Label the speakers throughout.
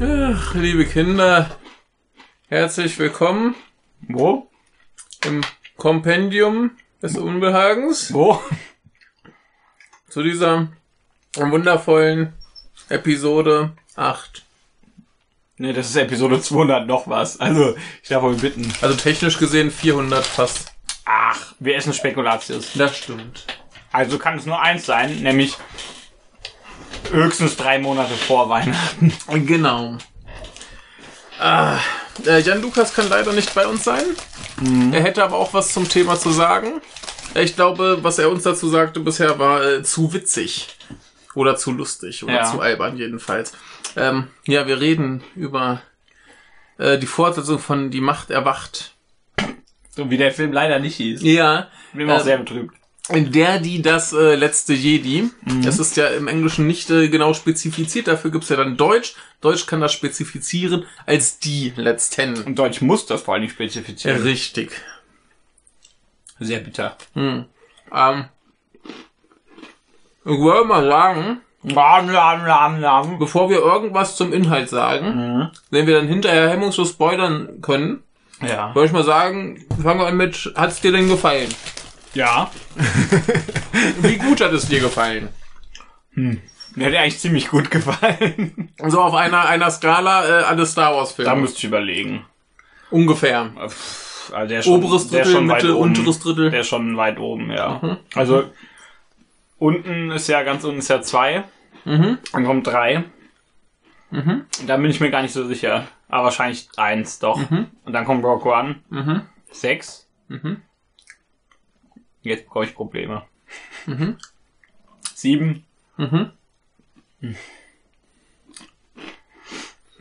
Speaker 1: Ach, liebe Kinder, herzlich willkommen
Speaker 2: Wo?
Speaker 1: im Kompendium des Unbehagens
Speaker 2: Wo?
Speaker 1: zu dieser wundervollen Episode 8.
Speaker 2: Ne, das ist Episode 200 noch was. Also, ich darf wohl bitten.
Speaker 1: Also technisch gesehen 400 fast.
Speaker 2: Ach, wir essen Spekulatius.
Speaker 1: Das stimmt.
Speaker 2: Also kann es nur eins sein, nämlich höchstens drei Monate vor Weihnachten.
Speaker 1: Genau. Ah, äh, Jan Lukas kann leider nicht bei uns sein. Er hätte aber auch was zum Thema zu sagen. Ich glaube, was er uns dazu sagte bisher, war äh, zu witzig. Oder zu lustig. Oder
Speaker 2: Ja.
Speaker 1: zu albern, jedenfalls. Ähm, ja, wir reden über äh, die Fortsetzung von Die Macht erwacht.
Speaker 2: So wie der Film leider nicht hieß.
Speaker 1: Ja.
Speaker 2: Bin auch
Speaker 1: Ähm,
Speaker 2: sehr betrübt.
Speaker 1: In der, die das äh, letzte Jedi. Das ist ja im Englischen nicht äh, genau spezifiziert, dafür gibt's ja dann Deutsch. Deutsch kann das spezifizieren als die letzten.
Speaker 2: Und Deutsch muss das vor allem
Speaker 1: Ja,
Speaker 2: spezifizieren.
Speaker 1: richtig.
Speaker 2: Sehr bitter.
Speaker 1: Ähm, ich würde mal sagen,
Speaker 2: Lam, lam, lam, lam.
Speaker 1: bevor wir irgendwas zum Inhalt sagen, den wir dann hinterher hemmungslos spoilern können,
Speaker 2: Ja.
Speaker 1: würde ich mal sagen, fangen wir an mit, hat's dir denn gefallen?
Speaker 2: Ja.
Speaker 1: Wie gut hat es dir gefallen?
Speaker 2: Mir hat er eigentlich ziemlich gut gefallen.
Speaker 1: So auf einer, einer Skala äh, alle Star Wars
Speaker 2: Da
Speaker 1: Filme.
Speaker 2: müsste ich überlegen.
Speaker 1: Ungefähr.
Speaker 2: Pff, Also der ist
Speaker 1: Oberes
Speaker 2: der ist
Speaker 1: Drittel, Mitte,
Speaker 2: weit oben.
Speaker 1: unteres Drittel. Mhm.
Speaker 2: Der ist schon weit oben, ja. Also unten ist ja, ganz unten ist ja 2.
Speaker 1: Mhm.
Speaker 2: Dann kommt 3. Da bin ich mir gar nicht so sicher. Aber wahrscheinlich 1 doch.
Speaker 1: Mhm.
Speaker 2: Und dann kommt Rock One. 6. Jetzt bekomme ich Probleme.
Speaker 1: Mhm.
Speaker 2: 7.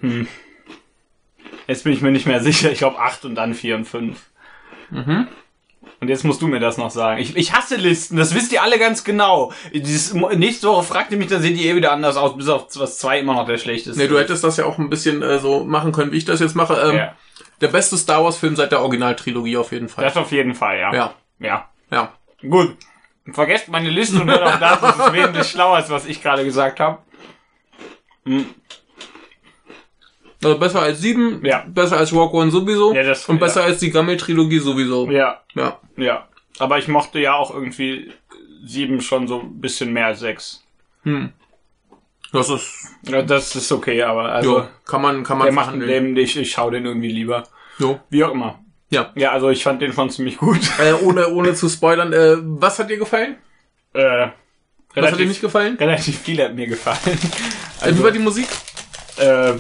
Speaker 2: Hm. Jetzt bin ich mir nicht mehr sicher. Ich glaube 8 und dann 4 und 5.
Speaker 1: Mhm.
Speaker 2: Und jetzt musst du mir das noch sagen. Ich, ich hasse Listen, das wisst ihr alle ganz genau. Dieses, Mo- nächste Woche fragt ihr mich, dann sehen die eh wieder anders aus, bis auf was zwei immer noch der schlechteste.
Speaker 1: Nee, du hättest das ja auch ein bisschen äh, so machen können, wie ich das jetzt mache. Ähm,
Speaker 2: Ja.
Speaker 1: Der beste Star Wars Film seit der Originaltrilogie auf jeden Fall.
Speaker 2: Das auf jeden Fall, ja.
Speaker 1: Ja,
Speaker 2: Ja.
Speaker 1: ja.
Speaker 2: Gut. Vergesst meine Liste und hört auf das, dass es wesentlich schlauer ist, was ich gerade gesagt habe.
Speaker 1: Also besser als sieben,
Speaker 2: Ja.
Speaker 1: besser als Rock One sowieso
Speaker 2: Ja, das-
Speaker 1: und
Speaker 2: ja.
Speaker 1: besser als die Gammel-Trilogie sowieso.
Speaker 2: Ja,
Speaker 1: ja.
Speaker 2: ja. Aber ich mochte ja auch irgendwie sieben schon so ein bisschen mehr als sechs.
Speaker 1: Das ist,
Speaker 2: Ja, das ist okay, aber also
Speaker 1: ja, kann man, kann man
Speaker 2: der macht ein
Speaker 1: verhandeln.
Speaker 2: Leben, ich, ich schau den irgendwie lieber.
Speaker 1: Jo.
Speaker 2: Wie auch immer.
Speaker 1: Ja.
Speaker 2: Ja, also ich fand den schon ziemlich gut.
Speaker 1: Äh, ohne, ohne zu spoilern, äh, was hat dir gefallen?
Speaker 2: Äh,
Speaker 1: Was hat dir nicht gefallen?
Speaker 2: relativ viel hat mir gefallen.
Speaker 1: äh, über die Musik?
Speaker 2: äh,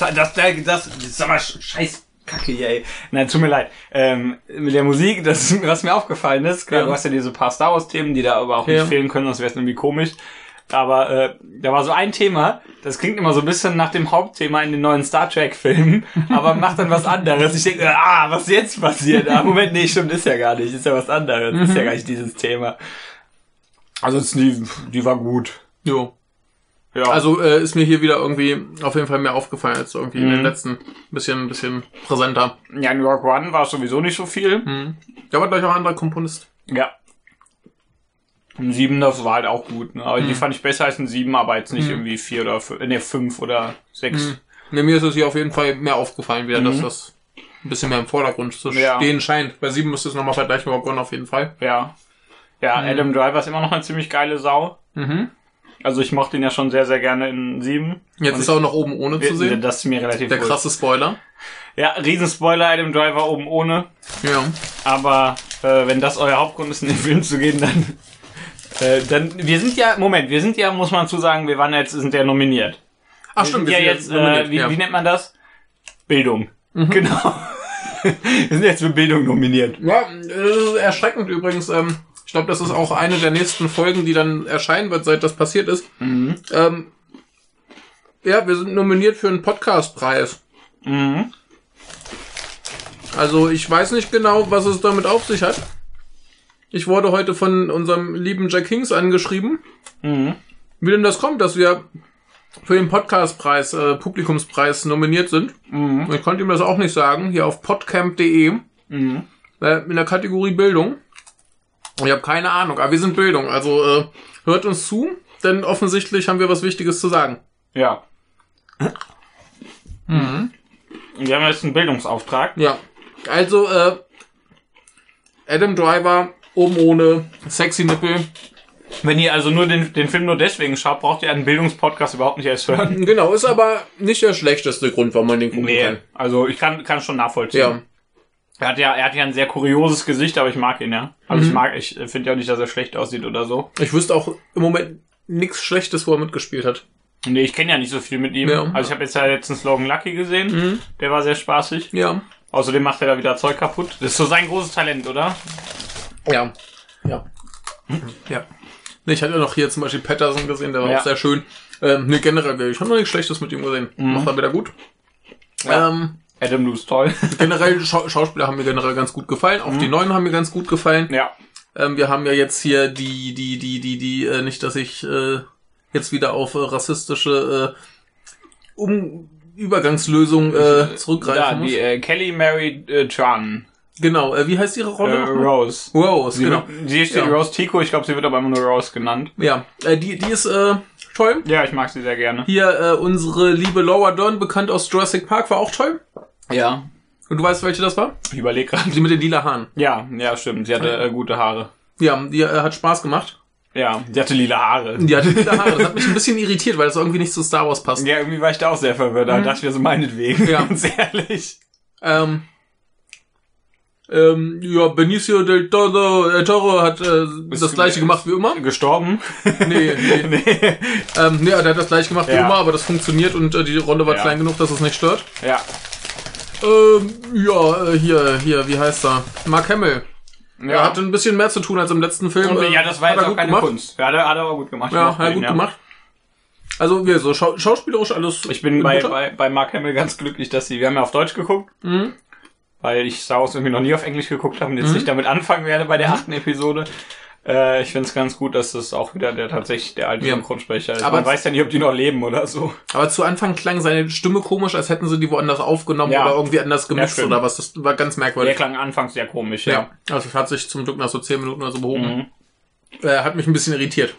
Speaker 2: das, das, das, sag mal, scheiß Kacke hier, ey. Nein, tut mir leid. Ähm, mit der Musik, das, ist- was mir aufgefallen ist, klar,
Speaker 1: Ja.
Speaker 2: du hast ja diese paar Star Wars-Themen, die da aber auch
Speaker 1: Ja.
Speaker 2: nicht fehlen können, sonst wäre es irgendwie komisch. Aber äh, da war so ein Thema, das klingt immer so ein bisschen nach dem Hauptthema in den neuen Star Trek-Filmen, aber macht dann was anderes. Ich denke, ah, was jetzt passiert? Ah, Moment, nee, stimmt, ist ja gar nicht, ist ja was anderes, ist ja
Speaker 1: Mhm.
Speaker 2: gar nicht dieses Thema. Also die, die war gut.
Speaker 1: Jo.
Speaker 2: Ja.
Speaker 1: Also äh, ist mir hier wieder irgendwie auf jeden Fall mehr aufgefallen als irgendwie in den
Speaker 2: Mhm.
Speaker 1: letzten. Bisschen, bisschen präsenter.
Speaker 2: Ja, in Rock One war sowieso nicht so viel.
Speaker 1: Da war gleich auch ein anderer Komponist.
Speaker 2: Ja. Ein 7, das war halt auch gut. Ne? Aber
Speaker 1: Mhm.
Speaker 2: die fand ich besser als ein 7, aber jetzt nicht irgendwie 4 oder 5, ne, 5 oder 6.
Speaker 1: Ne, mir ist es hier auf jeden Fall mehr aufgefallen wieder, dass das ein bisschen mehr im Vordergrund zu
Speaker 2: Mhm. Ja.
Speaker 1: stehen scheint. Bei sieben müsste es nochmal vergleichen, Rock One auf jeden Fall.
Speaker 2: Ja. Ja, Adam Driver ist immer noch eine ziemlich geile Sau.
Speaker 1: Mhm.
Speaker 2: Also ich mochte ihn ja schon sehr, sehr gerne in 7.
Speaker 1: Jetzt ist er auch noch oben ohne zu sehen.
Speaker 2: Das ist mir relativ
Speaker 1: Der
Speaker 2: wurscht.
Speaker 1: krasse Spoiler.
Speaker 2: Ja, Riesenspoiler, Adam Driver oben ohne.
Speaker 1: Ja.
Speaker 2: Aber äh, wenn das euer Hauptgrund ist, in den Film zu gehen, dann... Äh, dann, wir sind ja, Moment, wir sind ja, muss man zu sagen, wir waren jetzt, sind ja nominiert.
Speaker 1: Ach stimmt,
Speaker 2: ja jetzt, äh,
Speaker 1: nominiert,
Speaker 2: wie,
Speaker 1: ja.
Speaker 2: wie nennt man das? Bildung. Genau. Wir sind jetzt für Bildung nominiert.
Speaker 1: Ja, das ist erschreckend übrigens. Ähm, ich glaube, das ist auch eine der nächsten Folgen, die dann erscheinen wird, seit das passiert ist.
Speaker 2: Mhm.
Speaker 1: Ähm, ja, wir sind nominiert für einen Podcastpreis.
Speaker 2: Mhm,
Speaker 1: Also ich weiß nicht genau, was es damit auf sich hat. Ich wurde heute von unserem lieben Jack Hings angeschrieben,
Speaker 2: mhm.
Speaker 1: wie denn das kommt, dass wir für den Podcastpreis, äh, Publikumspreis nominiert sind. Ich konnte ihm das auch nicht sagen, hier auf podcamp.de äh, in der Kategorie Bildung. Ich habe keine Ahnung, aber wir sind Bildung. Also äh, hört uns zu, denn offensichtlich haben wir was Wichtiges zu sagen.
Speaker 2: Ja. Und wir haben jetzt einen Bildungsauftrag.
Speaker 1: Ja. Also, äh, Adam Driver, oben ohne, sexy Nippel.
Speaker 2: Wenn ihr also nur den, den Film nur deswegen schaut, braucht ihr einen Bildungspodcast überhaupt nicht erst hören.
Speaker 1: Genau, ist aber nicht der schlechteste Grund, warum man den gucken
Speaker 2: Nee,
Speaker 1: kann.
Speaker 2: also ich kann, kann schon nachvollziehen.
Speaker 1: Ja.
Speaker 2: Er hat ja, er hat ja ein sehr kurioses Gesicht, aber ich mag ihn, ja. Also ich mag, ich äh, finde ja auch nicht, dass er schlecht aussieht oder so.
Speaker 1: Ich wüsste auch im Moment nichts Schlechtes, wo er mitgespielt hat.
Speaker 2: Nee, ich kenne ja nicht so viel mit ihm.
Speaker 1: Ja.
Speaker 2: Also ich habe jetzt ja Mhm. letztens Logan Lucky gesehen. Der war sehr spaßig.
Speaker 1: Ja.
Speaker 2: Außerdem macht er da wieder Zeug kaputt. Das ist so sein großes Talent, oder?
Speaker 1: Ja. Ja. Ja. Nee, ich hatte noch hier zum Beispiel Patterson gesehen, der war
Speaker 2: Ja.
Speaker 1: auch sehr schön. Ähm, nee, generell, ich habe noch nichts Schlechtes mit ihm gesehen. Macht er wieder gut.
Speaker 2: Mhm. Ja.
Speaker 1: Ähm,
Speaker 2: Adam Blue ist toll.
Speaker 1: generell, Schau Schauspieler haben mir generell ganz gut gefallen.
Speaker 2: Mhm.
Speaker 1: Auch die neuen haben mir ganz gut gefallen.
Speaker 2: ja.
Speaker 1: Ähm, wir haben ja jetzt hier die, die, die, die, die, äh, nicht, dass ich äh, jetzt wieder auf äh, rassistische äh, um Übergangslösung äh,
Speaker 2: Da,
Speaker 1: zurückgreifen muss.
Speaker 2: die äh, Kelly Mary äh, Tran.
Speaker 1: Genau, äh, wie heißt ihre
Speaker 2: Äh,
Speaker 1: Rolle? nochmal?
Speaker 2: Rose.
Speaker 1: Rose,
Speaker 2: Sie,
Speaker 1: genau.
Speaker 2: sie steht
Speaker 1: Ja.
Speaker 2: Rose Tico, ich glaube, sie wird aber immer nur Rose genannt.
Speaker 1: Ja, äh, die, die ist äh, toll.
Speaker 2: Ja, ich mag sie sehr gerne.
Speaker 1: Hier äh, unsere liebe Laura Dern, bekannt aus Jurassic Park, war auch toll.
Speaker 2: Ja.
Speaker 1: Und du weißt, welche das war?
Speaker 2: Ich überlege gerade.
Speaker 1: Die mit den lila Haaren.
Speaker 2: Ja, ja, stimmt. Sie hatte äh, gute Haare.
Speaker 1: Ja, die äh, hat Spaß gemacht.
Speaker 2: Ja, sie hatte lila Haare.
Speaker 1: Die hatte lila Haare. Das hat mich ein bisschen irritiert, weil das irgendwie nicht zu Star Wars passt.
Speaker 2: Ja, irgendwie war ich da auch sehr verwirrt. Da dachte ich mir so meinetwegen,
Speaker 1: Mhm. Ja.
Speaker 2: ganz ehrlich.
Speaker 1: Ähm, ähm, ja, Benicio del Toro, äh, Toro hat äh, das
Speaker 2: du
Speaker 1: gleiche
Speaker 2: mir-
Speaker 1: gemacht wie immer.
Speaker 2: Gestorben?
Speaker 1: Nee, nee.
Speaker 2: nee.
Speaker 1: Ähm, nee, der hat das gleiche gemacht wie
Speaker 2: Ja.
Speaker 1: immer, aber das funktioniert und äh, die Rolle war
Speaker 2: Ja.
Speaker 1: klein genug, dass es nicht stört.
Speaker 2: Ja.
Speaker 1: Ähm, ja, äh, hier, hier, wie heißt er? Mark Hamill.
Speaker 2: Ja.
Speaker 1: Er hatte ein bisschen mehr zu tun als im letzten Film.
Speaker 2: Und,
Speaker 1: äh,
Speaker 2: ja, das war
Speaker 1: hat
Speaker 2: jetzt
Speaker 1: er
Speaker 2: auch
Speaker 1: gut
Speaker 2: keine
Speaker 1: gemacht.
Speaker 2: Kunst. Ja, da hat er aber gut gemacht. Ich
Speaker 1: Ja,
Speaker 2: mochte
Speaker 1: hat er
Speaker 2: ihn,
Speaker 1: gut gemacht. Also, wir so schau schauspielerisch alles.
Speaker 2: Ich bin
Speaker 1: in
Speaker 2: bei,
Speaker 1: guter-
Speaker 2: bei, bei Mark Hamill ganz glücklich, dass sie, wir haben ja auf Deutsch geguckt,
Speaker 1: Mhm.
Speaker 2: weil ich Star Wars irgendwie noch nie auf Englisch geguckt habe und jetzt nicht damit anfangen werde bei der
Speaker 1: Mhm.
Speaker 2: achten Episode. Äh, ich finde es ganz gut, dass das auch wieder der tatsächlich der alte
Speaker 1: Ja.
Speaker 2: Synchronsprecher ist.
Speaker 1: Aber
Speaker 2: Man weiß ja nicht, ob die noch leben oder so.
Speaker 1: Aber zu Anfang klang seine Stimme komisch, als hätten sie die woanders aufgenommen
Speaker 2: Ja.
Speaker 1: oder irgendwie anders gemixt
Speaker 2: stimmt.
Speaker 1: oder was. Das war ganz merkwürdig.
Speaker 2: Der klang anfangs sehr komisch, ja.
Speaker 1: Ja, also es hat sich zum Glück nach so 10 Minuten oder so behoben.
Speaker 2: Mhm.
Speaker 1: Äh, hat mich ein bisschen irritiert.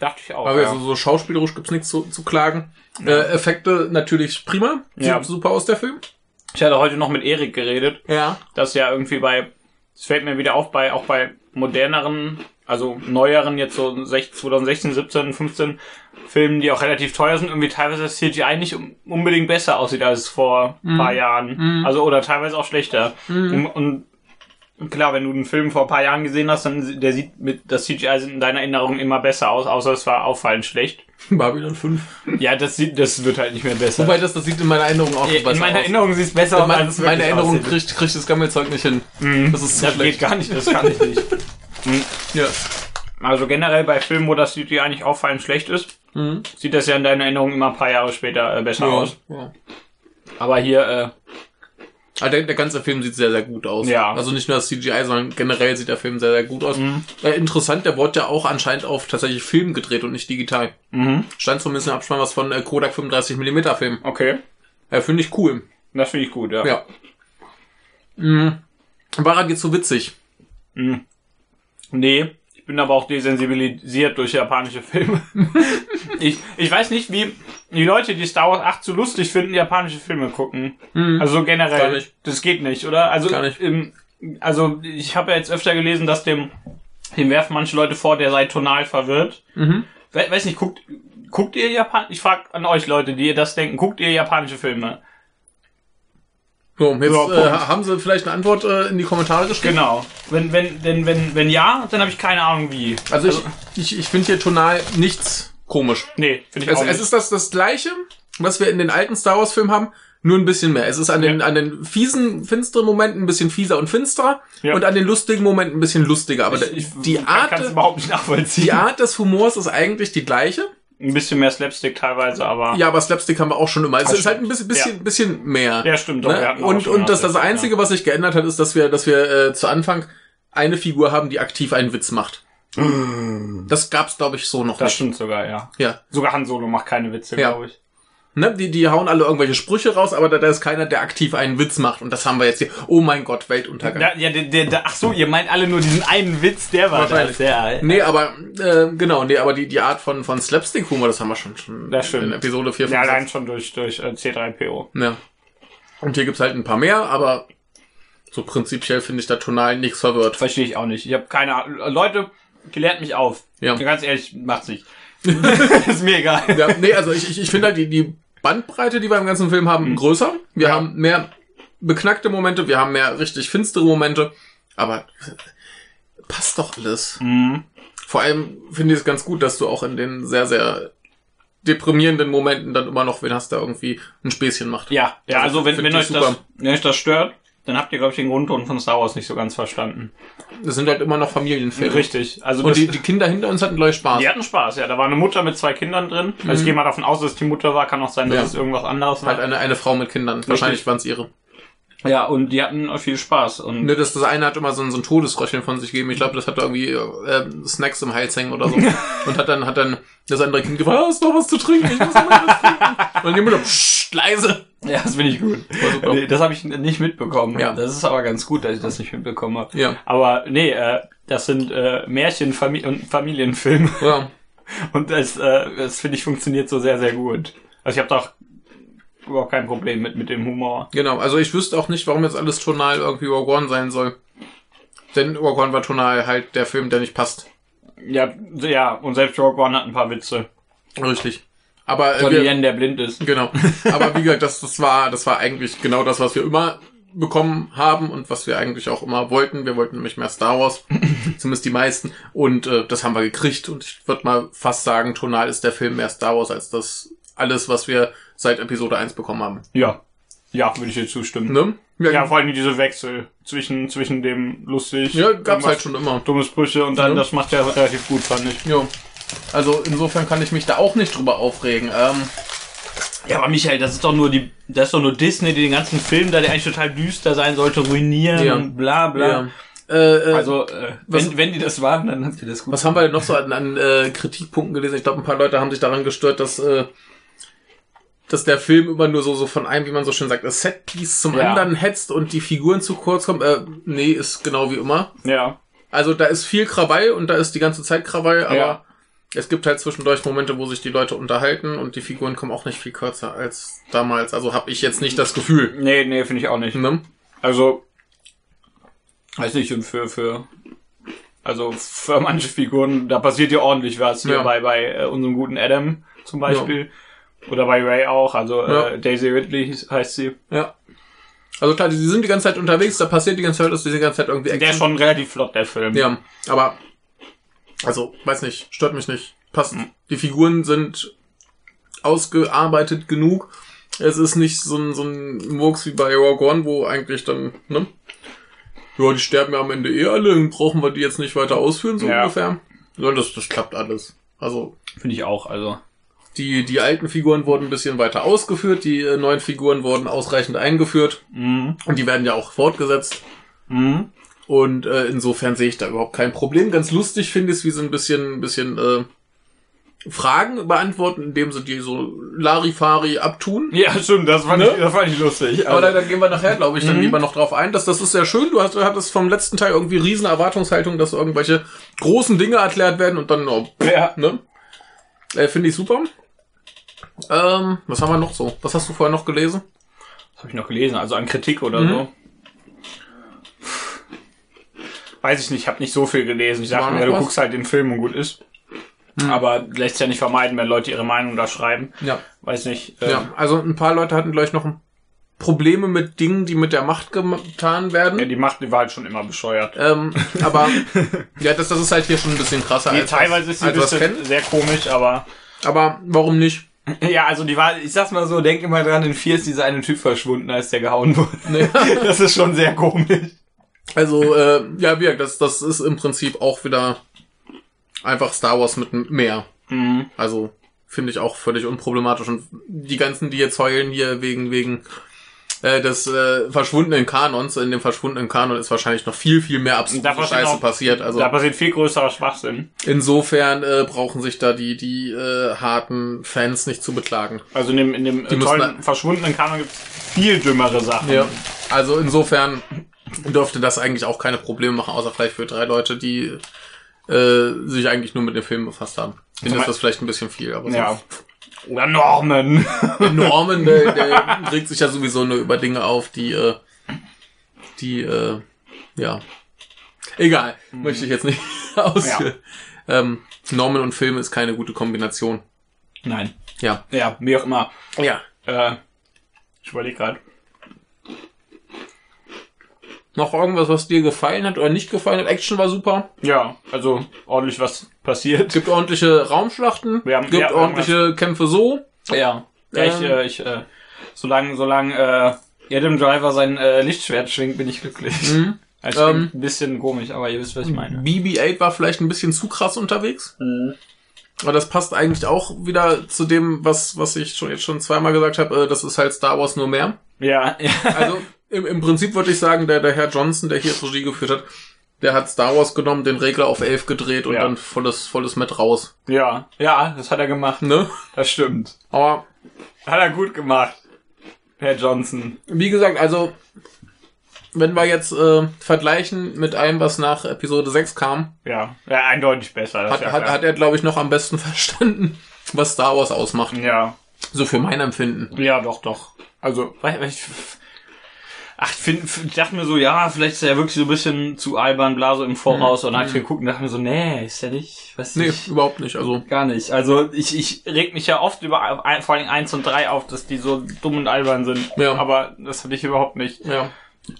Speaker 2: Dachte ich auch.
Speaker 1: Aber
Speaker 2: ja.
Speaker 1: also, so schauspielerisch gibt's nichts zu, zu klagen. Äh, Effekte natürlich prima. Sieht
Speaker 2: Ja.
Speaker 1: super aus, der Film.
Speaker 2: Ich hatte heute noch mit Erik geredet.
Speaker 1: Ja.
Speaker 2: dass ja irgendwie bei, es fällt mir wieder auf, bei auch bei moderneren, also neueren, jetzt so 16, 2016, 17, 15 Filmen, die auch relativ teuer sind, irgendwie teilweise das CGI nicht un- unbedingt besser aussieht als vor
Speaker 1: Mhm.
Speaker 2: ein paar Jahren. Also, oder teilweise auch schlechter. Und, und klar, wenn du einen Film vor ein paar Jahren gesehen hast, dann sie- der sieht mit, das CGI sieht in deiner Erinnerung immer besser aus, außer es war auffallend schlecht.
Speaker 1: Babylon 5.
Speaker 2: Ja, das sieht, das wird halt nicht mehr besser.
Speaker 1: Wobei das, das sieht in meiner Erinnerung auch
Speaker 2: in meiner
Speaker 1: aus.
Speaker 2: Erinnerung sieht es besser aus, als es
Speaker 1: Meine, meine
Speaker 2: wirklich
Speaker 1: Erinnerung
Speaker 2: aussieht. Mhm.
Speaker 1: kriegt, kriegt das Gammelzeug nicht hin. Das ist zu
Speaker 2: Das geht
Speaker 1: schlecht.
Speaker 2: gar nicht, das kann ich nicht.
Speaker 1: Ja.
Speaker 2: Also generell bei Filmen, wo das CGI eigentlich auffallend schlecht ist, sieht das ja in deiner Erinnerung immer ein paar Jahre später äh, besser aus.
Speaker 1: Mhm. ja.
Speaker 2: Aber hier,
Speaker 1: Aber der, der ganze Film sieht sehr, sehr gut aus.
Speaker 2: Ja. Mhm.
Speaker 1: Also nicht nur das CGI, sondern generell sieht der Film sehr, sehr gut aus. Äh, interessant, der wurde ja auch anscheinend auf tatsächlich Film gedreht und nicht digital.
Speaker 2: äh, mhm.
Speaker 1: Stand zumindest im Abspann was von äh, Kodak 35mm Film.
Speaker 2: okay,
Speaker 1: Ja, finde ich cool.
Speaker 2: das finde ich gut, ja.
Speaker 1: Ja. Mhm. War halt jetzt so witzig.
Speaker 2: Nee, ich bin aber auch desensibilisiert durch japanische Filme. ich, ich weiß nicht, wie die Leute, die Star Wars 8 so lustig finden, japanische Filme gucken. Also so generell.
Speaker 1: Mhm. Gar nicht.
Speaker 2: Das geht nicht, oder? Also,
Speaker 1: Gar nicht.
Speaker 2: Im, also ich habe ja jetzt öfter gelesen, dass dem, dem werfen manche Leute vor, der sei tonal verwirrt. We weiß nicht, guckt, guckt ihr Japan? Ich frage an euch Leute, die ihr das denken, guckt ihr japanische Filme?
Speaker 1: So, jetzt
Speaker 2: Ja, Punkt.
Speaker 1: äh, haben sie vielleicht eine Antwort äh, in die Kommentare geschrieben.
Speaker 2: Genau. Wenn, wenn, denn, wenn, wenn ja, dann habe ich keine Ahnung wie.
Speaker 1: Also ich, ich, ich finde hier tonal nichts komisch.
Speaker 2: Nee, finde ich
Speaker 1: Es,
Speaker 2: auch
Speaker 1: es ist das, das gleiche, was wir in den alten Star Wars Filmen haben, nur ein bisschen mehr. Es ist an den, an den fiesen, finsteren Momenten ein bisschen fieser und finsterer
Speaker 2: Ja.
Speaker 1: und an den lustigen Momenten ein bisschen lustiger. Aber
Speaker 2: nicht.
Speaker 1: der-
Speaker 2: Ich,
Speaker 1: die, Art,
Speaker 2: kann es überhaupt nicht nachvollziehen.
Speaker 1: die Art des Humors ist eigentlich die gleiche.
Speaker 2: Ein bisschen mehr Slapstick teilweise, aber.
Speaker 1: Ah. Ja, aber Slapstick haben wir auch schon immer. Es
Speaker 2: Das
Speaker 1: ist halt ein
Speaker 2: Ah, stimmt.
Speaker 1: bisschen, bisschen, bisschen mehr.
Speaker 2: Ja, stimmt, doch, wir
Speaker 1: Ne?
Speaker 2: hatten auch
Speaker 1: Und,
Speaker 2: schon
Speaker 1: und das, das
Speaker 2: Slapstick,
Speaker 1: Einzige, was sich geändert hat, ist, dass wir, dass wir äh, zu Anfang eine Figur haben, die aktiv einen Witz macht. Das gab's, glaube ich, so noch
Speaker 2: Mm. Das
Speaker 1: nicht.
Speaker 2: stimmt sogar, ja.
Speaker 1: Ja.
Speaker 2: Sogar Han Solo macht keine Witze,
Speaker 1: Ja.
Speaker 2: glaube ich.
Speaker 1: Ne? Die, die hauen alle irgendwelche Sprüche raus, aber da, da ist keiner, der aktiv einen Witz macht. Und das haben wir jetzt hier. Oh mein Gott, Weltuntergang.
Speaker 2: Ja, ja der, der, der, ach so, ihr meint alle nur diesen einen Witz, der war
Speaker 1: Wahrscheinlich.
Speaker 2: das. Ja,
Speaker 1: Nee, aber äh, genau, nee, aber die, die Art von, von Slapstick-Humor, das haben wir schon, schon
Speaker 2: Das stimmt.
Speaker 1: in Episode 4
Speaker 2: ja
Speaker 1: fünf,
Speaker 2: allein
Speaker 1: sechs.
Speaker 2: schon durch, durch äh, C3PO.
Speaker 1: Ja. Und hier gibt's halt ein paar mehr, aber so prinzipiell finde ich da tonal nichts verwirrt.
Speaker 2: Verstehe ich auch nicht. Ich habe keine Ahnung. Leute, klärt mich auf.
Speaker 1: Ja.
Speaker 2: Ganz ehrlich, macht's nicht. ist mir egal.
Speaker 1: Ja, nee, also ich, ich, ich finde halt die, die Bandbreite, die wir im ganzen Film haben, größer. Wir
Speaker 2: Mhm. Ja.
Speaker 1: haben mehr beknackte Momente, wir haben mehr richtig finstere Momente, aber passt doch alles.
Speaker 2: Mhm.
Speaker 1: Vor allem finde ich es ganz gut, dass du auch in den sehr, sehr deprimierenden Momenten dann immer noch wen hast, der irgendwie ein Späßchen macht.
Speaker 2: Ja, ja,
Speaker 1: Also,
Speaker 2: also wenn,
Speaker 1: find
Speaker 2: wenn,
Speaker 1: ich
Speaker 2: euch das,
Speaker 1: super.
Speaker 2: wenn euch das stört, dann habt ihr, glaube ich, den Grundton von Star Wars nicht so ganz verstanden.
Speaker 1: Das sind halt immer noch Familienfilme.
Speaker 2: Richtig. Also
Speaker 1: Und
Speaker 2: das-
Speaker 1: die, die Kinder hinter uns hatten, glaube ich, Spaß.
Speaker 2: Die hatten Spaß, ja. Da war eine Mutter mit zwei Kindern drin. Also ich gehe mal davon aus, dass es die Mutter war. Kann auch sein, dass
Speaker 1: Mhm. Ja.
Speaker 2: es irgendwas anderes
Speaker 1: Halt
Speaker 2: war.
Speaker 1: eine, eine Frau mit Kindern. Wahrscheinlich waren es ihre.
Speaker 2: Ja, und die hatten auch viel Spaß. Und
Speaker 1: Ne, das, das eine hat immer so ein, so ein Todesröschchen von sich gegeben. Ich glaube, das hat irgendwie äh, Snacks im Hals hängen oder so. Und hat dann, hat dann das andere Kind gefragt, ah, ist noch was zu trinken? Ich muss noch was trinken. Und die Mutter, psst, leise.
Speaker 2: ja, das finde ich gut.
Speaker 1: War super.
Speaker 2: Nee, das habe ich nicht mitbekommen.
Speaker 1: Ja.
Speaker 2: Das ist aber ganz gut, dass ich das nicht mitbekommen habe.
Speaker 1: Ja.
Speaker 2: Aber nee, äh, das sind äh, Märchen Famili und Familienfilme.
Speaker 1: Ja.
Speaker 2: Und das, äh, das finde ich funktioniert so sehr, sehr gut. Also ich habe da auch überhaupt kein Problem mit, mit dem Humor.
Speaker 1: Genau, also ich wüsste auch nicht, warum jetzt alles tonal irgendwie Rogue One sein soll. Denn Rogue One war tonal halt der Film, der nicht passt.
Speaker 2: Ja, ja, und selbst Rogue One hat ein paar Witze.
Speaker 1: Richtig. Aber äh,
Speaker 2: Donnie
Speaker 1: wir,
Speaker 2: Yen, der blind ist.
Speaker 1: genau. Aber wie gesagt, das, das war, das war eigentlich genau das, was wir immer bekommen haben und was wir eigentlich auch immer wollten. Wir wollten nämlich mehr Star Wars, zumindest die meisten. Und äh, das haben wir gekriegt. Und ich würde mal fast sagen, tonal ist der Film mehr Star Wars als das alles, was wir seit Episode 1 bekommen haben.
Speaker 2: Ja. Ja, würde ich dir zustimmen.
Speaker 1: Ne?
Speaker 2: Ja, vor allem diese Wechsel zwischen, zwischen dem lustig.
Speaker 1: ja gab's
Speaker 2: irgendwas
Speaker 1: halt schon immer.
Speaker 2: Dumme Sprüche und dann,
Speaker 1: Ja.
Speaker 2: das macht er relativ gut, fand ich.
Speaker 1: Jo. Also insofern kann ich mich da auch nicht drüber aufregen. Ähm,
Speaker 2: Ja, aber Michael, das ist doch nur die, das ist doch nur Disney, die den ganzen Film, da der eigentlich total düster sein sollte, ruinieren
Speaker 1: Ja.
Speaker 2: und bla bla.
Speaker 1: ja. Äh, äh,
Speaker 2: Also, äh,
Speaker 1: Was-
Speaker 2: wenn, wenn die das waren, dann habt ihr das gut.
Speaker 1: was haben wir denn noch so an, an äh, Kritikpunkten gelesen? Ich glaube, ein paar Leute haben sich daran gestört, dass, äh, dass der Film immer nur so, so von einem, wie man so schön sagt, das Setpiece zum
Speaker 2: Ja.
Speaker 1: anderen hetzt und die Figuren zu kurz kommen. Äh, nee, ist genau wie immer.
Speaker 2: Ja.
Speaker 1: Also da ist viel Krawall und da ist die ganze Zeit Krawall, aber
Speaker 2: Ja.
Speaker 1: es gibt halt zwischendurch Momente, wo sich die Leute unterhalten und die Figuren kommen auch nicht viel kürzer als damals. Also habe ich jetzt nicht das Gefühl.
Speaker 2: Nee, nee, finde ich auch nicht.
Speaker 1: Ne?
Speaker 2: Also, weiß nicht, und für, für, also für manche Figuren, da passiert ja ordentlich was. Hier
Speaker 1: Ja.
Speaker 2: bei, bei äh, unserem guten Adam zum Beispiel. Oder bei Ray auch. Also
Speaker 1: Ja.
Speaker 2: äh, Daisy Ridley hieß- heißt sie.
Speaker 1: Ja. Also klar, die, die sind die ganze Zeit unterwegs, da passiert die ganze Zeit, dass die ganze Zeit irgendwie
Speaker 2: Der ist schon relativ flott, der Film.
Speaker 1: Ja, aber also, weiß nicht, stört mich nicht. Passt. Die Figuren sind ausgearbeitet genug. Es ist nicht so ein, so ein Murks wie bei Rogue One, wo eigentlich dann, ne? Ja, die sterben ja am Ende eh alle, dann brauchen wir die jetzt nicht weiter ausführen, so
Speaker 2: Ja.
Speaker 1: ungefähr. Sondern das, das klappt alles. Also,
Speaker 2: Finde ich auch. Also.
Speaker 1: die, die alten Figuren wurden ein bisschen weiter ausgeführt, die äh, neuen Figuren wurden ausreichend eingeführt.
Speaker 2: Mhm.
Speaker 1: Und die werden ja auch fortgesetzt.
Speaker 2: Mhm.
Speaker 1: Und äh, insofern sehe ich da überhaupt kein Problem. Ganz lustig finde ich es, wie sie ein bisschen, ein bisschen äh, Fragen beantworten, indem sie die so Larifari abtun.
Speaker 2: Ja, stimmt, das fand,
Speaker 1: Ne?
Speaker 2: ich, das fand ich lustig.
Speaker 1: Aber da,
Speaker 2: Also,
Speaker 1: da gehen wir nachher, glaube ich, dann lieber noch drauf ein. Das, das ist sehr schön. Du hast, hattest vom letzten Teil irgendwie riesen Erwartungshaltung, dass irgendwelche großen Dinge erklärt werden und dann, oh,
Speaker 2: ja.
Speaker 1: ne? Äh, finde ich super. Ähm, was haben wir noch so? Was hast du vorher noch gelesen?
Speaker 2: Das habe ich noch gelesen, also an Kritik oder so. Weiß ich nicht, ich habe nicht so viel gelesen. Ich
Speaker 1: War
Speaker 2: dachte
Speaker 1: noch
Speaker 2: mir, du
Speaker 1: was?
Speaker 2: guckst halt den Film und gut ist. Aber lässt ja nicht vermeiden, wenn Leute ihre Meinung da schreiben.
Speaker 1: Ja.
Speaker 2: Weiß nicht. äh,
Speaker 1: Ja, also ein paar Leute hatten gleich noch Probleme mit Dingen, die mit der Macht getan werden.
Speaker 2: ja, Die Macht, die war halt schon immer bescheuert.
Speaker 1: Ähm, aber ja, das, das ist halt hier schon ein bisschen krasser
Speaker 2: Die,
Speaker 1: als
Speaker 2: teilweise
Speaker 1: was,
Speaker 2: ist halt sie ein
Speaker 1: als was
Speaker 2: bisschen
Speaker 1: kennen.
Speaker 2: sehr komisch, aber.
Speaker 1: Aber warum nicht?
Speaker 2: Ja, also die war, ich sag's mal so, denk immer dran, in vier ist dieser eine Typ verschwunden, als der gehauen wurde.
Speaker 1: Nee.
Speaker 2: Das ist schon sehr komisch.
Speaker 1: Also äh, ja, wir, das, das ist im Prinzip auch wieder einfach Star Wars mit m- mehr.
Speaker 2: Mhm.
Speaker 1: Also finde ich auch völlig unproblematisch und die ganzen, die jetzt heulen hier wegen wegen äh, des äh, verschwundenen Kanons, in dem verschwundenen Kanon ist wahrscheinlich noch viel viel mehr
Speaker 2: Da
Speaker 1: absurde
Speaker 2: passiert
Speaker 1: Scheiße
Speaker 2: noch-
Speaker 1: passiert. Also
Speaker 2: Da passiert viel größerer Schwachsinn.
Speaker 1: insofern äh, brauchen sich da die die äh, harten Fans nicht zu beklagen.
Speaker 2: Also in dem, in dem
Speaker 1: Die müssen
Speaker 2: tollen, verschwundenen Kanon gibt's viel dümmere Sachen.
Speaker 1: Ja, also insofern dürfte das eigentlich auch keine Probleme machen, außer vielleicht für drei Leute, die äh, sich eigentlich nur mit dem Film befasst haben. Denen ist das vielleicht ein bisschen viel, aber
Speaker 2: Ja.
Speaker 1: sonst-
Speaker 2: Oder Norman.
Speaker 1: Norman, der, der regt sich ja sowieso nur über Dinge auf, die, äh, die, äh, ja. Egal, möchte ich jetzt nicht ausführen. Ähm, Norman und Film ist keine gute Kombination.
Speaker 2: Nein.
Speaker 1: Ja.
Speaker 2: Ja, wie auch immer.
Speaker 1: Ja.
Speaker 2: Äh, ich überlege gerade.
Speaker 1: Noch irgendwas, was dir gefallen hat oder nicht gefallen hat? Action war super.
Speaker 2: Ja, also ordentlich was passiert.
Speaker 1: Gibt ordentliche Raumschlachten.
Speaker 2: Wir haben-
Speaker 1: gibt
Speaker 2: ja,
Speaker 1: ordentliche Kämpfe so.
Speaker 2: Ja. ja ich,
Speaker 1: Ähm.
Speaker 2: äh, ich, äh, solange, solange äh, Adam Driver sein äh, Lichtschwert schwingt, bin ich glücklich.
Speaker 1: Mhm.
Speaker 2: Das
Speaker 1: Ähm.
Speaker 2: klingt ein bisschen komisch, aber ihr wisst, was ich meine.
Speaker 1: BB-8 war vielleicht ein bisschen zu krass unterwegs. Aber das passt eigentlich auch wieder zu dem, was, was ich schon, jetzt schon zweimal gesagt habe. äh, Das ist halt Star Wars nur mehr.
Speaker 2: Ja, ja.
Speaker 1: Also im, im Prinzip würde ich sagen, der, der Herr Johnson, der hier Regie geführt hat, der hat Star Wars genommen, den Regler auf 11 gedreht und
Speaker 2: Ja.
Speaker 1: dann volles, volles Met raus.
Speaker 2: ja, ja, das hat er gemacht.
Speaker 1: Ne?
Speaker 2: Das stimmt.
Speaker 1: Aber
Speaker 2: Hat er gut gemacht. Herr Johnson.
Speaker 1: wie gesagt, also wenn wir jetzt äh, vergleichen mit allem, was nach Episode 6 kam,
Speaker 2: Ja, ja eindeutig besser. Das
Speaker 1: hat,
Speaker 2: ist ja
Speaker 1: hat,
Speaker 2: klar.
Speaker 1: hat er, glaube ich, noch am besten verstanden, was Star Wars ausmacht.
Speaker 2: ja,
Speaker 1: So für mein Empfinden.
Speaker 2: ja, doch, doch. Also, weil- weil ich, ach, find, ich dachte mir so, ja, vielleicht ist er wirklich so ein bisschen zu albern, bla, so im Voraus. Und dann hab ich geguckt und dachte mir so, Hm. nee, ist ja nicht, weiß
Speaker 1: Nee,
Speaker 2: nicht.
Speaker 1: überhaupt nicht. Also
Speaker 2: Gar nicht. Also ich, ich reg mich ja oft über ein- vor allem 1 und 3 auf, dass die so dumm und albern sind.
Speaker 1: Ja.
Speaker 2: Aber das hatte ich überhaupt nicht.
Speaker 1: ja.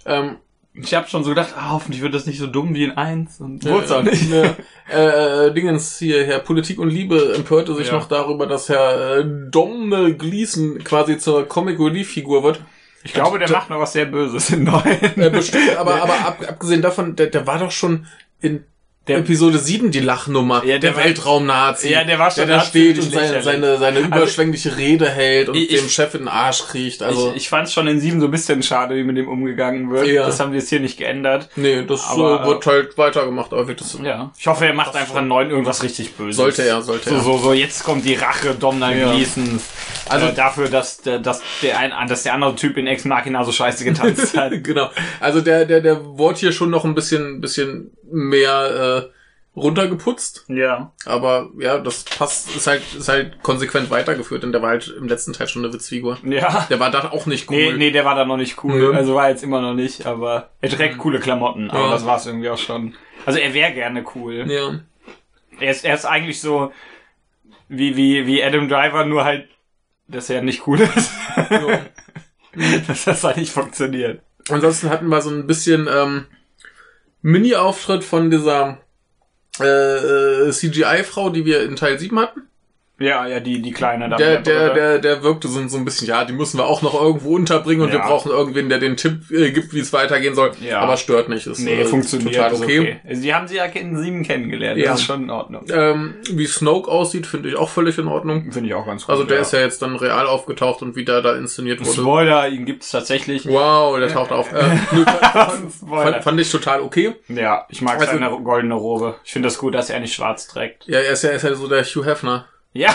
Speaker 1: Ähm,
Speaker 2: Ich habe schon so gedacht, ah, hoffentlich wird das nicht so dumm wie in 1 und wurde es
Speaker 1: äh,
Speaker 2: auch nicht.
Speaker 1: ne, äh, Dingens hier, Herr Politik und Liebe empörte sich
Speaker 2: Ja.
Speaker 1: noch darüber, dass Herr äh, Domhnall Gleason quasi zur Comic Relief Figur wird.
Speaker 2: Ich glaube, der macht noch was sehr Böses in 9.
Speaker 1: Äh, bestimmt, aber, aber ab, abgesehen davon, der, der war doch schon in
Speaker 2: Der-
Speaker 1: Episode 7 die Lachnummer.
Speaker 2: Ja, der
Speaker 1: der
Speaker 2: war-
Speaker 1: Weltraum-Nazi.
Speaker 2: Ja, der war schon
Speaker 1: der da
Speaker 2: absolut
Speaker 1: steht und seine,
Speaker 2: lächerlich. Also
Speaker 1: seine, seine überschwängliche Rede hält und
Speaker 2: Ich-
Speaker 1: dem
Speaker 2: ich-
Speaker 1: Chef in den Arsch kriecht. Also,
Speaker 2: ich ich fand es schon in 7 so ein bisschen schade, wie mit dem umgegangen wird.
Speaker 1: Ja.
Speaker 2: Das haben sie jetzt hier nicht geändert.
Speaker 1: nee, das
Speaker 2: Aber,
Speaker 1: äh, wird halt weitergemacht, aber wird das
Speaker 2: Ja. Ich hoffe, er macht einfach in 9 irgendwas richtig Böses.
Speaker 1: Sollte er, sollte
Speaker 2: so,
Speaker 1: er.
Speaker 2: So, so, jetzt kommt die Rache Domnall
Speaker 1: Ja.
Speaker 2: Gleasons. Also
Speaker 1: Also-
Speaker 2: äh, dafür, dass der, dass, der ein, dass der andere Typ in Ex Machina so scheiße getanzt hat.
Speaker 1: genau. Also der, der, der wurde hier schon noch ein bisschen, bisschen mehr äh, runtergeputzt.
Speaker 2: ja.
Speaker 1: Aber ja, das passt, ist halt, ist halt konsequent weitergeführt, denn der war halt im letzten Teil schon eine Witzfigur.
Speaker 2: Ja.
Speaker 1: Der war da auch nicht cool.
Speaker 2: Nee, nee, der war da noch nicht cool.
Speaker 1: Nö.
Speaker 2: Also war jetzt immer noch nicht, aber er trägt coole Klamotten, aber
Speaker 1: Mhm. Ja.
Speaker 2: das war's irgendwie auch schon. Also er wäre gerne cool.
Speaker 1: Ja.
Speaker 2: Er, ist, er ist eigentlich so wie, wie, wie Adam Driver, nur halt, dass er nicht cool ist.
Speaker 1: Ja.
Speaker 2: dass das halt nicht funktioniert.
Speaker 1: Ansonsten hatten wir so ein bisschen ähm, Mini-Auftritt von dieser äh, äh, CGI-Frau, die wir in Teil 7 hatten.
Speaker 2: Ja, ja, die, die kleine da.
Speaker 1: Der,
Speaker 2: mit der
Speaker 1: der,
Speaker 2: Brille.
Speaker 1: der, der wirkte so, so ein bisschen, ja, die müssen wir auch noch irgendwo unterbringen und
Speaker 2: Ja.
Speaker 1: wir brauchen irgendwen, der den Tipp äh, gibt, wie es weitergehen soll.
Speaker 2: Ja.
Speaker 1: Aber stört nicht. Ist,
Speaker 2: Nee,
Speaker 1: äh,
Speaker 2: funktioniert.
Speaker 1: Total
Speaker 2: ist
Speaker 1: okay.
Speaker 2: Also die haben sie ja in sieben kennengelernt.
Speaker 1: Ja.
Speaker 2: Das ist schon in Ordnung.
Speaker 1: Ähm, wie Snoke aussieht, finde ich auch völlig in Ordnung.
Speaker 2: Finde ich auch ganz gut.
Speaker 1: Also der
Speaker 2: ja.
Speaker 1: ist ja jetzt dann real aufgetaucht und wie der da inszeniert wurde.
Speaker 2: Spoiler, ihn gibt's tatsächlich.
Speaker 1: Wow, der taucht auf. Äh, nö,
Speaker 2: Spoiler.
Speaker 1: fand, fand ich total okay.
Speaker 2: Ja, ich mag
Speaker 1: Also-
Speaker 2: seine goldene Robe. Ich finde das gut, dass er nicht schwarz trägt.
Speaker 1: Ja, er ist ja, er ist ja so der Hugh Hefner.
Speaker 2: Ja,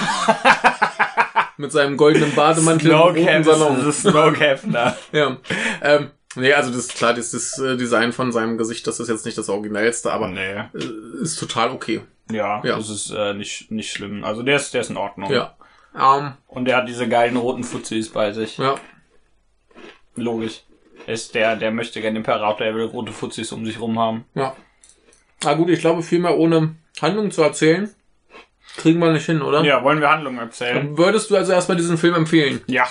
Speaker 1: Mit seinem goldenen Bademantel im
Speaker 2: Snoke
Speaker 1: roten
Speaker 2: Hefner.
Speaker 1: Salon.
Speaker 2: Das ist Snoke Hefner.
Speaker 1: Ja. Ähm, nee, also das ist klar, das, das äh, Design von seinem Gesicht, das ist jetzt nicht das Originellste, aber
Speaker 2: nee.
Speaker 1: äh, ist total okay.
Speaker 2: Ja,
Speaker 1: Ja.
Speaker 2: das ist äh, nicht, nicht schlimm. Also der ist, der ist in Ordnung.
Speaker 1: Ja. Ähm,
Speaker 2: Und der hat diese geilen roten Fuzis bei sich.
Speaker 1: ja.
Speaker 2: Logisch. Er Ist der, der möchte gerne Imperator, er will rote Fuzis um sich rum haben.
Speaker 1: Ja. Na gut, ich glaube, viel mehr ohne Handlung zu erzählen, kriegen wir nicht hin, oder?
Speaker 2: Ja, wollen wir Handlungen erzählen?
Speaker 1: Würdest du also erstmal diesen Film empfehlen?
Speaker 2: Ja.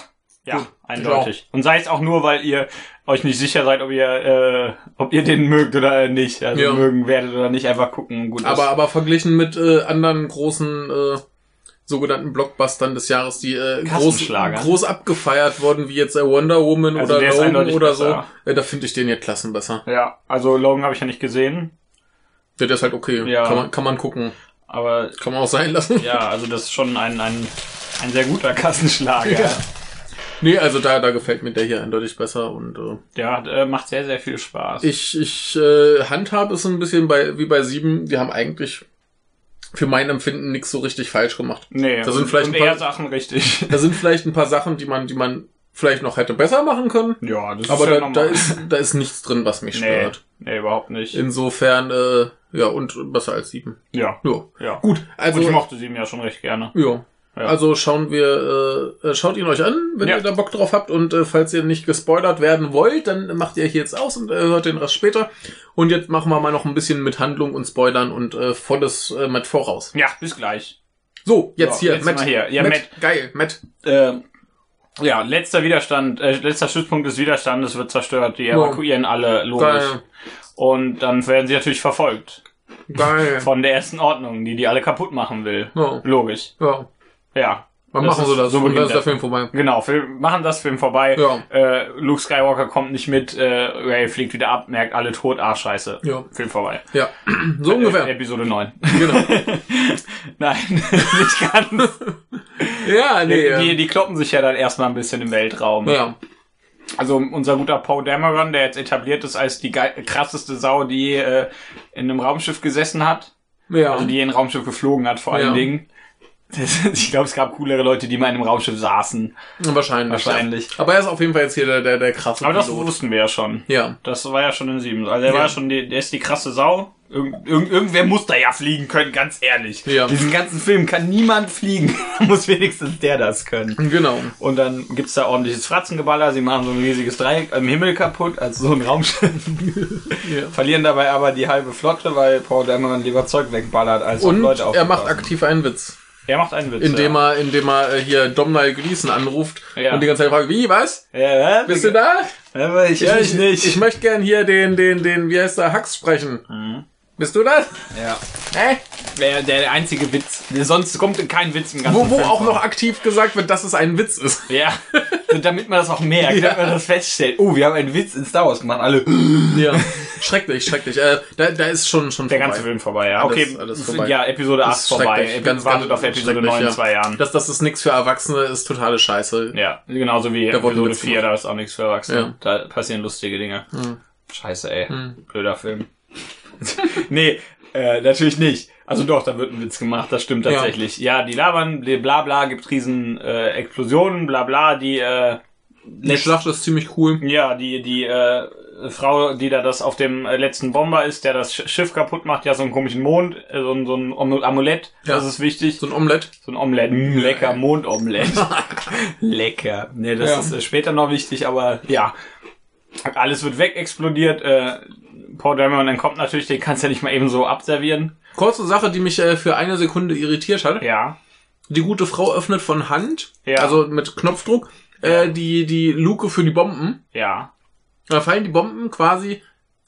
Speaker 2: Ja,
Speaker 1: Gut,
Speaker 2: eindeutig. Und sei es auch nur, weil ihr euch nicht sicher seid, ob ihr, äh, ob ihr den mögt oder nicht. Also
Speaker 1: Ja.
Speaker 2: mögen werdet oder nicht, einfach gucken. Gut,
Speaker 1: Aber, aber verglichen mit äh, anderen großen äh, sogenannten Blockbustern des Jahres, die äh, groß,
Speaker 2: Kassenschlager.
Speaker 1: groß abgefeiert wurden, wie jetzt äh, Wonder Woman
Speaker 2: Also der
Speaker 1: oder
Speaker 2: ist
Speaker 1: Logan
Speaker 2: eindeutig
Speaker 1: oder
Speaker 2: besser.
Speaker 1: so, äh, da finde ich den ja klassen besser.
Speaker 2: das, ja, also Logan habe ich ja nicht gesehen.
Speaker 1: Der, der ist halt okay,
Speaker 2: Ja.
Speaker 1: kann, man, kann man gucken,
Speaker 2: Aber
Speaker 1: kann man auch sein lassen.
Speaker 2: ja, also das ist schon ein, ein, ein sehr guter Kassenschlager.
Speaker 1: Ja. Nee, also da, da gefällt mir der hier eindeutig besser und äh,
Speaker 2: Der hat, äh, macht sehr, sehr viel Spaß.
Speaker 1: Ich, ich äh, handhabe es ein bisschen bei, wie bei sieben. Die haben eigentlich für mein Empfinden nichts so richtig falsch gemacht.
Speaker 2: nee,
Speaker 1: da sind vielleicht
Speaker 2: und
Speaker 1: ein paar-
Speaker 2: eher Sachen richtig.
Speaker 1: Da sind vielleicht ein paar Sachen, die man, die man vielleicht noch hätte besser machen können.
Speaker 2: Ja, das
Speaker 1: Aber
Speaker 2: ist ja
Speaker 1: da, da,
Speaker 2: normal.
Speaker 1: ist, da ist nichts drin, was mich
Speaker 2: nee,
Speaker 1: stört.
Speaker 2: nee, überhaupt nicht.
Speaker 1: Insofern, äh, ja, und besser als sieben.
Speaker 2: ja,
Speaker 1: Ja.
Speaker 2: ja.
Speaker 1: Gut, also.
Speaker 2: und ich mochte sie mir ja schon recht gerne.
Speaker 1: ja.
Speaker 2: Ja.
Speaker 1: Also schauen wir, äh, äh, schaut ihn euch an, wenn
Speaker 2: Ja.
Speaker 1: ihr da Bock drauf habt. Und äh, falls ihr nicht gespoilert werden wollt, dann macht ihr hier jetzt aus und äh, hört den Rest später. Und jetzt machen wir mal noch ein bisschen mit Handlung und Spoilern und äh, volles äh, Matt voraus.
Speaker 2: Ja, bis gleich.
Speaker 1: So, jetzt
Speaker 2: So,
Speaker 1: hier,
Speaker 2: jetzt
Speaker 1: Matt.
Speaker 2: mal hier. Ja,
Speaker 1: Geil, Matt.
Speaker 2: Ähm, ja, letzter Widerstand, äh, letzter Stützpunkt des Widerstandes wird zerstört. Die
Speaker 1: Ja.
Speaker 2: evakuieren alle, logisch.
Speaker 1: Geil.
Speaker 2: Und dann werden sie natürlich verfolgt.
Speaker 1: Geil.
Speaker 2: Von der ersten Ordnung, die die alle kaputt machen will.
Speaker 1: Ja.
Speaker 2: Logisch.
Speaker 1: ja.
Speaker 2: Ja.
Speaker 1: Dann
Speaker 2: Das
Speaker 1: machen
Speaker 2: ist-
Speaker 1: sie das.
Speaker 2: so
Speaker 1: und dann
Speaker 2: beginnt
Speaker 1: ist der
Speaker 2: der
Speaker 1: Film vorbei.
Speaker 2: Genau, wir machen das Film vorbei.
Speaker 1: Ja.
Speaker 2: Äh, Luke Skywalker kommt nicht mit, äh, Ray fliegt wieder ab, merkt alle tot, ah, scheiße.
Speaker 1: Ja.
Speaker 2: Film vorbei.
Speaker 1: Ja, so
Speaker 2: Äh,
Speaker 1: ungefähr.
Speaker 2: Episode 9.
Speaker 1: Genau.
Speaker 2: Nein, nicht ganz.
Speaker 1: Ja, nee.
Speaker 2: Die,
Speaker 1: äh,
Speaker 2: die kloppen sich ja dann erstmal ein bisschen im Weltraum.
Speaker 1: Ja,
Speaker 2: Also unser guter Poe Dameron, der jetzt etabliert ist als die geil- krasseste Sau, die äh, in einem Raumschiff gesessen hat.
Speaker 1: ja.
Speaker 2: Also die je in ein Raumschiff geflogen hat, vor allen
Speaker 1: Ja.
Speaker 2: Dingen. Das, ich glaube, es gab coolere Leute, die mal in einem Raumschiff saßen.
Speaker 1: wahrscheinlich.
Speaker 2: Wahrscheinlich.
Speaker 1: Ja. Aber er ist auf jeden Fall jetzt hier der, der, der krasse
Speaker 2: Aber das
Speaker 1: Pilot.
Speaker 2: wussten wir ja schon.
Speaker 1: Ja,
Speaker 2: Das war ja schon in sieben. Also der
Speaker 1: Ja.
Speaker 2: war ja schon, die, der ist die krasse Sau. Irgend, irgend, irgendwer muss da ja fliegen können, ganz ehrlich.
Speaker 1: Ja.
Speaker 2: Diesen ganzen Film kann niemand fliegen. muss wenigstens der das können.
Speaker 1: genau.
Speaker 2: Und dann gibt's da ordentliches Fratzengeballer. Sie machen so ein riesiges Dreieck im Himmel kaputt, als so ein Raumschiff.
Speaker 1: Ja.
Speaker 2: Verlieren dabei aber die halbe Flotte, weil Paul Dameron lieber Zeug wegballert, als auf
Speaker 1: Und
Speaker 2: Leute
Speaker 1: er macht
Speaker 2: aufzupassen.
Speaker 1: aktiv einen Witz,
Speaker 2: er macht einen Witz.
Speaker 1: indem er, indem er äh, hier Domnall Gleason anruft
Speaker 2: Ja.
Speaker 1: und die ganze Zeit fragt, wie, was?
Speaker 2: ja. Ja,
Speaker 1: Bist du da?
Speaker 2: da? Ich, ich, ich nicht.
Speaker 1: Ich möchte gern hier den, den, den, wie heißt der, Hux sprechen.
Speaker 2: Mhm.
Speaker 1: Bist du das?
Speaker 2: ja.
Speaker 1: Hä?
Speaker 2: Wäre der einzige Witz. Sonst kommt kein Witz im ganzen
Speaker 1: Wo, wo
Speaker 2: Film
Speaker 1: auch
Speaker 2: vor.
Speaker 1: noch aktiv gesagt wird, dass es ein Witz ist.
Speaker 2: Ja, Und damit man das auch merkt,
Speaker 1: Ja.
Speaker 2: damit man das feststellt. Oh, wir haben einen Witz in Star Wars gemacht, alle.
Speaker 1: Ja. schrecklich, schrecklich. Äh, da, da ist schon, schon
Speaker 2: Der ganze Film vorbei, ja.
Speaker 1: Alles-
Speaker 2: oh, okay,
Speaker 1: alles vorbei.
Speaker 2: ja, Episode 8
Speaker 1: Das ist
Speaker 2: vorbei.
Speaker 1: schrecklich.
Speaker 2: Epi- wartet auf Episode
Speaker 1: schrecklich,
Speaker 2: 9
Speaker 1: ja.
Speaker 2: in zwei Jahren.
Speaker 1: Dass das ist nichts für Erwachsene, ist totale Scheiße.
Speaker 2: Ja, genauso wie
Speaker 1: Da wurde
Speaker 2: Episode
Speaker 1: nichts
Speaker 2: 4, da ist auch nichts für Erwachsene.
Speaker 1: Ja. Hm.
Speaker 2: Da passieren lustige Dinge. Scheiße, ey. Blöder Film. nee, äh, natürlich nicht. Also doch, da wird ein Witz gemacht, das stimmt
Speaker 1: Ja.
Speaker 2: tatsächlich. Ja, die labern, die bla bla, gibt riesen äh, Explosionen, bla bla, die äh,
Speaker 1: Die Schlacht ist ziemlich cool.
Speaker 2: Ja, die, die äh, Frau, die da das auf dem äh, letzten Bomber ist, der das Sch- Schiff kaputt macht, die hat so einen komischen Mond, äh, so, ein- so ein Om- Amulett,
Speaker 1: Ja. Hm,
Speaker 2: das ist wichtig.
Speaker 1: So ein Omelett.
Speaker 2: So ein Omelett, mm, lecker, Mondomelett. lecker. Nee, das
Speaker 1: Ja.
Speaker 2: ist äh, später noch wichtig, aber ja. Alles wird weg explodiert. Äh, Paul Dameron dann kommt natürlich, den kannst du ja nicht mal eben so abservieren.
Speaker 1: Kurze Sache, die mich äh, für eine Sekunde irritiert hat.
Speaker 2: Ja.
Speaker 1: Die gute Frau öffnet von Hand,
Speaker 2: Ja.
Speaker 1: also mit Knopfdruck, äh, die, die Luke für die Bomben.
Speaker 2: Ja.
Speaker 1: Da fallen die Bomben quasi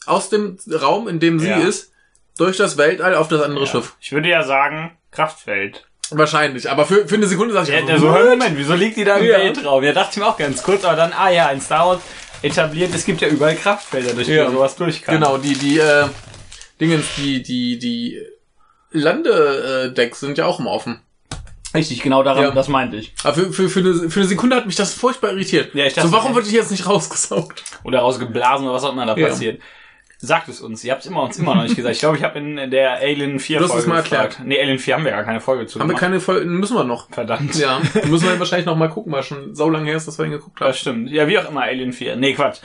Speaker 1: aus dem Raum, in dem sie
Speaker 2: Ja.
Speaker 1: ist, durch das Weltall auf das andere Schiff.
Speaker 2: Ich würde ja sagen, Kraftfeld.
Speaker 1: Wahrscheinlich. Aber für, für eine Sekunde sag ich
Speaker 2: Ja,
Speaker 1: auch
Speaker 2: der
Speaker 1: so,
Speaker 2: so,
Speaker 1: "What?"
Speaker 2: Moment, wieso liegt die da im
Speaker 1: Ja.
Speaker 2: Weltraum? Also Ja, dachte ich mir auch ganz kurz, aber dann, ah ja, in Star Wars etabliert, es gibt ja überall Kraftfelder, durch die
Speaker 1: Ja.
Speaker 2: man sowas durch kann.
Speaker 1: Genau, die, die, äh, Dingens, die, die, die Landedecks sind ja auch immer offen.
Speaker 2: Richtig, genau daran,
Speaker 1: Ja.
Speaker 2: das meinte ich.
Speaker 1: Aber für, für, für, eine, für eine Sekunde hat mich das furchtbar irritiert.
Speaker 2: Ja, ich dachte-
Speaker 1: so, warum wird ich jetzt nicht rausgesaugt?
Speaker 2: Oder rausgeblasen oder was auch immer da
Speaker 1: Ja.
Speaker 2: passiert. Sagt es uns, ihr habt es immer, uns immer noch nicht gesagt. Ich glaube, ich habe in der Alien 4
Speaker 1: Du hast es
Speaker 2: Folge
Speaker 1: mal
Speaker 2: gefragt.
Speaker 1: erklärt.
Speaker 2: Nee, Alien 4 haben wir gar keine Folge zu
Speaker 1: Haben wir
Speaker 2: gemacht.
Speaker 1: keine Folge, müssen wir noch.
Speaker 2: Verdammt.
Speaker 1: Ja, müssen wir wahrscheinlich noch mal gucken, weil schon so lange her ist, dass wir ihn geguckt haben.
Speaker 2: Das stimmt. Ja, wie auch immer, Alien 4. Nee, Quatsch.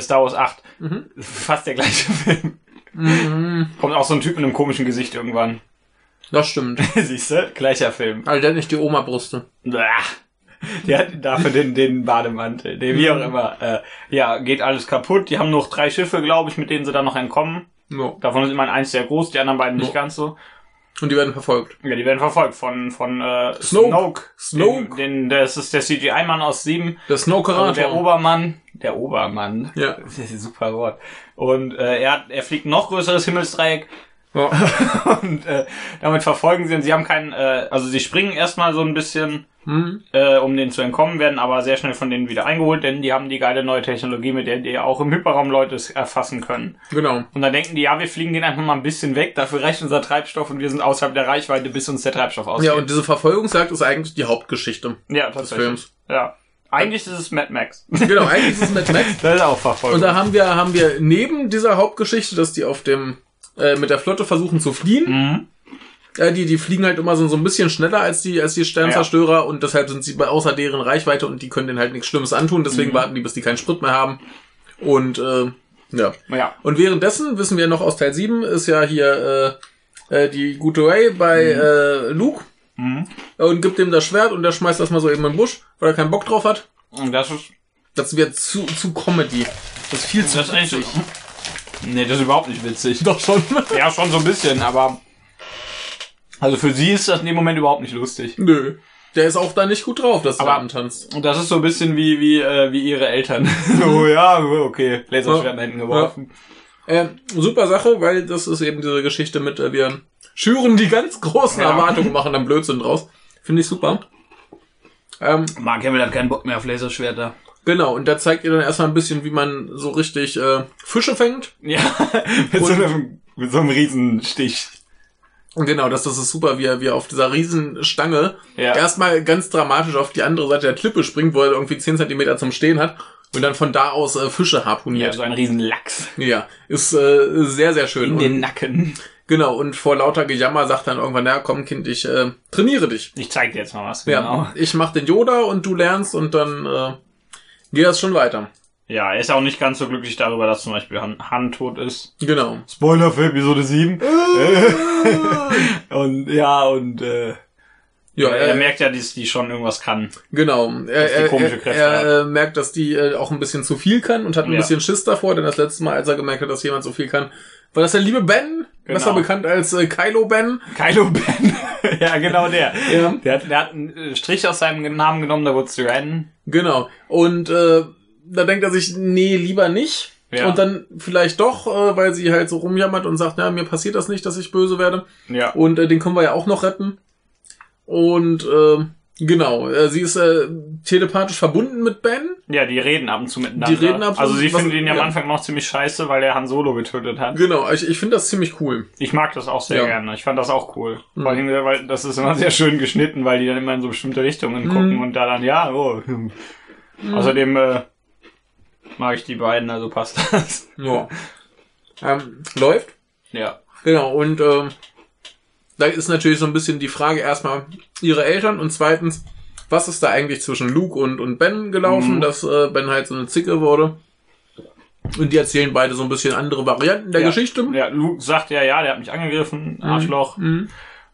Speaker 2: Star Wars 8.
Speaker 1: Mhm.
Speaker 2: Fast der gleiche Film. Kommt auch so ein Typ mit einem komischen Gesicht irgendwann.
Speaker 1: Das stimmt.
Speaker 2: Siehste? Gleicher Film.
Speaker 1: Also der hat nicht die Oma-Brüste.
Speaker 2: Blah. Die hatten dafür den, den Bademantel, den wie auch
Speaker 1: Mhm.
Speaker 2: immer. Äh, ja, geht alles kaputt. Die haben noch drei Schiffe, glaube ich, mit denen sie dann noch entkommen.
Speaker 1: No.
Speaker 2: Davon ist immer eins sehr groß, die anderen beiden nicht
Speaker 1: Ja.
Speaker 2: ganz so.
Speaker 1: Und die werden verfolgt.
Speaker 2: Ja, die werden verfolgt von, von äh,
Speaker 1: Snoke. Ah,
Speaker 2: Snoke. Den, den, das ist der CGI-Mann aus
Speaker 1: Der
Speaker 2: sieben. Also der
Speaker 1: Snow-Karator.
Speaker 2: Obermann. Der Obermann.
Speaker 1: Ja.
Speaker 2: Das ist ein super Wort. Und äh, er, hat, er fliegt ein noch größeres Himmelsdreieck.
Speaker 1: ja.
Speaker 2: Und äh, damit verfolgen sie ihn. Sie haben keinen, äh, also sie springen erstmal so ein bisschen,
Speaker 1: Mhm.
Speaker 2: äh, um denen zu entkommen, werden aber sehr schnell von denen wieder eingeholt, denn die haben die geile neue Technologie, mit der die auch im Hyperraum Leute s- erfassen können.
Speaker 1: Genau.
Speaker 2: Und dann denken die, ja, wir fliegen den einfach mal ein bisschen weg, dafür reicht unser Treibstoff und wir sind außerhalb der Reichweite, bis uns der Treibstoff ausgeht.
Speaker 1: Ja, und diese Verfolgungsjagd ist eigentlich die Hauptgeschichte.
Speaker 2: ja,
Speaker 1: Films.
Speaker 2: tatsächlich. Ja. Eigentlich ist es Mad Max.
Speaker 1: Genau, eigentlich ist es Mad Max.
Speaker 2: das ist auch
Speaker 1: Und
Speaker 2: verfolgt.
Speaker 1: da haben wir, haben wir neben dieser Hauptgeschichte, dass die auf dem, äh, mit der Flotte versuchen zu fliehen,
Speaker 2: Mhm.
Speaker 1: äh, die, die fliegen halt immer so, so ein bisschen schneller als die, als die Sternzerstörer und deshalb sind sie bei außer deren Reichweite und die können denen halt nichts Schlimmes antun, deswegen warten die, bis die keinen Sprit mehr haben. Und, äh, ja.
Speaker 2: Ja.
Speaker 1: Und währenddessen wissen wir noch aus Teil 7 ist ja hier äh, äh, die gute Ray bei äh, Luke und gibt ihm das Schwert und der schmeißt das mal so eben in den Busch, weil er keinen Bock drauf hat.
Speaker 2: Und das ist.
Speaker 1: Das wird zu, zu Comedy. Das ist viel zu
Speaker 2: Das ist eigentlich.
Speaker 1: witzig.
Speaker 2: Nee, das ist überhaupt nicht witzig.
Speaker 1: Doch schon.
Speaker 2: Ja, schon so ein bisschen, aber. Also für sie ist das in dem Moment überhaupt nicht lustig.
Speaker 1: Nö. Der ist auch da nicht gut drauf, dass
Speaker 2: Aber-
Speaker 1: er abtanzt.
Speaker 2: Und das ist so ein bisschen wie, wie, äh, wie ihre Eltern. oh ja, okay. Laserschwert nach hinten geworfen.
Speaker 1: Ähm, super Sache, weil das ist eben diese Geschichte mit, äh, wir schüren die ganz großen
Speaker 2: Ja.
Speaker 1: Erwartungen, machen dann Blödsinn draus. Finde ich super. Ähm,
Speaker 2: Mark Hamill hat keinen Bock mehr auf Laserschwerter.
Speaker 1: genau, und da zeigt ihr dann erstmal ein bisschen, wie man so richtig äh, Fische fängt.
Speaker 2: Ja, mit, so
Speaker 1: Und-
Speaker 2: einem, mit so einem Riesenstich.
Speaker 1: Und genau, das, das ist super, wie er, wie er auf dieser riesen Stange
Speaker 2: Ja.
Speaker 1: erstmal ganz dramatisch auf die andere Seite der Klippe springt, wo er irgendwie 10 Zentimeter zum Stehen hat und dann von da aus äh, Fische
Speaker 2: Ja,
Speaker 1: harpuniert.
Speaker 2: so ein Riesenlachs.
Speaker 1: Ja, ist äh, sehr, sehr schön.
Speaker 2: In
Speaker 1: Und,
Speaker 2: den Nacken.
Speaker 1: genau, und vor lauter Gejammer sagt dann irgendwann, na komm Kind, ich äh, trainiere dich.
Speaker 2: Ich zeig dir jetzt mal was. genau.
Speaker 1: Ja, ich mach den Yoda und du lernst und dann äh, geht das schon weiter.
Speaker 2: Ja, er ist auch nicht ganz so glücklich darüber, dass zum Beispiel Han, Han tot ist.
Speaker 1: Genau.
Speaker 2: Spoiler für Episode 7. und ja, und äh,
Speaker 1: Ja, äh,
Speaker 2: er, er
Speaker 1: er,
Speaker 2: merkt Äh. ja, dass die schon irgendwas kann.
Speaker 1: genau. Er,
Speaker 2: die
Speaker 1: er,
Speaker 2: komische
Speaker 1: er,
Speaker 2: Kräfte
Speaker 1: er äh, merkt, dass die äh, auch ein bisschen zu viel kann und hat ein
Speaker 2: Ja.
Speaker 1: bisschen Schiss davor, denn das letzte Mal, als er gemerkt hat, dass jemand so viel kann, war das der liebe Ben,
Speaker 2: Genau.
Speaker 1: besser bekannt als äh, Kylo Ben.
Speaker 2: Kylo Ben. ja, genau der.
Speaker 1: Ja.
Speaker 2: Der, hat, der hat einen äh, Strich aus seinem Namen genommen, da wurde es Ren.
Speaker 1: Genau. Und äh, da denkt er sich, nee, lieber nicht.
Speaker 2: Ja.
Speaker 1: Und dann vielleicht doch, äh, weil sie halt so rumjammert und sagt, na, mir passiert das nicht, dass ich böse werde.
Speaker 2: Ja.
Speaker 1: Und äh, den können wir ja auch noch retten. Und äh, genau, äh, sie ist äh, telepathisch verbunden mit Ben.
Speaker 2: Ja, die reden ab und zu miteinander.
Speaker 1: Die reden ab und
Speaker 2: Also sie
Speaker 1: was-
Speaker 2: finden ihn ja,
Speaker 1: ja.
Speaker 2: am Anfang noch ziemlich scheiße, weil er Han Solo getötet hat.
Speaker 1: Genau, ich, ich finde das ziemlich cool.
Speaker 2: Ich mag das auch sehr
Speaker 1: Ja. Hm.
Speaker 2: gerne. Ich fand das auch cool. Vor allem, weil das ist immer sehr schön geschnitten, weil die dann immer in so bestimmte
Speaker 1: Hm.
Speaker 2: Richtungen gucken und da dann, ja, oh. Außerdem äh, mag ich die beiden, also passt das.
Speaker 1: Ja. Ähm, läuft.
Speaker 2: Ja.
Speaker 1: Genau, und ähm, da ist natürlich so ein bisschen die Frage erstmal ihre Eltern und zweitens, was ist da eigentlich zwischen Luke und, und Ben gelaufen,
Speaker 2: Mhm.
Speaker 1: dass äh, Ben halt so eine Zicke wurde. Und die erzählen beide so ein bisschen andere Varianten der
Speaker 2: ja.
Speaker 1: Geschichte.
Speaker 2: Ja, Luke sagt ja, ja, der hat mich angegriffen, Arschloch.
Speaker 1: Mhm.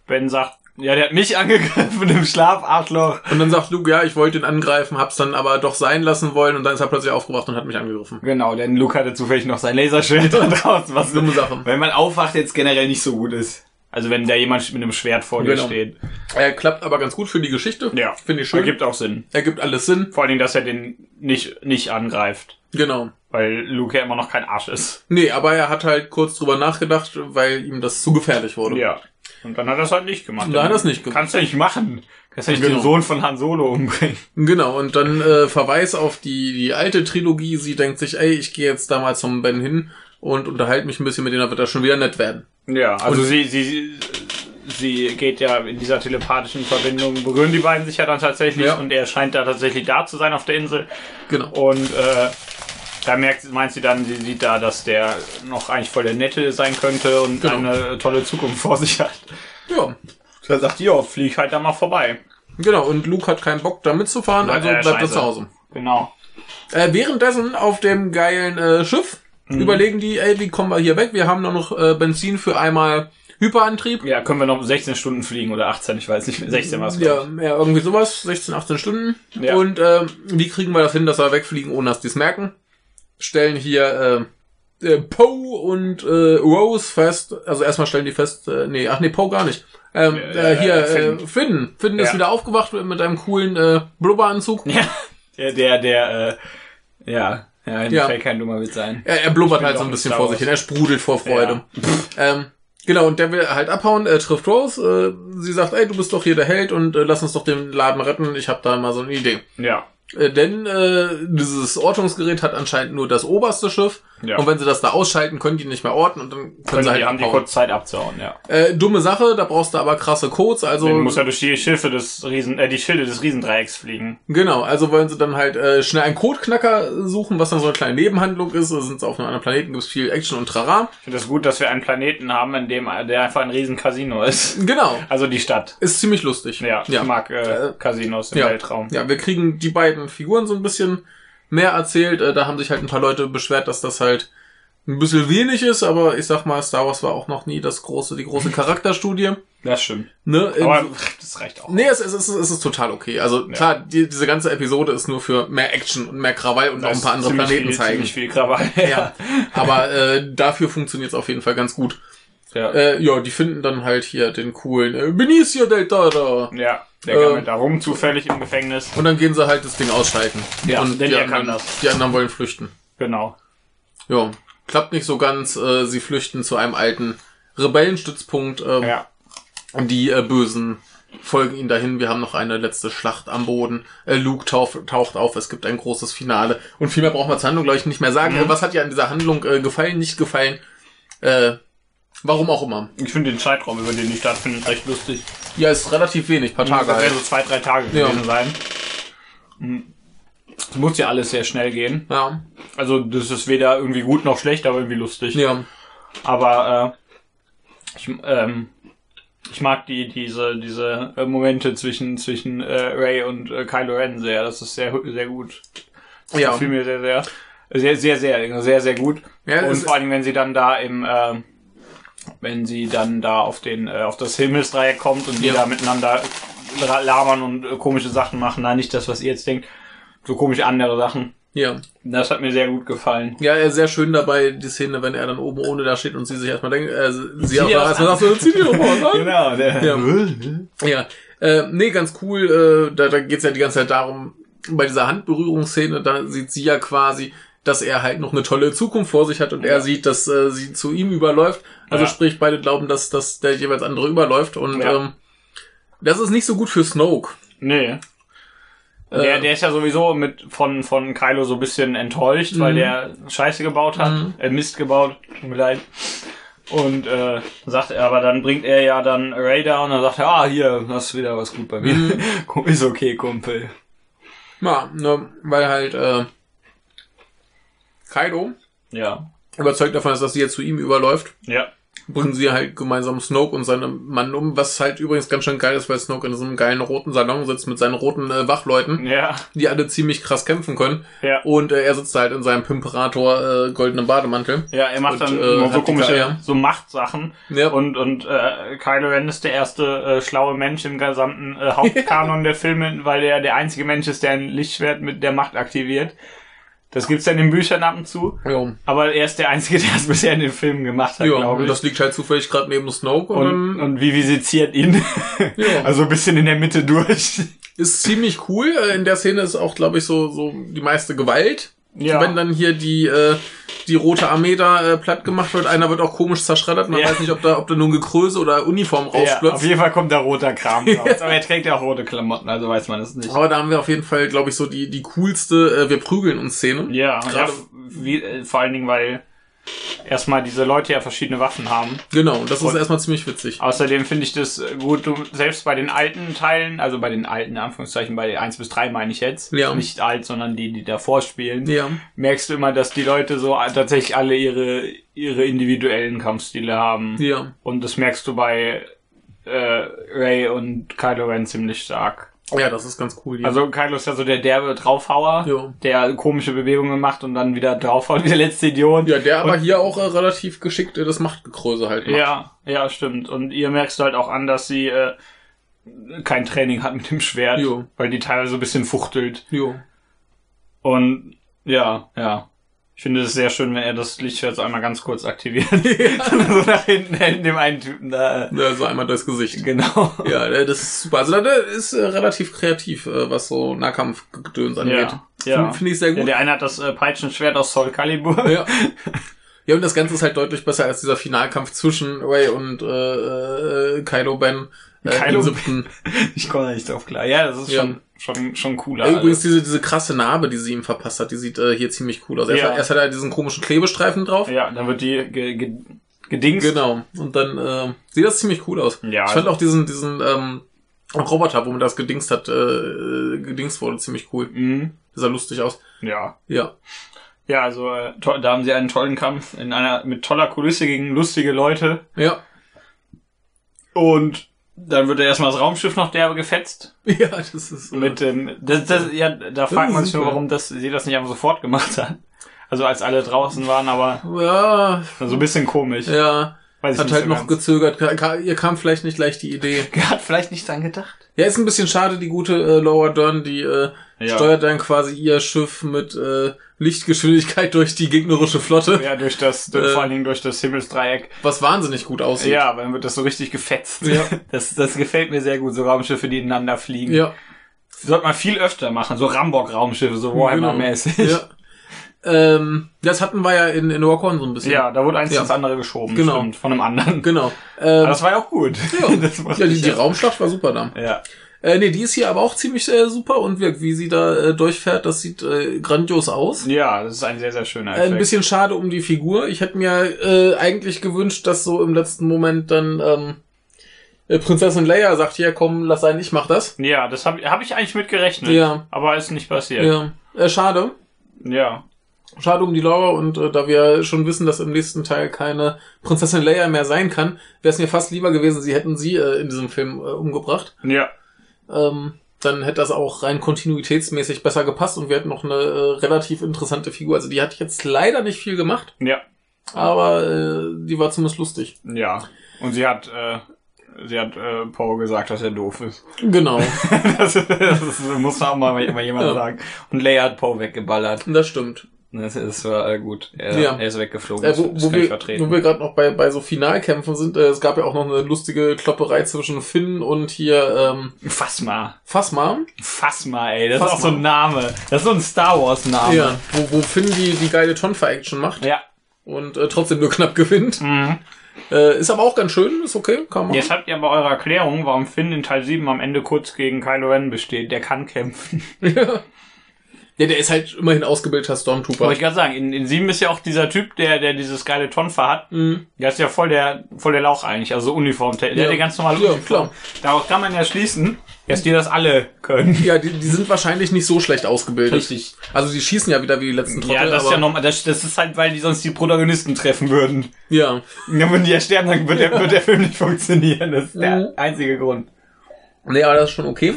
Speaker 2: Ben sagt, ja, der hat mich angegriffen im Schlaf, Arschloch.
Speaker 1: Und dann sagt Luke, ja, ich wollte ihn angreifen, hab's dann aber doch sein lassen wollen und dann ist er plötzlich aufgewacht und hat mich angegriffen.
Speaker 2: Genau, denn Luke hatte zufällig noch sein Laserschwert da draußen, was
Speaker 1: Dumme Sache.
Speaker 2: wenn man aufwacht, jetzt generell nicht so gut ist. Also wenn da jemand mit einem Schwert vor dir
Speaker 1: Genau.
Speaker 2: steht.
Speaker 1: Er klappt aber ganz gut für die Geschichte.
Speaker 2: Ja.
Speaker 1: Finde ich schön.
Speaker 2: Ergibt auch Sinn.
Speaker 1: Ergibt alles Sinn.
Speaker 2: Vor allen Dingen, dass er den nicht, nicht angreift,
Speaker 1: Genau.
Speaker 2: weil Luke ja immer noch kein Arsch ist.
Speaker 1: Nee, aber er hat halt kurz drüber nachgedacht, weil ihm das zu gefährlich wurde.
Speaker 2: Ja. Und dann hat er es halt nicht gemacht.
Speaker 1: Und dann hat er es nicht gemacht.
Speaker 2: Kannst du nicht machen. Kannst du nicht
Speaker 1: Genau.
Speaker 2: den Sohn von Han Solo umbringen.
Speaker 1: Genau, und dann äh, Verweis auf die, die alte Trilogie. Sie denkt sich, ey, ich gehe jetzt da mal zum Ben hin und unterhalte mich ein bisschen mit denen, da wird das schon wieder nett werden.
Speaker 2: Ja, also
Speaker 1: Und-
Speaker 2: sie, sie, sie geht ja in dieser telepathischen Verbindung, berühren die beiden sich ja dann tatsächlich
Speaker 1: Ja.
Speaker 2: und er scheint da tatsächlich da zu sein auf der Insel.
Speaker 1: Genau.
Speaker 2: Und äh, da merkt, meint sie dann, sie sieht da, dass der noch eigentlich voll der Nette sein könnte und
Speaker 1: Genau.
Speaker 2: eine tolle Zukunft vor sich hat.
Speaker 1: Ja.
Speaker 2: Da sagt, ja, flieg halt da mal vorbei.
Speaker 1: Genau, und Luke hat keinen Bock, da mitzufahren, also
Speaker 2: äh,
Speaker 1: bleibt er
Speaker 2: scheiße.
Speaker 1: zu Hause.
Speaker 2: Genau.
Speaker 1: Äh, währenddessen auf dem geilen äh, Schiff
Speaker 2: Mhm.
Speaker 1: überlegen die, ey, wie kommen wir hier weg? Wir haben doch noch äh, Benzin für einmal Hyperantrieb.
Speaker 2: Ja, können wir noch 16 Stunden fliegen oder 18, ich weiß nicht, 16 war es.
Speaker 1: Ja, ja, irgendwie sowas, 16, 18 Stunden.
Speaker 2: Ja.
Speaker 1: Und äh, wie kriegen wir das hin, dass wir wegfliegen, ohne dass die es merken? Stellen hier äh, äh, Poe und äh, Rose fest, also erstmal stellen die fest, äh, nee, ach nee, Poe gar nicht. Ähm,
Speaker 2: Äh,
Speaker 1: äh, hier,
Speaker 2: äh,
Speaker 1: äh,
Speaker 2: Finn.
Speaker 1: Finn. Finn ist
Speaker 2: Ja.
Speaker 1: wieder aufgewacht mit einem coolen äh, Blubberanzug.
Speaker 2: Ja, der, der, der, äh, ja, ja,
Speaker 1: Ja.
Speaker 2: ja. kein dummer Witz sein.
Speaker 1: Er, er blubbert halt
Speaker 2: doch
Speaker 1: so ein
Speaker 2: ein
Speaker 1: bisschen
Speaker 2: Star
Speaker 1: vor
Speaker 2: Wars.
Speaker 1: sich hin, er sprudelt vor Freude. Ähm, genau, und der will halt abhauen, äh, trifft Rose, äh, sie sagt, ey, du bist doch hier der Held und äh, lass uns doch den Laden retten, ich habe da mal so eine Idee.
Speaker 2: Ja.
Speaker 1: Äh, denn äh, dieses Ortungsgerät hat anscheinend nur das oberste Schiff
Speaker 2: Ja.
Speaker 1: und wenn sie das da ausschalten, können die nicht mehr orten und dann können, sie
Speaker 2: Können
Speaker 1: halt
Speaker 2: die, haben die
Speaker 1: abhauen.
Speaker 2: kurz Zeit abzuhauen, ja.
Speaker 1: Äh, dumme Sache, da brauchst du aber krasse Codes, also
Speaker 2: Man muss ja durch die Schiffe des Riesen, äh, die Schilde des Riesendreiecks fliegen.
Speaker 1: genau, also wollen sie dann halt äh, schnell einen Codeknacker suchen, was dann so eine kleine Nebenhandlung ist, Da sind sie auf einem anderen Planeten, gibt's viel Action und Trara.
Speaker 2: Ich finde es gut, dass wir einen Planeten haben, in dem der einfach ein Riesencasino ist.
Speaker 1: Genau,
Speaker 2: Also die Stadt.
Speaker 1: ist ziemlich lustig.
Speaker 2: Ja, ich mag äh,
Speaker 1: Äh,
Speaker 2: Casinos im
Speaker 1: ja.
Speaker 2: Weltraum.
Speaker 1: Ja, wir kriegen die beiden Figuren so ein bisschen mehr erzählt. Äh, Da haben sich halt ein paar Leute beschwert, dass das halt ein bisschen wenig ist, aber ich sag mal, Star Wars war auch noch nie das große, die große Charakterstudie.
Speaker 2: Das stimmt.
Speaker 1: Ne?
Speaker 2: Aber
Speaker 1: Im-
Speaker 2: pff, das reicht auch.
Speaker 1: Nee, es, es, ist, es ist total okay. Also klar, die, diese ganze Episode ist nur für mehr Action und mehr Krawall und auch ein paar andere
Speaker 2: Ziemlich
Speaker 1: Planeten
Speaker 2: viel,
Speaker 1: zeigen.
Speaker 2: Ziemlich viel Krawall.
Speaker 1: Ja. Aber äh, dafür funktioniert es auf jeden Fall ganz gut.
Speaker 2: ja.
Speaker 1: Äh, ja, die finden dann halt hier den coolen äh, Benicio del Toro.
Speaker 2: Ja, der
Speaker 1: Äh,
Speaker 2: kam mit da rum, zufällig im Gefängnis.
Speaker 1: Und dann gehen sie halt das Ding ausschalten.
Speaker 2: Ja,
Speaker 1: und
Speaker 2: denn
Speaker 1: die
Speaker 2: er
Speaker 1: anderen,
Speaker 2: kann das.
Speaker 1: Die anderen wollen flüchten.
Speaker 2: Genau.
Speaker 1: Ja, klappt nicht so ganz. Äh, sie flüchten zu einem alten Rebellenstützpunkt. ähm,
Speaker 2: Ja.
Speaker 1: Und die äh, Bösen folgen ihnen dahin. Wir haben noch eine letzte Schlacht am Boden. Äh, Luke tauf, taucht auf. Es gibt ein großes Finale. Und viel mehr brauchen wir zur Handlung, glaube ich, nicht mehr sagen.
Speaker 2: Mhm.
Speaker 1: Äh, was hat dir an dieser Handlung äh, gefallen, nicht gefallen? Äh, warum auch immer.
Speaker 2: Ich finde den Zeitraum, über den die stattfindet, recht lustig.
Speaker 1: Ja, ist relativ wenig, paar Tage
Speaker 2: Das
Speaker 1: halt.
Speaker 2: werden so zwei, drei Tage gewesen
Speaker 1: Ja.
Speaker 2: sein. Hm. Es muss ja alles sehr schnell gehen.
Speaker 1: Ja,
Speaker 2: Also das ist weder irgendwie gut noch schlecht, aber irgendwie lustig.
Speaker 1: ja.
Speaker 2: Aber äh, ich, ähm, ich mag die diese diese äh, Momente zwischen zwischen äh, Ray und äh, Kylo Ren sehr. Das ist sehr sehr gut. Das
Speaker 1: Ja.
Speaker 2: gefiel mir sehr sehr sehr sehr sehr sehr sehr gut.
Speaker 1: Ja,
Speaker 2: und
Speaker 1: es-
Speaker 2: vor allen Dingen, wenn sie dann da im ähm, wenn sie dann da auf den äh, auf das Himmelsdreieck kommt und die
Speaker 1: Ja.
Speaker 2: da miteinander la- labern und äh, komische Sachen machen, nein, nicht das, was ihr jetzt denkt, so komisch andere Sachen.
Speaker 1: Ja,
Speaker 2: Das hat mir sehr gut gefallen.
Speaker 1: ja, äh, sehr schön dabei die Szene, wenn er dann oben ohne da steht und sie sich erstmal denkt, äh, sie- sie auch
Speaker 2: das
Speaker 1: erstmal
Speaker 2: an.
Speaker 1: sagt, so, zieh um, ne?" die Ober aus an.
Speaker 2: Genau. Der
Speaker 1: Ja, äh, nee, ganz cool. Äh, da da geht's ja die ganze Zeit darum, bei dieser Handberührungsszene, da sieht sie ja quasi, dass er halt noch eine tolle Zukunft vor sich hat und er sieht, dass äh, sie zu ihm überläuft. Also
Speaker 2: Ja.
Speaker 1: sprich, beide glauben, dass, dass der jeweils andere überläuft und
Speaker 2: Ja.
Speaker 1: ähm, das ist nicht so gut für Snoke.
Speaker 2: Nee. Der,
Speaker 1: Äh,
Speaker 2: der ist ja sowieso mit von, von Kylo so ein bisschen enttäuscht, weil
Speaker 1: Mhm.
Speaker 2: der Scheiße gebaut hat, äh, Mist gebaut, tut mir leid. Und äh, sagt er, aber dann bringt er ja dann Ray da und dann sagt er, ah, hier, hast wieder was gut bei mir.
Speaker 1: Mhm.
Speaker 2: Ist okay, Kumpel.
Speaker 1: Ja, ne, weil halt äh, Kaido
Speaker 2: Ja.
Speaker 1: überzeugt davon ist, dass sie jetzt zu ihm überläuft,
Speaker 2: Ja.
Speaker 1: bringen sie halt gemeinsam Snoke und seinen Mann um, was halt übrigens ganz schön geil ist, weil Snoke in so einem geilen roten Salon sitzt mit seinen roten äh, Wachleuten,
Speaker 2: Ja.
Speaker 1: die alle ziemlich krass kämpfen können.
Speaker 2: Mhm. Ja.
Speaker 1: Und äh, er sitzt halt in seinem Pimperator äh, goldenen Bademantel.
Speaker 2: Ja, er macht
Speaker 1: Und,
Speaker 2: dann
Speaker 1: äh,
Speaker 2: immer so
Speaker 1: hat die
Speaker 2: komische
Speaker 1: Ka- ja.
Speaker 2: so Machtsachen.
Speaker 1: Ja.
Speaker 2: Und, und äh, Kylo Ren ist der erste äh, schlaue Mensch im gesamten äh, Hauptkanon der Filme, weil er der einzige Mensch ist, der ein Lichtschwert mit der Macht aktiviert. Das gibt's ja in den Büchern ab und zu.
Speaker 1: Ja,
Speaker 2: Aber er ist der einzige, der es bisher in den Filmen gemacht hat,
Speaker 1: ja
Speaker 2: glaube
Speaker 1: und
Speaker 2: ich.
Speaker 1: das liegt halt zufällig gerade neben Snoke und,
Speaker 2: Und,
Speaker 1: ähm,
Speaker 2: und viviseziert ihn.
Speaker 1: Ja.
Speaker 2: Also ein bisschen in der Mitte durch.
Speaker 1: ist ziemlich cool. Äh, In der Szene ist auch, glaube ich, so, so die meiste Gewalt.
Speaker 2: Ja.
Speaker 1: Wenn dann hier die, äh, die rote Armee da äh, platt gemacht wird, einer wird auch komisch zerschreddert. Man
Speaker 2: Ja.
Speaker 1: weiß nicht, ob da, ob da nun Gekröse oder Uniform
Speaker 2: Ja, auf
Speaker 1: rausplötzt.
Speaker 2: jeden Fall kommt da roter Kram raus. Aber er trägt ja auch rote Klamotten, also weiß man es nicht.
Speaker 1: Aber da haben wir auf jeden Fall, glaube ich, so die, die coolste äh, Wir prügeln uns Szene.
Speaker 2: Ja, ja
Speaker 1: Gerade-
Speaker 2: wie, äh, vor allen Dingen, weil erstmal diese Leute ja verschiedene Waffen haben.
Speaker 1: Genau, das ist
Speaker 2: Und-
Speaker 1: erstmal ziemlich witzig.
Speaker 2: Außerdem finde ich das äh, gut, du, selbst bei den alten Teilen, also bei den alten, in Anführungszeichen, bei 1 bis 3 meine ich jetzt,
Speaker 1: Ja.
Speaker 2: nicht alt, sondern die, die davor spielen,
Speaker 1: Ja.
Speaker 2: merkst du immer, dass die Leute so äh, tatsächlich alle ihre, ihre individuellen Kampfstile haben.
Speaker 1: Ja.
Speaker 2: Und das merkst du bei äh, Ray und Kylo Ren ziemlich stark.
Speaker 1: Ja, das ist ganz cool. Ja.
Speaker 2: Also Kylo ist ja so der derbe Draufhauer,
Speaker 1: Jo.
Speaker 2: der komische Bewegungen macht und dann wieder draufhaut wie der letzte Idiot.
Speaker 1: ja, der aber hier auch äh, relativ geschickt äh, das Machtgekröse halt macht.
Speaker 2: Ja, ja, stimmt. Und ihr merkst halt auch an, dass sie äh, kein Training hat mit dem Schwert,
Speaker 1: Jo.
Speaker 2: weil die teilweise ein bisschen fuchtelt.
Speaker 1: Jo.
Speaker 2: Und ja, ja. Ich finde es sehr schön, wenn er das Lichtschwert so einmal ganz kurz aktiviert. so nach hinten hält dem einen Typen da. Äh,
Speaker 1: Ja, so einmal durchs Gesicht.
Speaker 2: genau.
Speaker 1: Ja, äh, das ist super. Also der ist äh, relativ kreativ, äh, was so Nahkampfgedöns angeht.
Speaker 2: ja.
Speaker 1: Finde find ich sehr
Speaker 2: Ja,
Speaker 1: gut.
Speaker 2: der eine hat das äh, Peitschenschwert aus Soul Calibur.
Speaker 1: Ja. Ja, und das Ganze ist halt deutlich besser als dieser Finalkampf zwischen Ray und äh, äh, Kylo Ben. Äh,
Speaker 2: Kylo
Speaker 1: im siebten.
Speaker 2: Ich komme da nicht drauf klar. Ja, das ist
Speaker 1: Ja.
Speaker 2: schon schon schon cooler.
Speaker 1: Äh, übrigens
Speaker 2: alles.
Speaker 1: diese, diese krasse Narbe, die sie ihm verpasst hat, die sieht äh, hier ziemlich cool aus. Erst,
Speaker 2: Ja.
Speaker 1: erst hat er diesen komischen Klebestreifen drauf.
Speaker 2: ja, dann wird die ge ge gedingst.
Speaker 1: Genau. Und dann äh, sieht das ziemlich cool aus.
Speaker 2: Ja.
Speaker 1: Ich fand auch diesen, diesen ähm, Roboter, womit das gedingst hat, äh, äh, gedingst wurde, ziemlich cool.
Speaker 2: Mhm.
Speaker 1: Das sah lustig aus.
Speaker 2: Ja.
Speaker 1: Ja.
Speaker 2: Ja, also äh, to- da haben sie einen tollen Kampf in einer mit toller Kulisse gegen lustige Leute
Speaker 1: Ja.
Speaker 2: und dann wird erstmal das Raumschiff noch derbe gefetzt
Speaker 1: Ja, das ist. Äh,
Speaker 2: mit dem das, das ja da fragt man sich nur
Speaker 1: super.
Speaker 2: warum das sie das nicht einfach sofort gemacht hat. Also als alle draußen waren, aber
Speaker 1: ja,
Speaker 2: so ein bisschen komisch.
Speaker 1: ja.
Speaker 2: Weiß ich
Speaker 1: Hat
Speaker 2: nicht
Speaker 1: halt
Speaker 2: so
Speaker 1: noch
Speaker 2: ganz.
Speaker 1: gezögert. Ka- ka- Ihr kam vielleicht nicht gleich die Idee.
Speaker 2: Er hat vielleicht nicht dran gedacht.
Speaker 1: Ja, ist ein bisschen schade, die gute äh, Laura Dern, die äh,
Speaker 2: Ja.
Speaker 1: steuert dann quasi ihr Schiff mit äh, Lichtgeschwindigkeit durch die gegnerische Flotte,
Speaker 2: Ja, durch das, durch,
Speaker 1: Äh.
Speaker 2: vor allen Dingen durch das Himmelsdreieck.
Speaker 1: was wahnsinnig gut aussieht.
Speaker 2: Ja, aber dann wird das so richtig gefetzt.
Speaker 1: Ja.
Speaker 2: Das, das gefällt mir sehr gut, so Raumschiffe, die ineinander fliegen.
Speaker 1: ja.
Speaker 2: Sollte man viel öfter machen, so Rambock-Raumschiffe, so Warhammer-mäßig.
Speaker 1: Genau. Ja. Ähm, das hatten wir ja in, in Walk On so ein bisschen.
Speaker 2: Ja, da wurde eins
Speaker 1: Ja.
Speaker 2: ins andere geschoben,
Speaker 1: Genau.
Speaker 2: stimmt, von einem anderen.
Speaker 1: Genau.
Speaker 2: Aber
Speaker 1: Ähm,
Speaker 2: das war ja auch gut.
Speaker 1: Ja.
Speaker 2: Also, das mochte
Speaker 1: ja, die,
Speaker 2: ich
Speaker 1: die Raumschlacht war super da.
Speaker 2: ja.
Speaker 1: Äh, nee, die ist hier aber auch ziemlich äh, super und wie, wie sie da äh, durchfährt, das sieht äh, grandios aus.
Speaker 2: ja, das ist ein sehr, sehr schöner
Speaker 1: Äh,
Speaker 2: Effekt.
Speaker 1: ein bisschen schade um die Figur. Ich hätte mir äh, eigentlich gewünscht, dass so im letzten Moment dann ähm, äh, Prinzessin Leia sagt, hier komm, lass sein, ich mach das.
Speaker 2: ja, das habe hab ich eigentlich mit gerechnet.
Speaker 1: Ja.
Speaker 2: Aber ist nicht passiert.
Speaker 1: Ja. Äh, schade.
Speaker 2: ja.
Speaker 1: Schade um die Laura und äh, da wir schon wissen, dass im nächsten Teil keine Prinzessin Leia mehr sein kann, wäre es mir fast lieber gewesen, sie hätten sie äh, in diesem Film äh, umgebracht.
Speaker 2: Ja.
Speaker 1: Ähm, dann hätte das auch rein kontinuitätsmäßig besser gepasst und wir hätten noch eine äh, relativ interessante Figur. Also die hat jetzt leider nicht viel gemacht,
Speaker 2: Ja.
Speaker 1: aber äh, die war zumindest lustig.
Speaker 2: Ja. Und sie hat, äh, sie hat äh, Paul gesagt, dass er doof ist.
Speaker 1: Genau,
Speaker 2: Das, das muss auch mal immer jemand
Speaker 1: Ja.
Speaker 2: sagen. Und Leia hat Poe weggeballert.
Speaker 1: das stimmt.
Speaker 2: Das, das war äh, gut. Er,
Speaker 1: Ja.
Speaker 2: er ist weggeflogen.
Speaker 1: Äh,
Speaker 2: das,
Speaker 1: wo,
Speaker 2: das
Speaker 1: wo
Speaker 2: kann
Speaker 1: wir,
Speaker 2: ich
Speaker 1: wo
Speaker 2: vertreten.
Speaker 1: wir gerade noch bei, bei so Finalkämpfen sind, äh, es gab ja auch noch eine lustige Klopperei zwischen Finn und hier ähm,
Speaker 2: Phasma.
Speaker 1: Fasma.
Speaker 2: Phasma, ey. Das ist auch
Speaker 1: Phasma.
Speaker 2: so ein Name. Das ist so ein Star Wars-Name.
Speaker 1: Ja, wo, wo Finn die, die geile Tonfa-Action macht
Speaker 2: ja.
Speaker 1: und äh, trotzdem nur knapp gewinnt.
Speaker 2: Mhm.
Speaker 1: Äh, ist aber auch ganz schön, ist okay, kann man.
Speaker 2: Jetzt habt ihr bei eurer Erklärung, warum Finn in Teil 7 am Ende kurz gegen Kylo Ren besteht. Der kann kämpfen.
Speaker 1: Ja, der ist halt immerhin ausgebildeter Stormtrooper.
Speaker 2: Wollte ich gerade sagen, in, in 7 ist ja auch dieser Typ, der, der dieses geile Tonfa hat.
Speaker 1: Mhm.
Speaker 2: Der ist ja voll der, voll der Lauch eigentlich, also Uniform. Der, der
Speaker 1: Ja.
Speaker 2: hat die ganz normale
Speaker 1: Ja,
Speaker 2: Uniform.
Speaker 1: klar.
Speaker 2: Darauf kann man ja schließen, dass die das alle können.
Speaker 1: Ja, die, die sind wahrscheinlich nicht so schlecht ausgebildet.
Speaker 2: Richtig.
Speaker 1: Also die schießen ja wieder wie die letzten Trottel.
Speaker 2: Ja, das ist
Speaker 1: aber,
Speaker 2: ja nochmal, das, das ist halt, weil die sonst die Protagonisten treffen würden.
Speaker 1: Ja.
Speaker 2: Ja, wenn die ja sterben, dann wird der, wird der Film nicht funktionieren. Das ist der einzige Grund.
Speaker 1: Nee, aber das ist schon okay.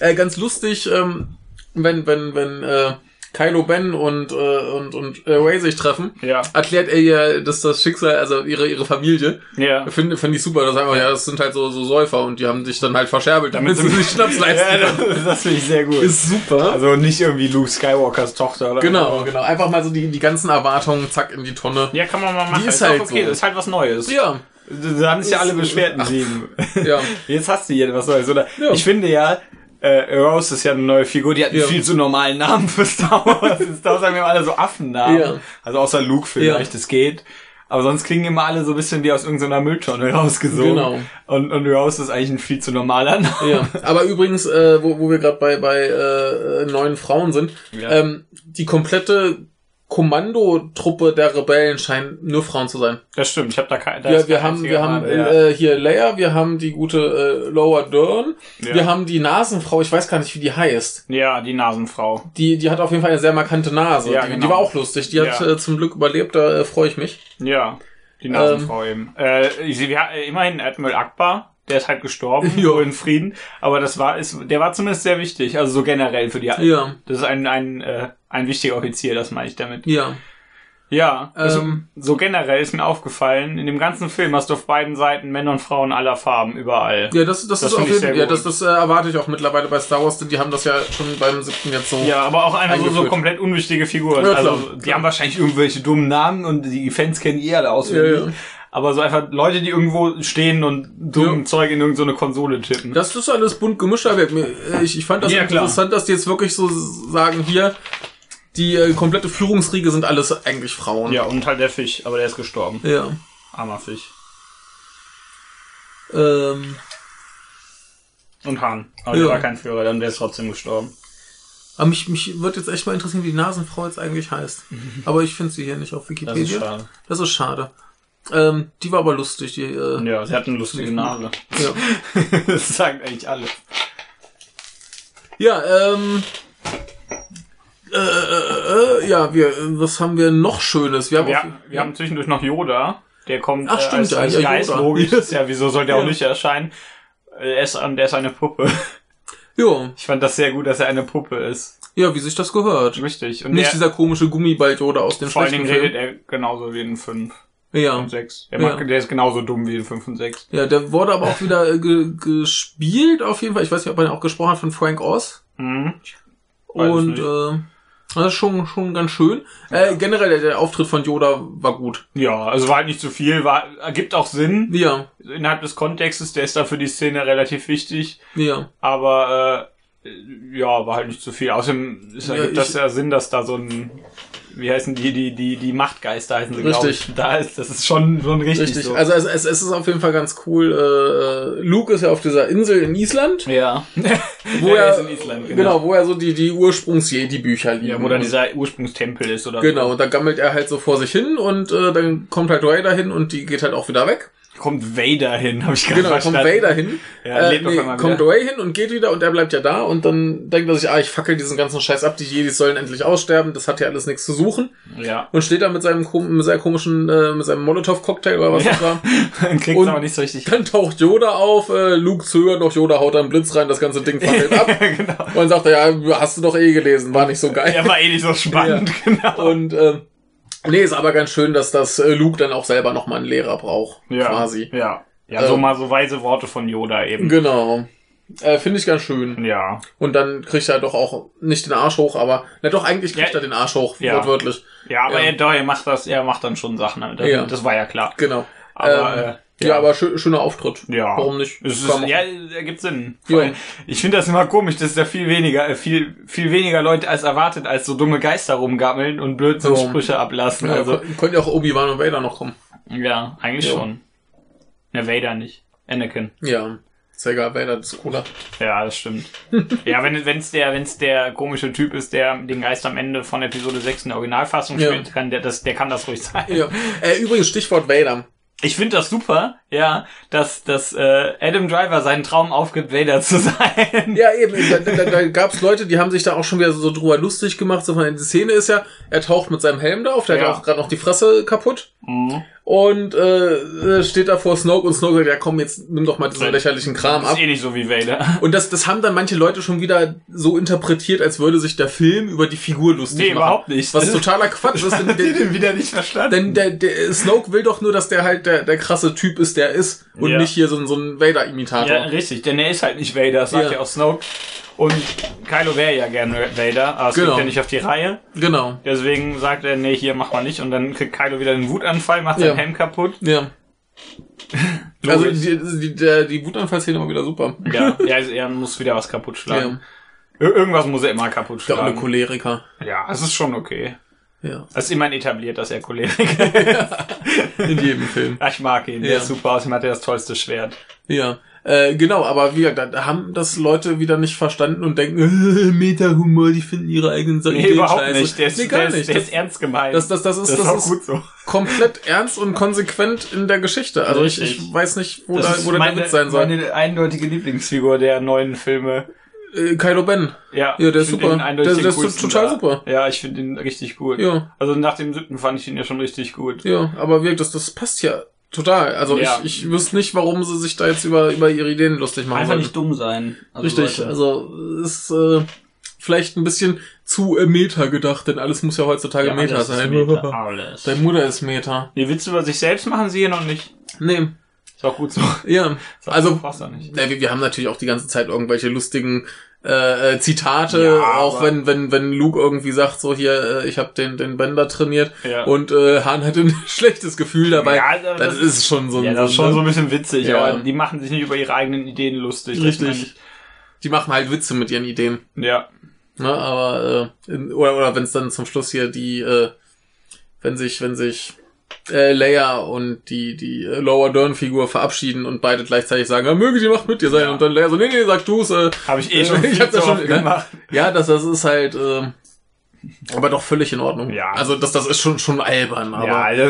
Speaker 1: Äh, ganz lustig, ähm, wenn, wenn, wenn äh, Kylo Ben und, äh, und, und äh, Ray sich treffen,
Speaker 2: Ja.
Speaker 1: erklärt er ihr, dass das Schicksal, also ihre, ihre Familie,
Speaker 2: Ja.
Speaker 1: finde find ich super, dass einfach, ja, das sind halt so, so Säufer und die haben dich dann halt verscherbelt, damit sie
Speaker 2: Damit sie-
Speaker 1: sich Schnaps
Speaker 2: ja
Speaker 1: leisten können.
Speaker 2: das, das finde ich sehr gut.
Speaker 1: Ist super.
Speaker 2: also nicht irgendwie Luke Skywalkers Tochter oder
Speaker 1: genau, genau. Einfach mal so die, die ganzen Erwartungen, zack, in die Tonne.
Speaker 2: Ja, kann man mal machen.
Speaker 1: Die ist halt
Speaker 2: auch okay,
Speaker 1: so.
Speaker 2: ist halt was Neues.
Speaker 1: Ja,
Speaker 2: Da haben sich ja alle Beschwerden sieben.
Speaker 1: ja.
Speaker 2: Jetzt hast du hier was Neues, oder?
Speaker 1: Ja.
Speaker 2: Ich finde ja, äh, Rose ist ja eine neue Figur, die hat einen
Speaker 1: Ja.
Speaker 2: viel zu normalen Namen für Star Wars. In Star Wars sagen wir immer alle so Affennamen.
Speaker 1: Ja.
Speaker 2: Also außer Luke vielleicht, das geht. Aber sonst klingen immer alle so ein bisschen wie aus irgendeiner Mülltonne rausgesogen.
Speaker 1: Genau.
Speaker 2: Und, und Rose ist eigentlich ein viel zu normaler Name.
Speaker 1: Ja, aber übrigens, äh, wo, wo wir gerade bei, bei äh, äh, neuen Frauen sind,
Speaker 2: Ja.
Speaker 1: ähm, die komplette Kommandotruppe der Rebellen scheint nur Frauen zu sein.
Speaker 2: Das stimmt, ich habe da keine...
Speaker 1: Ja, wir haben, wir haben äh, hier Leia, wir haben die gute äh, Laura Dern,
Speaker 2: Ja.
Speaker 1: wir haben die Nasenfrau, ich weiß gar nicht, wie die heißt.
Speaker 2: ja, die Nasenfrau.
Speaker 1: Die, die hat auf jeden Fall eine sehr markante Nase.
Speaker 2: Ja,
Speaker 1: die,
Speaker 2: genau.
Speaker 1: die war auch lustig, die hat
Speaker 2: Ja.
Speaker 1: äh, zum Glück überlebt, da äh, freue ich mich.
Speaker 2: Ja, die Nasenfrau
Speaker 1: Ähm.
Speaker 2: eben. Äh, sie, wir, immerhin Admiral Akbar, der ist halt gestorben,
Speaker 1: Ja.
Speaker 2: so in Frieden. Aber das war, ist, der war zumindest sehr wichtig, also so generell für die.
Speaker 1: Ja.
Speaker 2: Das ist ein, ein, äh, ein wichtiger Offizier, das meine ich damit.
Speaker 1: Ja.
Speaker 2: Ja, also,
Speaker 1: Ähm.
Speaker 2: so generell ist mir aufgefallen, in dem ganzen Film hast du auf beiden Seiten Männer und Frauen aller Farben, überall.
Speaker 1: Ja, das, das, ist
Speaker 2: Das finde
Speaker 1: auf
Speaker 2: ich
Speaker 1: jeden
Speaker 2: sehr
Speaker 1: Fall, ja,
Speaker 2: gut.
Speaker 1: das, das äh, erwarte ich auch mittlerweile bei Star Wars, denn die haben das ja schon beim siebten jetzt so.
Speaker 2: Ja, aber auch einfach so, so
Speaker 1: Eingeführt.
Speaker 2: komplett unwichtige Figuren.
Speaker 1: Ja, klar,
Speaker 2: also, die haben wahrscheinlich irgendwelche dummen Namen und die Fans kennen die alle auswendig.
Speaker 1: Ja, ja.
Speaker 2: Aber so einfach Leute, die irgendwo stehen und dummen
Speaker 1: Ja.
Speaker 2: Zeug in irgendeine Konsole tippen.
Speaker 1: Das ist alles bunt gemischt. aber mir- äh, Ich, ich fand das
Speaker 2: Ja, klar.
Speaker 1: interessant, dass die jetzt wirklich so sagen, hier, die äh, komplette Führungsriege sind alles eigentlich Frauen.
Speaker 2: Ja, und halt der Fisch, aber der ist gestorben.
Speaker 1: Ja.
Speaker 2: Armer Fisch.
Speaker 1: Ähm,
Speaker 2: Und Hahn. Aber
Speaker 1: Ja.
Speaker 2: der war kein Führer, dann wäre es trotzdem gestorben.
Speaker 1: aber mich, mich wird jetzt echt mal interessieren, wie die Nasenfrau jetzt eigentlich heißt. Aber ich finde sie hier nicht auf
Speaker 2: Mhm. Das ist
Speaker 1: Wikipedia.
Speaker 2: schade.
Speaker 1: Das ist schade. Ähm, die war aber lustig, die, äh,
Speaker 2: Ja, sie hat eine lustige Nase.
Speaker 1: ja.
Speaker 2: das sagen eigentlich alle.
Speaker 1: Ja, ähm. Äh, äh, äh, ja, wir, äh, was haben wir noch Schönes? Wir haben,
Speaker 2: Ja,
Speaker 1: auf-
Speaker 2: wir haben zwischendurch noch Yoda. Der kommt
Speaker 1: Ach,
Speaker 2: äh,
Speaker 1: stimmt,
Speaker 2: als, als
Speaker 1: ja,
Speaker 2: Geist,
Speaker 1: Yoda.
Speaker 2: logisch. Ist ja, wieso soll der
Speaker 1: Ja.
Speaker 2: auch nicht erscheinen? Äh, Er ist, an- der ist eine Puppe.
Speaker 1: Jo,
Speaker 2: Ich fand das sehr gut, dass er eine Puppe ist.
Speaker 1: ja, wie sich das gehört.
Speaker 2: Richtig. Und
Speaker 1: Nicht
Speaker 2: er,
Speaker 1: dieser komische Gummiball oder aus den
Speaker 2: vor allen
Speaker 1: schlechten
Speaker 2: Dingen
Speaker 1: Filmen.
Speaker 2: redet er genauso wie in 5.
Speaker 1: Ja.
Speaker 2: 5 6. Der,
Speaker 1: Ja.
Speaker 2: macht, der ist genauso dumm wie in 5 und 6.
Speaker 1: Ja, der wurde aber auch wieder äh, ge gespielt auf jeden Fall. Ich weiß nicht, ob er auch gesprochen hat von Frank Oz.
Speaker 2: Mhm. Weiß
Speaker 1: Und
Speaker 2: nicht.
Speaker 1: äh, das ist schon, schon ganz schön. Äh, generell, der, der Auftritt von Yoda war gut.
Speaker 2: Ja, also war halt nicht zu viel, war, ergibt auch Sinn
Speaker 1: Ja,
Speaker 2: innerhalb des Kontextes, der ist da für die Szene relativ wichtig,
Speaker 1: ja.
Speaker 2: aber äh, ja, war halt nicht zu viel. Außerdem ist,
Speaker 1: Ja,
Speaker 2: ergibt
Speaker 1: ich-
Speaker 2: das ja Sinn, dass da so ein, wie heißen die, die, die, die Machtgeister heißen sie, glaube
Speaker 1: Richtig.
Speaker 2: ich, da ist, das ist schon, schon richtig,
Speaker 1: Richtig.
Speaker 2: so.
Speaker 1: Also es, es, es ist auf jeden Fall ganz cool. Äh, äh, Luke ist ja auf dieser Insel in Island,
Speaker 2: ja.
Speaker 1: wo er,
Speaker 2: Ja, der ist in Island,
Speaker 1: genau. wo er so die, die Ursprungs-Jedi-Bücher liegen.
Speaker 2: Ja, wo dann dieser Ursprungstempel ist oder
Speaker 1: Genau, und da gammelt er halt so vor sich hin und äh, dann kommt halt Ray dahin und die geht halt auch wieder weg.
Speaker 2: so. Kommt Vader hin, habe ich gerade
Speaker 1: Genau, da kommt
Speaker 2: verstanden.
Speaker 1: Ray dahin.
Speaker 2: Ja,
Speaker 1: äh,
Speaker 2: lebt auf
Speaker 1: nee,
Speaker 2: einmal
Speaker 1: kommt
Speaker 2: wieder.
Speaker 1: Ray hin und geht wieder und er bleibt ja da und dann denkt er sich, ah, ich fackel diesen ganzen Scheiß ab, die Jedis sollen endlich aussterben, das hat ja alles nichts zu suchen.
Speaker 2: Ja.
Speaker 1: Und steht da mit seinem kom mit sehr komischen, äh, mit seinem Molotow-Cocktail oder was
Speaker 2: Ja.
Speaker 1: das war.
Speaker 2: Dann kriegt's
Speaker 1: Und-
Speaker 2: aber nicht so richtig.
Speaker 1: Dann taucht Yoda auf, äh, Luke zögert noch, Yoda haut einen Blitz rein, das ganze Ding fackelt ab.
Speaker 2: genau.
Speaker 1: Und dann sagt er, ja, hast du doch eh gelesen, war nicht so geil.
Speaker 2: Er war eh nicht so spannend, genau.
Speaker 1: Und äh, nee, ist aber ganz schön, dass das äh, Luke dann auch selber nochmal einen Lehrer braucht,
Speaker 2: ja.
Speaker 1: quasi.
Speaker 2: Ja. Ja,
Speaker 1: Ähm.
Speaker 2: so mal so weise Worte von Yoda eben.
Speaker 1: Genau. Äh, Finde ich ganz schön.
Speaker 2: ja.
Speaker 1: Und dann kriegt er doch auch nicht den Arsch hoch, aber na doch, eigentlich kriegt
Speaker 2: Ja.
Speaker 1: er den Arsch hoch,
Speaker 2: Ja.
Speaker 1: wortwörtlich.
Speaker 2: Ja, aber
Speaker 1: Ja.
Speaker 2: Er, doch, er macht das, er macht dann schon Sachen damit. Das,
Speaker 1: Ja.
Speaker 2: das war ja klar.
Speaker 1: Genau.
Speaker 2: Aber,
Speaker 1: ähm,
Speaker 2: äh,
Speaker 1: ja.
Speaker 2: ja.
Speaker 1: aber schö schöner Auftritt.
Speaker 2: Ja.
Speaker 1: Warum nicht?
Speaker 2: Es
Speaker 1: Kann
Speaker 2: ist,
Speaker 1: man
Speaker 2: ja,
Speaker 1: machen.
Speaker 2: ergibt Sinn.
Speaker 1: Jo.
Speaker 2: Weil Ich finde das immer komisch, dass da viel weniger, äh, viel, viel weniger Leute als erwartet, als so dumme Geister rumgammeln und
Speaker 1: Jo.
Speaker 2: Blödsinnssprüche ablassen.
Speaker 1: Ja,
Speaker 2: Also,
Speaker 1: kon- Könnte ja auch Obi-Wan und Vader noch kommen.
Speaker 2: ja, eigentlich
Speaker 1: Jo.
Speaker 2: schon. Ne, Vader nicht. Anakin.
Speaker 1: Ja. Ist ja egal, Vader ist cooler.
Speaker 2: Ja, das stimmt. ja, wenn wenn's der, wenn's der komische Typ ist, der den Geist am Ende von Episode 6 in der Originalfassung
Speaker 1: Ja.
Speaker 2: spielt, kann der, das, der kann das ruhig sein.
Speaker 1: Ja. Äh, übrigens, Stichwort Vader.
Speaker 2: Ich finde das super, ja, dass, dass äh, Adam Driver seinen Traum aufgibt, Vader zu sein.
Speaker 1: Ja, eben. Da, da, da gab's Leute, die haben sich da auch schon wieder so drüber lustig gemacht. So von, die Szene ist ja, er taucht mit seinem Helm da auf, der
Speaker 2: Ja.
Speaker 1: hat auch gerade noch die Fresse kaputt.
Speaker 2: Mhm.
Speaker 1: Und äh, äh, steht da vor Snoke und Snoke sagt, ja komm, jetzt nimm doch mal diesen lächerlichen Kram ab.
Speaker 2: Ist eh nicht so wie Vader.
Speaker 1: Und das, das haben dann manche Leute schon wieder so interpretiert, als würde sich der Film über die Figur lustig
Speaker 2: Nee,
Speaker 1: machen.
Speaker 2: überhaupt nicht.
Speaker 1: Was totaler Quatsch ist, denn, der,
Speaker 2: wieder nicht
Speaker 1: denn
Speaker 2: verstanden?
Speaker 1: der, der Snoke will doch nur, dass der halt der, der krasse Typ ist, der ist und
Speaker 2: Ja.
Speaker 1: nicht hier so ein, so ein Vader-Imitator.
Speaker 2: Ja, richtig, denn er ist halt nicht Vader, das sagt
Speaker 1: Ja.
Speaker 2: ja, auch Snoke. Und Kylo wäre ja gerne Vader, aber es
Speaker 1: Genau.
Speaker 2: kriegt er nicht auf die Reihe.
Speaker 1: Genau.
Speaker 2: Deswegen sagt er, nee, hier mach mal nicht. Und dann kriegt Kylo wieder einen Wutanfall, macht sein
Speaker 1: Ja.
Speaker 2: Helm kaputt.
Speaker 1: Ja. Also die, die, der, die Wutanfallszene war wieder super.
Speaker 2: Ja, ja also er muss wieder was kaputt
Speaker 1: Ja. Ähm,
Speaker 2: schlagen. Ir irgendwas muss er immer kaputt
Speaker 1: Ich glaube, eine
Speaker 2: schlagen.
Speaker 1: Choleriker.
Speaker 2: Ja, es ist schon okay.
Speaker 1: Ja.
Speaker 2: Es ist immerhin etabliert, dass er Choleriker ist.
Speaker 1: In jedem Film.
Speaker 2: Ich mag ihn, der
Speaker 1: Ja.
Speaker 2: ist super, außerdem hat er das tollste Schwert.
Speaker 1: Ja, äh, genau, aber wie gesagt, da- da haben das Leute wieder nicht verstanden und denken, äh, Meta-Humor, die finden ihre eigenen Sachen
Speaker 2: Nee, überhaupt nicht. Der ist,
Speaker 1: nee,
Speaker 2: der
Speaker 1: gar
Speaker 2: ist,
Speaker 1: nicht.
Speaker 2: Der
Speaker 1: Das,
Speaker 2: ist ernst gemeint.
Speaker 1: das, das, das ist,
Speaker 2: Das
Speaker 1: das
Speaker 2: ist
Speaker 1: ist,
Speaker 2: auch gut so.
Speaker 1: komplett ernst und konsequent in der Geschichte. Also ich, ich
Speaker 2: Richtig.
Speaker 1: weiß nicht, wo,
Speaker 2: Das
Speaker 1: da,
Speaker 2: ist
Speaker 1: wo da der
Speaker 2: meine,
Speaker 1: Witz sein soll.
Speaker 2: meine eindeutige Lieblingsfigur der neuen Filme.
Speaker 1: Äh, Kylo Ben.
Speaker 2: Ja,
Speaker 1: Ja, der ist
Speaker 2: ich find
Speaker 1: super.
Speaker 2: ihn
Speaker 1: Der-
Speaker 2: eindeutig
Speaker 1: der
Speaker 2: den
Speaker 1: ist
Speaker 2: coolsten
Speaker 1: total
Speaker 2: da.
Speaker 1: super.
Speaker 2: Ja, ich finde ihn richtig gut.
Speaker 1: Ja.
Speaker 2: Also nach dem siebten fand ich ihn ja schon richtig gut.
Speaker 1: Ja, aber wie gesagt, das, das passt ja total. Also
Speaker 2: Ja.
Speaker 1: ich, ich wüsste nicht, warum sie sich da jetzt über, über ihre Ideen lustig machen
Speaker 2: Einfach
Speaker 1: sollten.
Speaker 2: nicht dumm sein. Also
Speaker 1: Richtig,
Speaker 2: Leute.
Speaker 1: also ist äh, vielleicht ein bisschen zu äh, Meta gedacht, denn alles muss ja heutzutage
Speaker 2: Ja,
Speaker 1: Meta
Speaker 2: alles ist
Speaker 1: sein.
Speaker 2: Meta, alles.
Speaker 1: Deine Mutter ist Meta.
Speaker 2: Die Witze über sich selbst machen sie hier noch nicht.
Speaker 1: Nee,
Speaker 2: Ist auch gut so.
Speaker 1: ja.
Speaker 2: Ist auch-
Speaker 1: Also,
Speaker 2: brauchst du auch nicht.
Speaker 1: na, wir, wir haben natürlich auch die ganze Zeit irgendwelche lustigen äh, äh, Zitate,
Speaker 2: Ja,
Speaker 1: auch
Speaker 2: aber-
Speaker 1: wenn, wenn, wenn Luke irgendwie sagt, so hier, äh, ich habe den, den Bender trainiert
Speaker 2: Ja.
Speaker 1: und äh, Han hatte ein schlechtes Gefühl dabei.
Speaker 2: Ja, aber
Speaker 1: das,
Speaker 2: das-
Speaker 1: ist schon so ein... ne?
Speaker 2: Ja, das ist schon so ein bisschen witzig,
Speaker 1: Ja.
Speaker 2: aber die machen sich nicht über ihre eigenen Ideen lustig. Das
Speaker 1: Richtig.
Speaker 2: meine ich.
Speaker 1: Die machen halt Witze mit ihren Ideen.
Speaker 2: Ja.
Speaker 1: Ne, aber äh, in, oder oder wenn es dann zum Schluss hier die äh, wenn sich wenn sich äh, Leia und die die äh, Lower Dern Figur verabschieden und beide gleichzeitig sagen, ja, möge die Macht mit dir sein
Speaker 2: Ja.
Speaker 1: und dann Leia so nee nee sag du's äh,
Speaker 2: Habe ich eh schon
Speaker 1: Ich
Speaker 2: viel
Speaker 1: hab
Speaker 2: zu
Speaker 1: das schon-
Speaker 2: oft
Speaker 1: ne?
Speaker 2: gemacht.
Speaker 1: ja, das das ist halt äh, aber doch völlig in Ordnung.
Speaker 2: Ja.
Speaker 1: Also das das ist schon schon albern,
Speaker 2: Ja,
Speaker 1: aber
Speaker 2: also,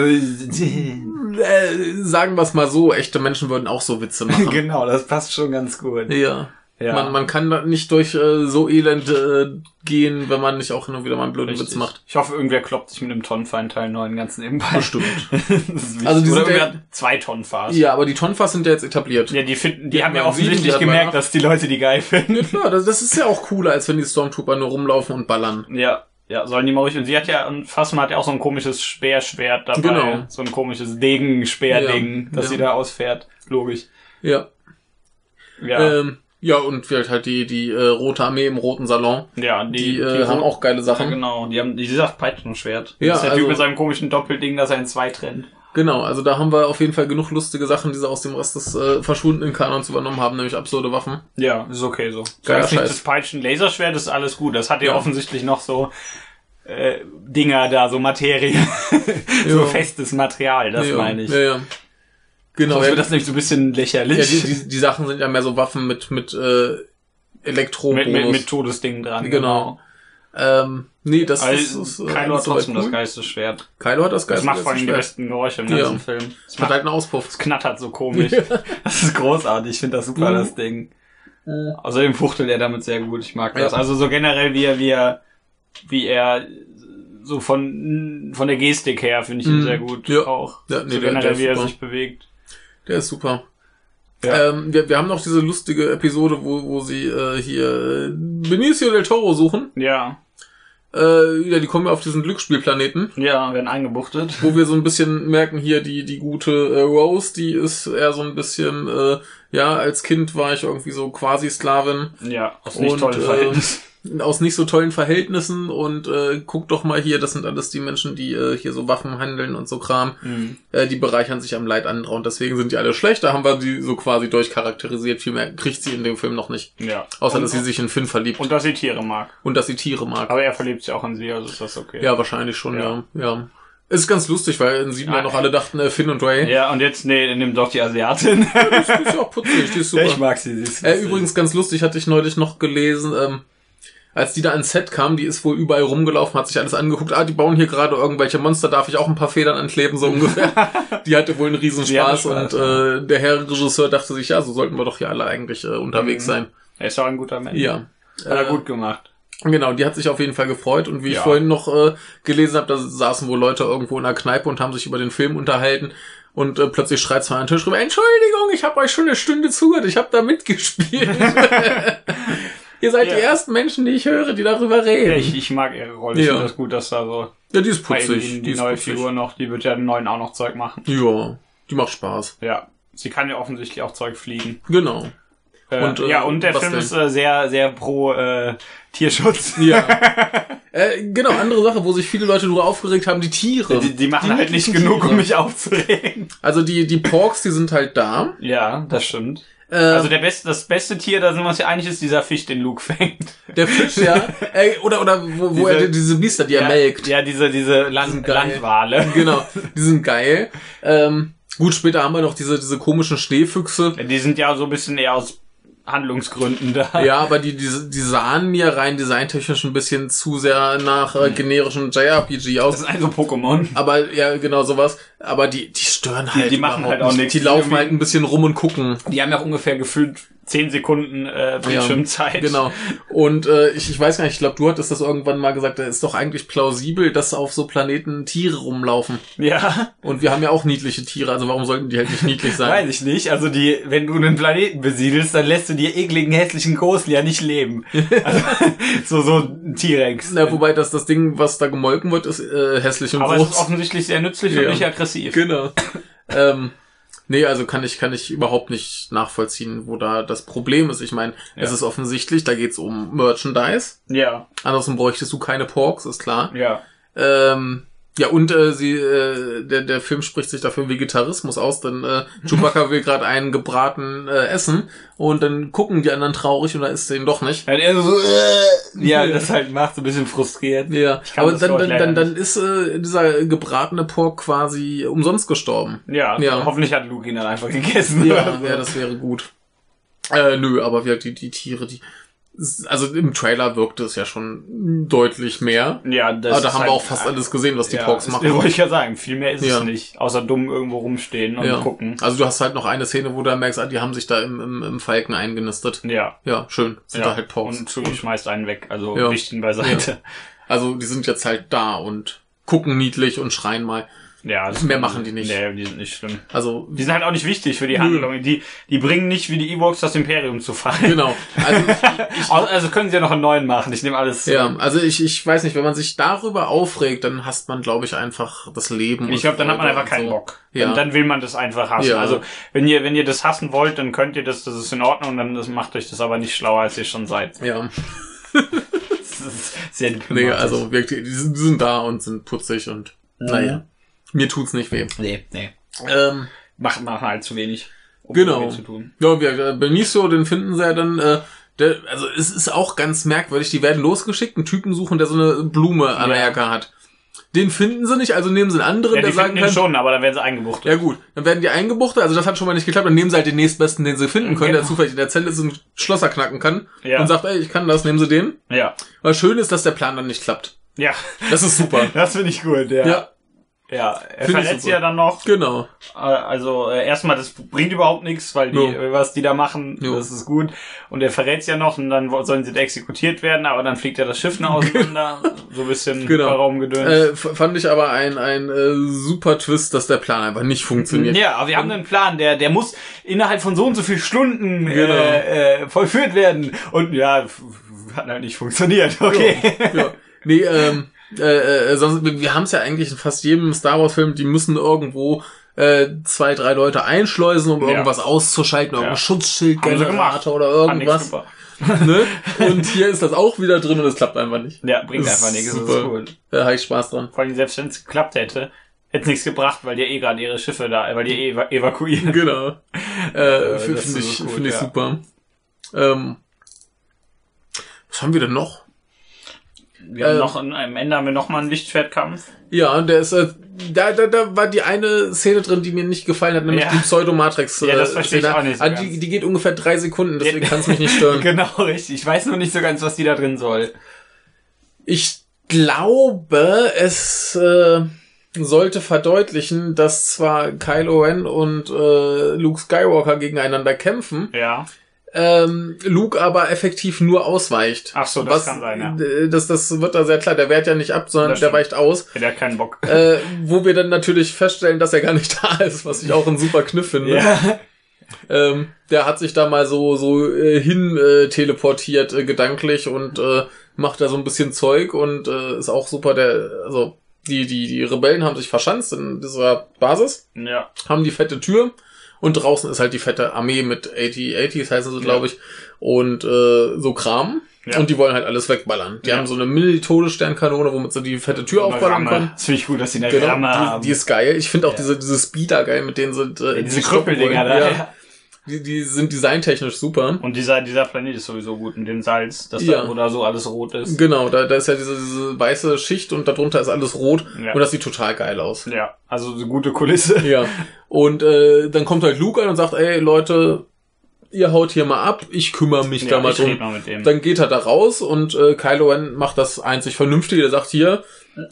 Speaker 1: äh, sagen wir es mal so, echte Menschen würden auch so Witze machen.
Speaker 2: genau, das passt schon ganz gut.
Speaker 1: ja.
Speaker 2: Ja.
Speaker 1: Man, man kann da nicht durch äh, so elend äh, gehen, wenn man nicht auch nur wieder mal einen blöden
Speaker 2: Richtig.
Speaker 1: Witz macht.
Speaker 2: Ich hoffe, irgendwer kloppt sich mit einem Tonnenfeind Teil 9 ganz nebenbei.
Speaker 1: Bestimmt.
Speaker 2: das ist wichtig.
Speaker 1: Also die
Speaker 2: Oder
Speaker 1: sind
Speaker 2: irgendwer
Speaker 1: ja-
Speaker 2: hat zwei Tonnen Fahrt.
Speaker 1: Ja, aber die Tonfas sind ja jetzt etabliert.
Speaker 2: Ja, die finden, die
Speaker 1: Ja,
Speaker 2: haben ja
Speaker 1: man sieht, die
Speaker 2: offensichtlich
Speaker 1: hat man auch.
Speaker 2: gemerkt, dass die Leute die geil finden.
Speaker 1: Ja, das, das ist ja auch cooler, als wenn die Stormtrooper nur rumlaufen und ballern.
Speaker 2: Ja. Ja, sollen die mal ruhig. Und sie hat ja, und Fassmann hat ja auch so ein komisches Speerschwert dabei.
Speaker 1: Genau.
Speaker 2: So ein komisches Degen-Speerding,
Speaker 1: Ja,
Speaker 2: das
Speaker 1: ja.
Speaker 2: sie da ausfährt. Logisch.
Speaker 1: Ja.
Speaker 2: Ja,
Speaker 1: Ähm, ja, und vielleicht halt die, die äh, Rote Armee im Roten Salon.
Speaker 2: ja
Speaker 1: Die, äh, haben auch geile
Speaker 2: Ja,
Speaker 1: Sachen.
Speaker 2: genau, die haben, wie gesagt, Peitschenschwert.
Speaker 1: Ja,
Speaker 2: das ist der
Speaker 1: also-
Speaker 2: Typ mit seinem komischen Doppelding, dass er in zwei trennt.
Speaker 1: Genau, also da haben wir auf jeden Fall genug lustige Sachen, die sie aus dem Rest des äh, verschwundenen Kanons übernommen haben, nämlich absurde Waffen.
Speaker 2: Ja, ist okay so.
Speaker 1: Geiler
Speaker 2: Solange es nicht
Speaker 1: Scheiß.
Speaker 2: das Peitschen-Laserschwert ist alles gut. Das hat ja,
Speaker 1: Ja.
Speaker 2: offensichtlich noch so äh, Dinger da, so Materie. so
Speaker 1: Ja.
Speaker 2: festes Material, das
Speaker 1: ja,
Speaker 2: meine ich.
Speaker 1: Ja, ja. Genau,
Speaker 2: Sonst
Speaker 1: ja,
Speaker 2: wird das nämlich so ein bisschen lächerlich.
Speaker 1: ja, die, die, die Sachen sind ja mehr so Waffen mit, mit äh, elektro
Speaker 2: mit, mit, mit Todesdingen dran.
Speaker 1: Genau. ähm, Nee, das
Speaker 2: Also,
Speaker 1: ist, ist äh,
Speaker 2: Kylo hat
Speaker 1: soweit
Speaker 2: trotzdem das
Speaker 1: cool.
Speaker 2: geilste Schwert.
Speaker 1: Kylo hat das
Speaker 2: Das
Speaker 1: Geist.
Speaker 2: macht vor allem die besten Geräusche im
Speaker 1: Ja.
Speaker 2: ganzen Film. Das
Speaker 1: Hat
Speaker 2: macht,
Speaker 1: halt einen Auspuff.
Speaker 2: knattert so komisch. Das ist großartig. Ich finde das super,
Speaker 1: Mhm.
Speaker 2: das Ding.
Speaker 1: Mhm.
Speaker 2: Außerdem fuchtelt er damit sehr gut. Ich mag das.
Speaker 1: Ja.
Speaker 2: Also so generell, wie er, wie er, wie er so von, von der Gestik her finde ich ihn
Speaker 1: Mhm.
Speaker 2: sehr gut.
Speaker 1: Ja.
Speaker 2: Auch.
Speaker 1: Ja, nee,
Speaker 2: so
Speaker 1: der- der
Speaker 2: generell,
Speaker 1: ist
Speaker 2: wie er
Speaker 1: super.
Speaker 2: sich bewegt.
Speaker 1: Der ist super.
Speaker 2: Ja.
Speaker 1: Ähm, wir, wir haben noch diese lustige Episode, wo, wo sie äh, hier äh, Benicio del Toro suchen.
Speaker 2: Ja.
Speaker 1: Äh, ja, die kommen ja auf diesen Glücksspielplaneten.
Speaker 2: Ja, werden eingebuchtet.
Speaker 1: wo wir so ein bisschen merken hier die die gute äh, Rose, die ist eher so ein bisschen äh, ja als Kind war ich irgendwie so quasi Sklavin
Speaker 2: Ja, aus
Speaker 1: Und,
Speaker 2: nicht tollen
Speaker 1: äh,
Speaker 2: Verhältnissen.
Speaker 1: aus nicht so tollen Verhältnissen und äh, guck doch mal hier, das sind alles die Menschen, die äh, hier so Waffen handeln und so Kram,
Speaker 2: Mhm.
Speaker 1: äh, die bereichern sich am Leid anderer und deswegen sind die alle schlecht. Da haben wir die so quasi durchcharakterisiert. Viel mehr kriegt sie in dem Film noch nicht,
Speaker 2: Ja.
Speaker 1: außer
Speaker 2: und,
Speaker 1: dass sie sich in Finn verliebt und,
Speaker 2: und dass sie Tiere mag.
Speaker 1: dass sie Tiere mag.
Speaker 2: Aber er verliebt sich auch in sie, also ist das okay.
Speaker 1: ja, wahrscheinlich schon.
Speaker 2: Ja.
Speaker 1: Ja, ja. Ist ganz lustig, weil in sieben
Speaker 2: Ja.
Speaker 1: ja noch alle dachten, äh, Finn und Ray.
Speaker 2: Ja, und jetzt, nee, nimm doch die Asiatin.
Speaker 1: Ist ja auch putzig, die ist super.
Speaker 2: Ich mag sie, sie ist
Speaker 1: Äh,
Speaker 2: lustig.
Speaker 1: übrigens ganz lustig, hatte ich neulich noch gelesen, ähm, als die da ans Set kam, die ist wohl überall rumgelaufen, hat sich alles angeguckt, ah, die bauen hier gerade irgendwelche Monster, darf ich auch ein paar Federn ankleben, so ungefähr. die hatte wohl einen
Speaker 2: Die hatte
Speaker 1: Riesenspaß
Speaker 2: Spaß,
Speaker 1: Spaß, und äh, der Herr Regisseur dachte sich, ja, so sollten wir doch hier alle eigentlich äh, unterwegs
Speaker 2: Mhm.
Speaker 1: sein.
Speaker 2: Er ist auch ein guter Mensch.
Speaker 1: Ja.
Speaker 2: Hat er
Speaker 1: Äh,
Speaker 2: gut gemacht.
Speaker 1: Genau, die hat sich auf jeden Fall gefreut und wie
Speaker 2: Ja.
Speaker 1: ich vorhin noch äh, gelesen habe, da saßen wohl Leute irgendwo in einer Kneipe und haben sich über den Film unterhalten und äh, plötzlich schreit zwei an den Tisch rüber, Entschuldigung, ich habe euch schon eine Stunde zugehört, ich habe da mitgespielt. Ihr seid
Speaker 2: Ja.
Speaker 1: die ersten Menschen, die ich höre, die darüber
Speaker 2: Ja,
Speaker 1: reden.
Speaker 2: ich, ich mag ihre Rolle. Ich
Speaker 1: Ja.
Speaker 2: finde das gut, dass da so
Speaker 1: Ja, die ist
Speaker 2: bei ihnen
Speaker 1: putzig.
Speaker 2: die,
Speaker 1: Die
Speaker 2: die
Speaker 1: ist
Speaker 2: neue
Speaker 1: putzig.
Speaker 2: Figur noch, die wird ja den neuen auch noch Zeug machen.
Speaker 1: Ja, die macht Spaß.
Speaker 2: Ja. Sie kann ja offensichtlich auch Zeug fliegen.
Speaker 1: Genau.
Speaker 2: Äh,
Speaker 1: Und, äh,
Speaker 2: ja, und der
Speaker 1: was
Speaker 2: Film
Speaker 1: denn?
Speaker 2: ist äh, sehr, sehr pro äh, Tierschutz.
Speaker 1: Ja. äh, genau, andere Sache, wo sich viele Leute nur aufgeregt haben, die Tiere.
Speaker 2: Die, die machen halt nicht
Speaker 1: niedlichen
Speaker 2: genug,
Speaker 1: Tiere.
Speaker 2: um mich aufzuregen.
Speaker 1: Also die, die Porks, die sind halt da.
Speaker 2: Ja, das stimmt.
Speaker 1: Äh,
Speaker 2: Also der beste, das beste Tier, da sind wir uns ja einig, ist dieser Fisch, den Luke fängt.
Speaker 1: Der Fisch, ja. Ey, oder oder wo, wo
Speaker 2: Diese-
Speaker 1: er diese Biester, die
Speaker 2: ja,
Speaker 1: er melkt.
Speaker 2: Ja, diese, diese Land
Speaker 1: sind geil.
Speaker 2: Landwale.
Speaker 1: Genau, die sind geil. Ähm, gut, später haben wir noch diese, diese komischen Schneefüchse.
Speaker 2: Die sind ja so ein bisschen eher aus Handlungsgründen da.
Speaker 1: Ja, aber die, die, die sahen mir rein designtechnisch ein bisschen zu sehr nach äh, generischen JRPG
Speaker 2: Mhm. Das
Speaker 1: aus.
Speaker 2: ist ein so Pokémon.
Speaker 1: Aber ja, genau sowas. Aber die, die stören halt.
Speaker 2: die machen
Speaker 1: überhaupt
Speaker 2: halt auch nichts.
Speaker 1: Die laufen halt ein bisschen rum und gucken.
Speaker 2: Die haben ja auch ungefähr gefühlt 10 Sekunden äh, Bildschirmzeit.
Speaker 1: Genau. Und äh, ich, ich weiß gar nicht, ich glaube, du hattest das irgendwann mal gesagt, da ist doch eigentlich plausibel, dass auf so Planeten Tiere rumlaufen.
Speaker 2: Ja,
Speaker 1: Und wir haben ja auch niedliche Tiere, also warum sollten die halt nicht niedlich sein?
Speaker 2: weiß ich nicht. Also die, wenn du einen Planeten besiedelst, dann lässt du die ekligen, hässlichen Großen ja nicht leben. Also, so, so ein T-Rex.
Speaker 1: Na, wobei das, das Ding, was da gemolken wird, ist äh, hässlich und
Speaker 2: Aber es ist
Speaker 1: groß.
Speaker 2: offensichtlich sehr nützlich und
Speaker 1: Ja.
Speaker 2: nicht aggressiv.
Speaker 1: Genau. ähm, nee, also kann ich, kann ich überhaupt nicht nachvollziehen, wo da das Problem ist. Ich meine, es
Speaker 2: Ja.
Speaker 1: ist offensichtlich, da geht's um Merchandise.
Speaker 2: Ja,
Speaker 1: Ansonsten bräuchtest du keine Porks, ist klar.
Speaker 2: ja.
Speaker 1: Ähm, ja, und äh, sie, äh, der, der Film spricht sich dafür Vegetarismus aus, denn äh, Chewbacca will gerade einen gebraten äh, essen und dann gucken die anderen traurig und da ist den doch nicht.
Speaker 2: Dann Halt eher so, äh, wie er das halt macht, so ein bisschen frustriert.
Speaker 1: Ja,
Speaker 2: kann
Speaker 1: aber
Speaker 2: das
Speaker 1: dann,
Speaker 2: Wort
Speaker 1: dann,
Speaker 2: leider
Speaker 1: dann, dann ist äh, dieser gebratene Pork quasi umsonst gestorben.
Speaker 2: Ja,
Speaker 1: Ja.
Speaker 2: hoffentlich hat Luke ihn dann einfach gegessen.
Speaker 1: Ja,
Speaker 2: oder so.
Speaker 1: ja das wäre gut. Äh, nö, aber wir, die, die Tiere, die. Also im Trailer wirkte es ja schon deutlich mehr.
Speaker 2: ja, das
Speaker 1: aber da
Speaker 2: ist
Speaker 1: haben
Speaker 2: halt-
Speaker 1: wir auch fast alles gesehen, was die
Speaker 2: ja,
Speaker 1: Porks
Speaker 2: ist-
Speaker 1: machen.
Speaker 2: Wollte ich ja sagen, viel mehr ist
Speaker 1: Ja.
Speaker 2: es nicht. Außer dumm irgendwo rumstehen und
Speaker 1: Ja.
Speaker 2: gucken.
Speaker 1: Also du hast halt noch eine Szene, wo du dann merkst, ah, die haben sich da im, im, im Falken eingenistet.
Speaker 2: Ja.
Speaker 1: Ja, schön. Sind da halt Porks.
Speaker 2: Und Chewie schmeißt einen weg, also
Speaker 1: Ja.
Speaker 2: wicht ihn beiseite.
Speaker 1: Also die sind jetzt halt da und gucken niedlich und schreien mal.
Speaker 2: Ja, das
Speaker 1: Mehr machen die nicht.
Speaker 2: Nee, die sind nicht schlimm.
Speaker 1: Also
Speaker 2: Die sind halt auch nicht wichtig für die Handlung. Die, die bringen nicht wie die Ewoks das Imperium zu Fall.
Speaker 1: genau. Also
Speaker 2: Au- Also können sie ja noch einen neuen machen. Ich nehme alles.
Speaker 1: ja, also ich, ich weiß nicht, wenn man sich darüber aufregt, dann hasst man, glaube ich, einfach das Leben. und
Speaker 2: Ich glaube, dann hat man
Speaker 1: Freude
Speaker 2: einfach
Speaker 1: und
Speaker 2: keinen
Speaker 1: so.
Speaker 2: Bock.
Speaker 1: Ja.
Speaker 2: Und dann will man das einfach hassen.
Speaker 1: Ja.
Speaker 2: Also, wenn ihr, wenn ihr das hassen wollt, dann könnt ihr das, das ist in Ordnung, dann das macht euch das aber nicht schlauer, als ihr schon seid.
Speaker 1: Ja,
Speaker 2: Das ist sehr
Speaker 1: nee,
Speaker 2: diplomatisch.
Speaker 1: also wirklich, die sind, die sind da und sind putzig und naja. Mir tut's nicht weh.
Speaker 2: Nee, nee.
Speaker 1: Ähm,
Speaker 2: Macht, macht halt zu wenig. um
Speaker 1: Genau.
Speaker 2: viel Zu tun.
Speaker 1: Ja, wir, äh, Benicio, den finden sie ja dann, äh, der, also es ist auch ganz merkwürdig, die werden losgeschickt, einen Typen suchen, der so eine Blume an der
Speaker 2: Ja.
Speaker 1: Jacke hat. Den finden sie nicht, also nehmen sie einen anderen,
Speaker 2: Ja, die
Speaker 1: der sagen
Speaker 2: finden ihn
Speaker 1: kann,
Speaker 2: schon, aber dann werden sie eingebuchtet.
Speaker 1: ja gut, dann werden die eingebuchtet, also das hat schon mal nicht geklappt, dann nehmen sie halt den nächstbesten, den sie finden können, der
Speaker 2: Genau.
Speaker 1: zufällig in der Zelle ist und Schlosser knacken kann
Speaker 2: Ja.
Speaker 1: und sagt, ey, ich kann das, nehmen sie den.
Speaker 2: Ja.
Speaker 1: Was schön ist, dass der Plan dann nicht klappt.
Speaker 2: Ja.
Speaker 1: Das ist super.
Speaker 2: Das finde ich gut, ja.
Speaker 1: ja,
Speaker 2: Ja, er
Speaker 1: Find ich
Speaker 2: verletzt sie
Speaker 1: super.
Speaker 2: ja dann noch.
Speaker 1: genau.
Speaker 2: Äh, Also äh, erstmal, das bringt überhaupt nichts, weil die,
Speaker 1: Jo.
Speaker 2: äh, was die da machen,
Speaker 1: Jo.
Speaker 2: das ist gut. Und er verrät sie ja noch und dann wo- sollen sie exekutiert werden, aber dann fliegt ja das Schiff nach auseinander. so ein bisschen
Speaker 1: Genau.
Speaker 2: Raumgedöns.
Speaker 1: Äh, f- fand ich aber ein, ein äh, super Twist, dass der Plan einfach nicht funktioniert.
Speaker 2: ja, aber wir haben einen Plan, der, der muss innerhalb von so und so viel Stunden
Speaker 1: Genau.
Speaker 2: äh, äh, vollführt werden. Und ja, f- f- hat halt nicht funktioniert. Okay.
Speaker 1: ja. Nee, ähm, äh, äh, sonst, wir, wir haben es ja eigentlich in fast jedem Star Wars-Film, die müssen irgendwo äh, zwei, drei Leute einschleusen, um
Speaker 2: Ja.
Speaker 1: irgendwas auszuschalten, irgendein
Speaker 2: Ja.
Speaker 1: Schutzschild,
Speaker 2: Haben sie gemacht.
Speaker 1: Generator oder
Speaker 2: Hat nichts
Speaker 1: irgendwas.
Speaker 2: gebracht.
Speaker 1: Ne? Und hier ist das auch wieder drin und es klappt einfach nicht.
Speaker 2: Ja, bringt
Speaker 1: Das ist
Speaker 2: einfach nichts. Das ist
Speaker 1: super.
Speaker 2: cool.
Speaker 1: Da habe ich Spaß dran.
Speaker 2: Vor allem, selbst wenn es geklappt hätte, hätte es nichts gebracht, weil die eh gerade ihre Schiffe da, weil die eh eva- evakuieren.
Speaker 1: Genau. Äh,
Speaker 2: Äh,
Speaker 1: Finde
Speaker 2: das
Speaker 1: find
Speaker 2: ist
Speaker 1: ich,
Speaker 2: gut,
Speaker 1: find ich
Speaker 2: ja.
Speaker 1: super. Ähm, was haben wir denn noch?
Speaker 2: Wir haben
Speaker 1: Ähm.
Speaker 2: noch, ein- am Ende haben wir nochmal einen Lichtschwertkampf.
Speaker 1: Ja, und der ist, äh, da, da, da war die eine Szene drin, die mir nicht gefallen hat, nämlich
Speaker 2: Ja.
Speaker 1: die Pseudomatrix.
Speaker 2: Ja, das
Speaker 1: äh,
Speaker 2: verstehe ich
Speaker 1: Szene.
Speaker 2: auch nicht so
Speaker 1: Ah,
Speaker 2: ganz.
Speaker 1: die, die geht ungefähr drei Sekunden, deswegen kann es mich nicht stören.
Speaker 2: genau, richtig. Ich weiß nur nicht so ganz, was die da drin soll.
Speaker 1: Ich glaube, es äh, sollte verdeutlichen, dass zwar Kylo Ren und äh, Luke Skywalker gegeneinander kämpfen,
Speaker 2: Ja.
Speaker 1: ähm, Luke aber effektiv nur ausweicht.
Speaker 2: Ach so, das kann sein, ja.
Speaker 1: äh, Das, das wird da sehr klar, der wehrt ja nicht ab, sondern
Speaker 2: Das
Speaker 1: der
Speaker 2: stimmt.
Speaker 1: weicht aus.
Speaker 2: Der hat keinen Bock.
Speaker 1: Äh, wo wir dann natürlich feststellen, dass er gar nicht da ist, was ich auch einen super Kniff finde.
Speaker 2: ja.
Speaker 1: Ähm, der hat sich da mal so so äh, hin äh, teleportiert äh, gedanklich und äh, macht da so ein bisschen Zeug und äh, ist auch super. Der also die die die Rebellen haben sich verschanzt in dieser Basis,
Speaker 2: Ja.
Speaker 1: haben die fette Tür und draußen ist halt die fette Armee mit 80 80s heißen sie glaube ich und äh, so Kram
Speaker 2: Ja.
Speaker 1: und die wollen halt alles wegballern. Die
Speaker 2: Ja.
Speaker 1: haben so eine Mini Todessternkanone, womit sie die fette Tür aufballern können.
Speaker 2: Das finde ich gut, dass die eine Ramme
Speaker 1: Genau,
Speaker 2: haben.
Speaker 1: die, die ist geil. Ich finde auch
Speaker 2: Ja.
Speaker 1: diese, diese Speeder geil, mit denen sind äh,
Speaker 2: Ja, diese
Speaker 1: die stoppen
Speaker 2: Krüppeldinger da.
Speaker 1: wollen. Ja, die, die sind designtechnisch super.
Speaker 2: Und dieser, dieser Planet ist sowieso gut mit dem Salz, dass
Speaker 1: Ja.
Speaker 2: da, wo da so alles rot ist.
Speaker 1: Genau, da, da ist ja diese, diese weiße Schicht und darunter ist alles rot
Speaker 2: Ja.
Speaker 1: und das sieht total geil aus.
Speaker 2: Ja. Also, eine gute Kulisse.
Speaker 1: Ja. Und äh, dann kommt halt Luke an und sagt, ey Leute, ihr haut hier mal ab, ich kümmere mich da mal
Speaker 2: ich red
Speaker 1: drum.
Speaker 2: mal mit dem.
Speaker 1: Dann geht er da raus und äh, Kylo Ren macht das einzig Vernünftige. Der sagt hier,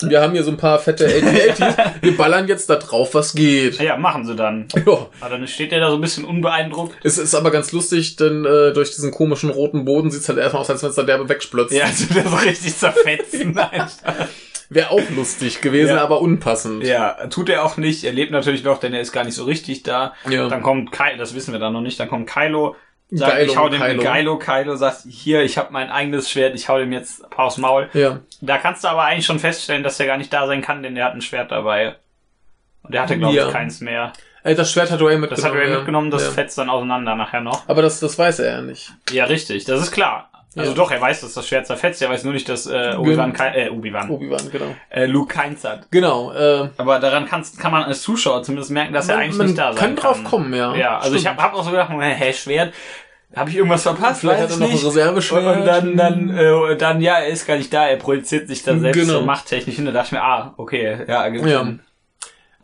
Speaker 1: wir haben hier so ein paar fette AT-ATs, wir ballern jetzt da drauf, was geht.
Speaker 2: Ja, machen sie dann.
Speaker 1: Ja,
Speaker 2: Aber dann steht der da so ein bisschen unbeeindruckt.
Speaker 1: Es ist aber ganz lustig, denn äh, durch diesen komischen roten Boden sieht's halt erstmal aus, als wenn es da derbe wegsplötzt.
Speaker 2: Ja, also der so richtig zerfetzen. Nein.
Speaker 1: Wäre auch lustig gewesen,
Speaker 2: Ja.
Speaker 1: aber unpassend.
Speaker 2: Ja, tut er auch nicht. Er lebt natürlich noch, denn er ist gar nicht so richtig da.
Speaker 1: Ja.
Speaker 2: Dann kommt Kylo, das wissen wir dann noch nicht, dann kommt Kylo, sagt,
Speaker 1: Geilo,
Speaker 2: ich hau dem
Speaker 1: Kylo.
Speaker 2: Kylo. Kylo, sagt, hier, ich habe mein eigenes Schwert, ich hau dem jetzt ein paar aufs Maul.
Speaker 1: Ja.
Speaker 2: Da kannst du aber eigentlich schon feststellen, dass er gar nicht da sein kann, denn er hat ein Schwert dabei. Und er hatte, glaube
Speaker 1: Ja.
Speaker 2: ich, keins mehr.
Speaker 1: Äh, das Schwert hat Ray mitgenommen.
Speaker 2: Das hat er
Speaker 1: ja.
Speaker 2: mitgenommen, das
Speaker 1: ja.
Speaker 2: fetzt dann auseinander nachher noch.
Speaker 1: Aber das, das weiß er ja nicht.
Speaker 2: Ja, richtig, das ist klar. Also
Speaker 1: Ja.
Speaker 2: doch, er weiß, dass das Schwert zerfetzt, er weiß nur nicht, dass äh, Obi-Wan,
Speaker 1: Gen-
Speaker 2: kei- äh, Obi-Wan,
Speaker 1: Obi-Wan, genau.
Speaker 2: äh, Luke keins hat.
Speaker 1: Genau. Äh,
Speaker 2: Aber daran kannst, kann man als Zuschauer zumindest merken, dass er
Speaker 1: Man-
Speaker 2: eigentlich
Speaker 1: man
Speaker 2: nicht da sein
Speaker 1: kann
Speaker 2: kann.
Speaker 1: drauf kommen, ja.
Speaker 2: Ja, also ich
Speaker 1: Stimmt.
Speaker 2: habe hab auch so gedacht, Moment, hä, Schwert, habe ich irgendwas verpasst?
Speaker 1: vielleicht hat
Speaker 2: Weiß
Speaker 1: er
Speaker 2: ich
Speaker 1: noch ein
Speaker 2: nicht.
Speaker 1: Reserveschwert.
Speaker 2: Und und dann, dann, äh, dann, ja, er ist gar nicht da, er projiziert sich dann selbst
Speaker 1: Genau.
Speaker 2: so machttechnisch hin. Da dachte ich mir, ah, okay, ja, ergibt
Speaker 1: Ja.
Speaker 2: Sinn.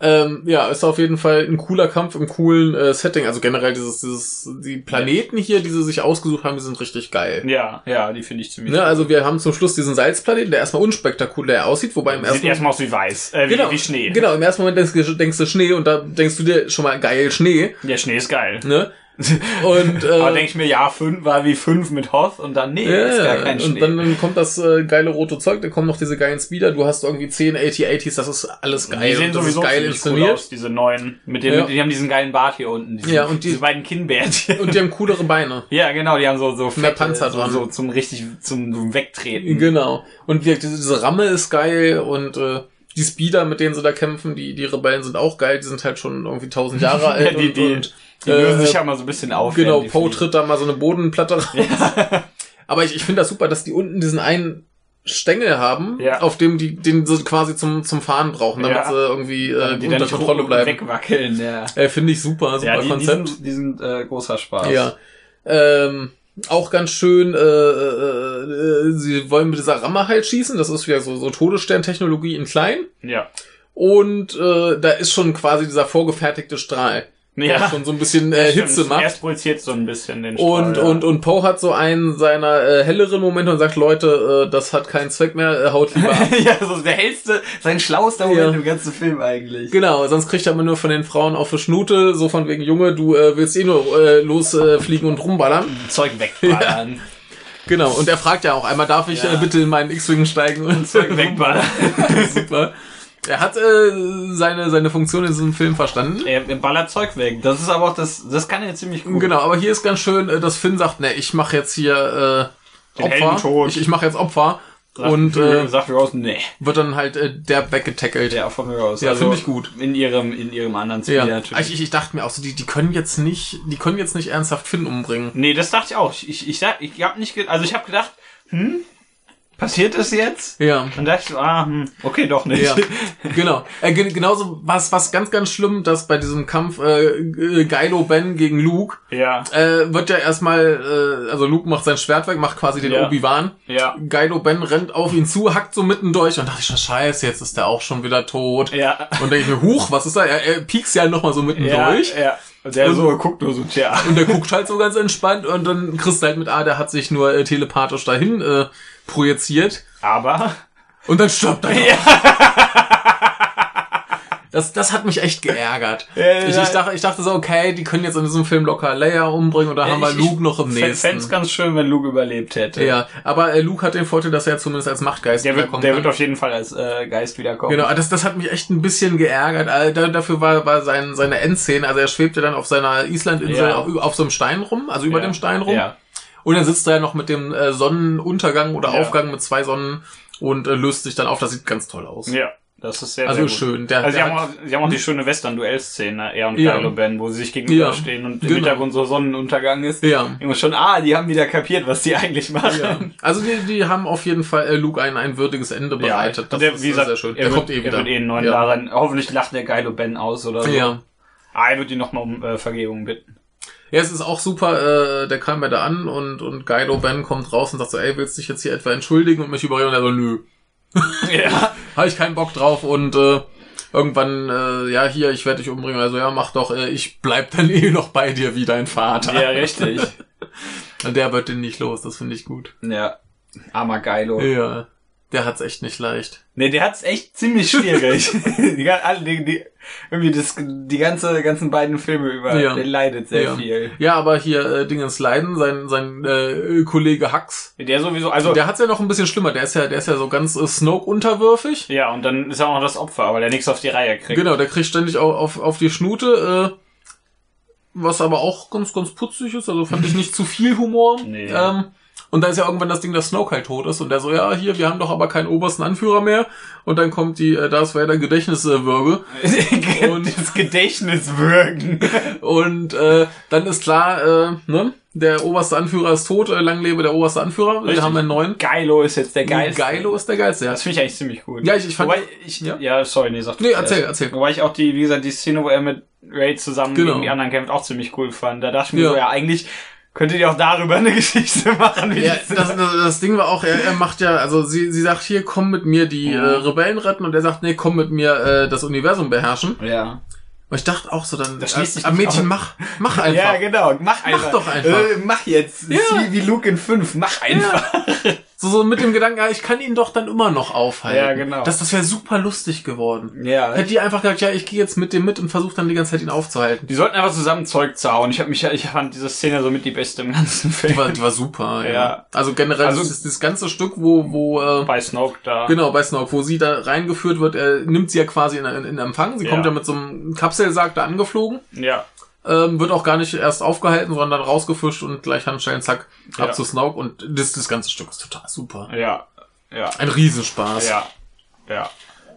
Speaker 1: ähm, ja, ist auf jeden Fall ein cooler Kampf im coolen äh, Setting. Also generell dieses, dieses, die Planeten hier, die sie sich ausgesucht haben, die sind richtig geil.
Speaker 2: ja, ja, die finde ich ziemlich.
Speaker 1: Ne, also wir haben zum Schluss diesen Salzplaneten, der erstmal unspektakulär aussieht, wobei im
Speaker 2: Sieht
Speaker 1: ersten
Speaker 2: erstmal aus wie weiß, äh,
Speaker 1: Ne,
Speaker 2: wie,
Speaker 1: genau,
Speaker 2: wie Schnee.
Speaker 1: Genau, im ersten Moment denkst, du- denkst du Schnee und da denkst du dir schon mal geil Schnee,
Speaker 2: Der Schnee ist geil.
Speaker 1: ne? Und, äh,
Speaker 2: Aber denke ich mir, ja, fünf war wie fünf mit Hoth und dann, nee, ist gar
Speaker 1: ja,
Speaker 2: kein
Speaker 1: und
Speaker 2: Schnee.
Speaker 1: dann, dann kommt das äh, geile rote Zeug, dann kommen noch diese geilen Speeder, du hast irgendwie 10 8080s, das ist alles geil.
Speaker 2: die sehen
Speaker 1: und das
Speaker 2: sowieso
Speaker 1: ist geil
Speaker 2: ziemlich cool aus, diese neuen. Mit dem,
Speaker 1: Ja.
Speaker 2: Die haben diesen geilen Bart hier unten. Diesen,
Speaker 1: Ja, und die-
Speaker 2: diese beiden Kinnbärtchen.
Speaker 1: Und die haben coolere Beine.
Speaker 2: ja, genau, die haben so, so
Speaker 1: Mehr Panzer
Speaker 2: so,
Speaker 1: dran.
Speaker 2: so zum richtig, zum Wegtreten.
Speaker 1: Genau. Und die, diese, diese Ramme ist geil und äh, die Speeder, mit denen sie da kämpfen, die, die Rebellen sind auch geil, die sind halt schon irgendwie tausend Jahre alt.
Speaker 2: Ja, die,
Speaker 1: und,
Speaker 2: die,
Speaker 1: und,
Speaker 2: die lösen
Speaker 1: äh,
Speaker 2: sich ja mal so ein bisschen auf.
Speaker 1: Genau,
Speaker 2: während die
Speaker 1: Poe
Speaker 2: fliegen.
Speaker 1: tritt da mal so eine Bodenplatte rein. Aber ich, ich finde das super, dass die unten diesen einen Stängel haben,
Speaker 2: Ja.
Speaker 1: auf dem die den sie quasi zum, zum Fahren brauchen, damit
Speaker 2: Ja.
Speaker 1: sie irgendwie äh,
Speaker 2: die dann
Speaker 1: unter
Speaker 2: nicht
Speaker 1: Kontrolle
Speaker 2: Kontrolle
Speaker 1: bleiben.
Speaker 2: wegwackeln, ja.
Speaker 1: Äh, finde ich super, super
Speaker 2: Ja, die, die
Speaker 1: Konzept.
Speaker 2: sind, die sind äh, großer Spaß.
Speaker 1: Ja. Ähm, auch ganz schön, äh, äh, äh, sie wollen mit dieser Ramme halt schießen, das ist wieder so, so Todessterntechnologie in klein.
Speaker 2: Ja.
Speaker 1: Und äh, da ist schon quasi dieser vorgefertigte Strahl, der
Speaker 2: Ja.
Speaker 1: schon so ein bisschen äh, Hitze
Speaker 2: Stimmt,
Speaker 1: macht.
Speaker 2: Erst projiziert so ein bisschen den
Speaker 1: Und,
Speaker 2: Strahl,
Speaker 1: und, und Poe hat so einen seiner äh, helleren Momente und sagt, Leute, äh, das hat keinen Zweck mehr, äh, haut lieber ab.
Speaker 2: ja, so der hellste, sein schlauster Moment
Speaker 1: Ja.
Speaker 2: im ganzen Film eigentlich.
Speaker 1: genau, sonst kriegt er immer nur von den Frauen auf die Schnute, so von wegen, Junge, du äh, willst eh nur äh, losfliegen äh, fliegen und rumballern.
Speaker 2: Zeug wegballern.
Speaker 1: Genau, und er fragt ja auch einmal, darf ich
Speaker 2: Ja.
Speaker 1: äh, bitte in meinen X-Wing steigen und
Speaker 2: Zeug wegballern.
Speaker 1: Super. Er hat äh, seine, seine Funktion in diesem Film verstanden.
Speaker 2: er, er ballert Zeug weg. Das ist aber auch das, das kann er ziemlich gut.
Speaker 1: Genau, aber hier ist ganz schön, äh, dass Finn sagt, ne, ich mache jetzt hier äh,
Speaker 2: Den Helden
Speaker 1: Opfer.
Speaker 2: tot.
Speaker 1: Ich, ich mache jetzt Opfer.
Speaker 2: Sagt,
Speaker 1: und äh,
Speaker 2: sagt raus, nee,
Speaker 1: wird dann halt äh, derb weggetackelt.
Speaker 2: der von mir raus.
Speaker 1: Ja, finde ich gut.
Speaker 2: In ihrem, in ihrem anderen Spiel
Speaker 1: Ja, Ah,
Speaker 2: natürlich.
Speaker 1: ich, ich, ich dachte mir auch so, die, die können jetzt nicht, die können jetzt nicht ernsthaft Finn umbringen.
Speaker 2: nee, das dachte ich auch. Ich, ich, ich, sag- ich hab nicht, ge also ich habe gedacht, hm, passiert es jetzt?
Speaker 1: Ja,
Speaker 2: Dann dachte ich so, ah, hm, okay, doch nicht.
Speaker 1: ja, genau. Äh, gen genauso war es ganz, ganz schlimm, dass bei diesem Kampf äh, G- Geilo Ben gegen Luke
Speaker 2: ja,
Speaker 1: äh, wird ja erstmal, äh, also Luke macht sein Schwert weg, macht quasi den
Speaker 2: Ja.
Speaker 1: Obi-Wan.
Speaker 2: ja.
Speaker 1: Geilo Ben rennt auf ihn zu, hackt so mitten durch und dachte ich schon, scheiße, jetzt ist der auch schon wieder tot.
Speaker 2: Ja.
Speaker 1: Und denke ich mir, huch, was ist da? Er, er piekst ja nochmal so mitten
Speaker 2: Ja,
Speaker 1: durch.
Speaker 2: ja. Und der
Speaker 1: Und-
Speaker 2: so guckt nur so, tja.
Speaker 1: Und der guckt halt so ganz entspannt und dann kriegst du halt mit, ah, der hat sich nur äh, telepathisch dahin äh, projiziert.
Speaker 2: Aber
Speaker 1: Und dann stirbt er. Das, das hat mich echt geärgert.
Speaker 2: Ja,
Speaker 1: ich,
Speaker 2: ja.
Speaker 1: ich, dachte, ich dachte so, okay, die können jetzt in diesem Film locker Leia umbringen oder haben wir
Speaker 2: ich-
Speaker 1: Luke noch im nächsten.
Speaker 2: fänd's ganz schön, wenn Luke überlebt hätte.
Speaker 1: ja, aber äh, Luke hat den Vorteil, dass er zumindest als Machtgeist
Speaker 2: Der wird,
Speaker 1: wiederkommen
Speaker 2: der
Speaker 1: kann.
Speaker 2: wird auf jeden Fall als äh, Geist wiederkommen.
Speaker 1: Genau, das, das hat mich echt ein bisschen geärgert. Äh, da- Dafür war, war sein, seine Endszene, also er schwebte dann auf seiner Islandinsel
Speaker 2: Ja.
Speaker 1: auf, auf so einem Stein rum, also über
Speaker 2: Ja.
Speaker 1: dem Stein rum.
Speaker 2: Ja.
Speaker 1: Und dann sitzt er ja noch mit dem äh, Sonnenuntergang oder
Speaker 2: Ja.
Speaker 1: Aufgang mit zwei Sonnen und äh, löst sich dann auf. Das sieht ganz toll aus.
Speaker 2: ja, das ist sehr,
Speaker 1: also
Speaker 2: sehr gut.
Speaker 1: schön. Der,
Speaker 2: Also sie
Speaker 1: der
Speaker 2: haben, auch,
Speaker 1: hat, Hm?
Speaker 2: sie haben auch die schöne Western-Duell-Szene, er und
Speaker 1: Ja.
Speaker 2: Kylo Ben, wo sie sich gegenüberstehen und im
Speaker 1: Genau.
Speaker 2: Hintergrund so Sonnenuntergang ist.
Speaker 1: ja.
Speaker 2: Immer schon, ah, die haben wieder kapiert, was die eigentlich
Speaker 1: ja.
Speaker 2: machen.
Speaker 1: Also die, die haben auf jeden Fall äh, Luke ein, ein würdiges Ende bereitet.
Speaker 2: und
Speaker 1: das
Speaker 2: der,
Speaker 1: ist
Speaker 2: wie
Speaker 1: sehr,
Speaker 2: gesagt,
Speaker 1: sehr schön.
Speaker 2: Er
Speaker 1: Der
Speaker 2: wird,
Speaker 1: kommt eh
Speaker 2: Er
Speaker 1: wieder.
Speaker 2: wird eh neun
Speaker 1: ja.
Speaker 2: ja. Jahre sein. Hoffentlich lacht der Kylo Ben aus oder so.
Speaker 1: Ja.
Speaker 2: Ah, er wird ihn nochmal um äh, Vergebung bitten.
Speaker 1: ja, es ist auch super, äh, der kam ja da an und, und Guido Ben kommt raus und sagt so, ey, willst du dich jetzt hier etwa entschuldigen und mich überreden? Und er so, nö,
Speaker 2: ja.
Speaker 1: habe ich keinen Bock drauf und äh, irgendwann, äh, ja, hier, ich werde dich umbringen. Also ja, mach doch, äh, ich bleib dann eh noch bei dir wie dein Vater.
Speaker 2: ja, richtig.
Speaker 1: Und der wird den nicht los, das finde ich gut.
Speaker 2: Ja. Armer Geilo.
Speaker 1: Ja. Der hat's echt nicht leicht.
Speaker 2: Ne, der hat's echt ziemlich schwierig. die, gan- alle- die, die, irgendwie das, die ganze, ganzen beiden Filme über,
Speaker 1: Ja.
Speaker 2: der leidet sehr
Speaker 1: ja.
Speaker 2: viel.
Speaker 1: Ja, aber hier äh, Dingens Leiden, sein, sein äh, Kollege Hux,
Speaker 2: Der sowieso, also,
Speaker 1: der hat's ja noch ein bisschen schlimmer. Der ist ja, der ist ja so ganz äh, Snoke unterwürfig.
Speaker 2: ja, und dann ist er auch noch das Opfer, weil er nichts auf die Reihe kriegt.
Speaker 1: Genau, der kriegt ständig au- auf, auf die Schnute, äh, was aber auch ganz, ganz putzig ist. Also fand ich nicht zu viel Humor.
Speaker 2: Nee.
Speaker 1: Ähm, und dann ist ja irgendwann das Ding, dass Snoke halt tot ist. Und der so, ja, hier, wir haben doch aber keinen obersten Anführer mehr. Und dann kommt die äh, Darth Vader Gedächtniswürge.
Speaker 2: und das Gedächtnis würgen.
Speaker 1: Und äh, dann ist klar, äh, ne, der oberste Anführer ist tot, äh, lang lebe der oberste Anführer, wir
Speaker 2: Richtig.
Speaker 1: haben einen neuen.
Speaker 2: Geilo ist jetzt der Geist.
Speaker 1: Geilo ist der Geilste, ja.
Speaker 2: Das finde ich eigentlich ziemlich gut.
Speaker 1: Ja, ich- ich fand-
Speaker 2: Wobei ich,
Speaker 1: ja.
Speaker 2: ja? sorry, nee, sag du
Speaker 1: Nee,
Speaker 2: zuerst.
Speaker 1: erzähl, erzähl.
Speaker 2: Wobei ich auch die, wie gesagt, die Szene, wo er mit Ray zusammen
Speaker 1: Genau.
Speaker 2: gegen die anderen kämpft, auch ziemlich cool fand. Da dachte ich mir
Speaker 1: Ja.
Speaker 2: so, ja, eigentlich könntet ihr auch darüber eine Geschichte machen. Wie
Speaker 1: Ja,
Speaker 2: die-
Speaker 1: das, das, das Ding war auch, er, er macht ja, also sie, sie sagt, hier, komm mit mir die äh,
Speaker 2: Mhm.
Speaker 1: Rebellen retten und er sagt, nee, komm mit mir äh, das Universum beherrschen.
Speaker 2: ja.
Speaker 1: Und ich dachte auch so, dann,
Speaker 2: Das schließt sich
Speaker 1: ah,
Speaker 2: nicht
Speaker 1: Mädchen, mach, mach einfach.
Speaker 2: Ja, genau. Mach einfach.
Speaker 1: doch einfach.
Speaker 2: Äh, mach jetzt. Das ist
Speaker 1: Ja.
Speaker 2: Wie, wie Luke in 5. Mach einfach.
Speaker 1: So, so mit dem Gedanken, ja, ich kann ihn doch dann immer noch aufhalten.
Speaker 2: Ja, genau.
Speaker 1: Das, das wäre super lustig geworden.
Speaker 2: Ja.
Speaker 1: Hätte die einfach gesagt, ja, ich gehe jetzt mit dem mit und versuche dann die ganze Zeit ihn aufzuhalten.
Speaker 2: Die sollten einfach zusammen Zeug zauen. Ich habe mich, ich fand diese Szene somit die beste im ganzen
Speaker 1: Die war,
Speaker 2: Film.
Speaker 1: die war super, ja.
Speaker 2: Ja.
Speaker 1: Also generell,
Speaker 2: Also-
Speaker 1: das, das ganze Stück, wo, wo, äh,
Speaker 2: Bei Snoke da.
Speaker 1: Genau, bei Snoke, wo sie da reingeführt wird, er nimmt sie ja quasi in, in, in Empfang. Sie
Speaker 2: Ja.
Speaker 1: kommt ja mit so einem Kapselsack da angeflogen,
Speaker 2: Ja.
Speaker 1: ähm, wird auch gar nicht erst aufgehalten, sondern rausgefischt und gleich Handschellen, zack, ab
Speaker 2: Ja.
Speaker 1: zu Snoke. Und das, das ganze Stück ist total super.
Speaker 2: Ja. Ja.
Speaker 1: Ein Riesenspaß.
Speaker 2: Ja. Ja.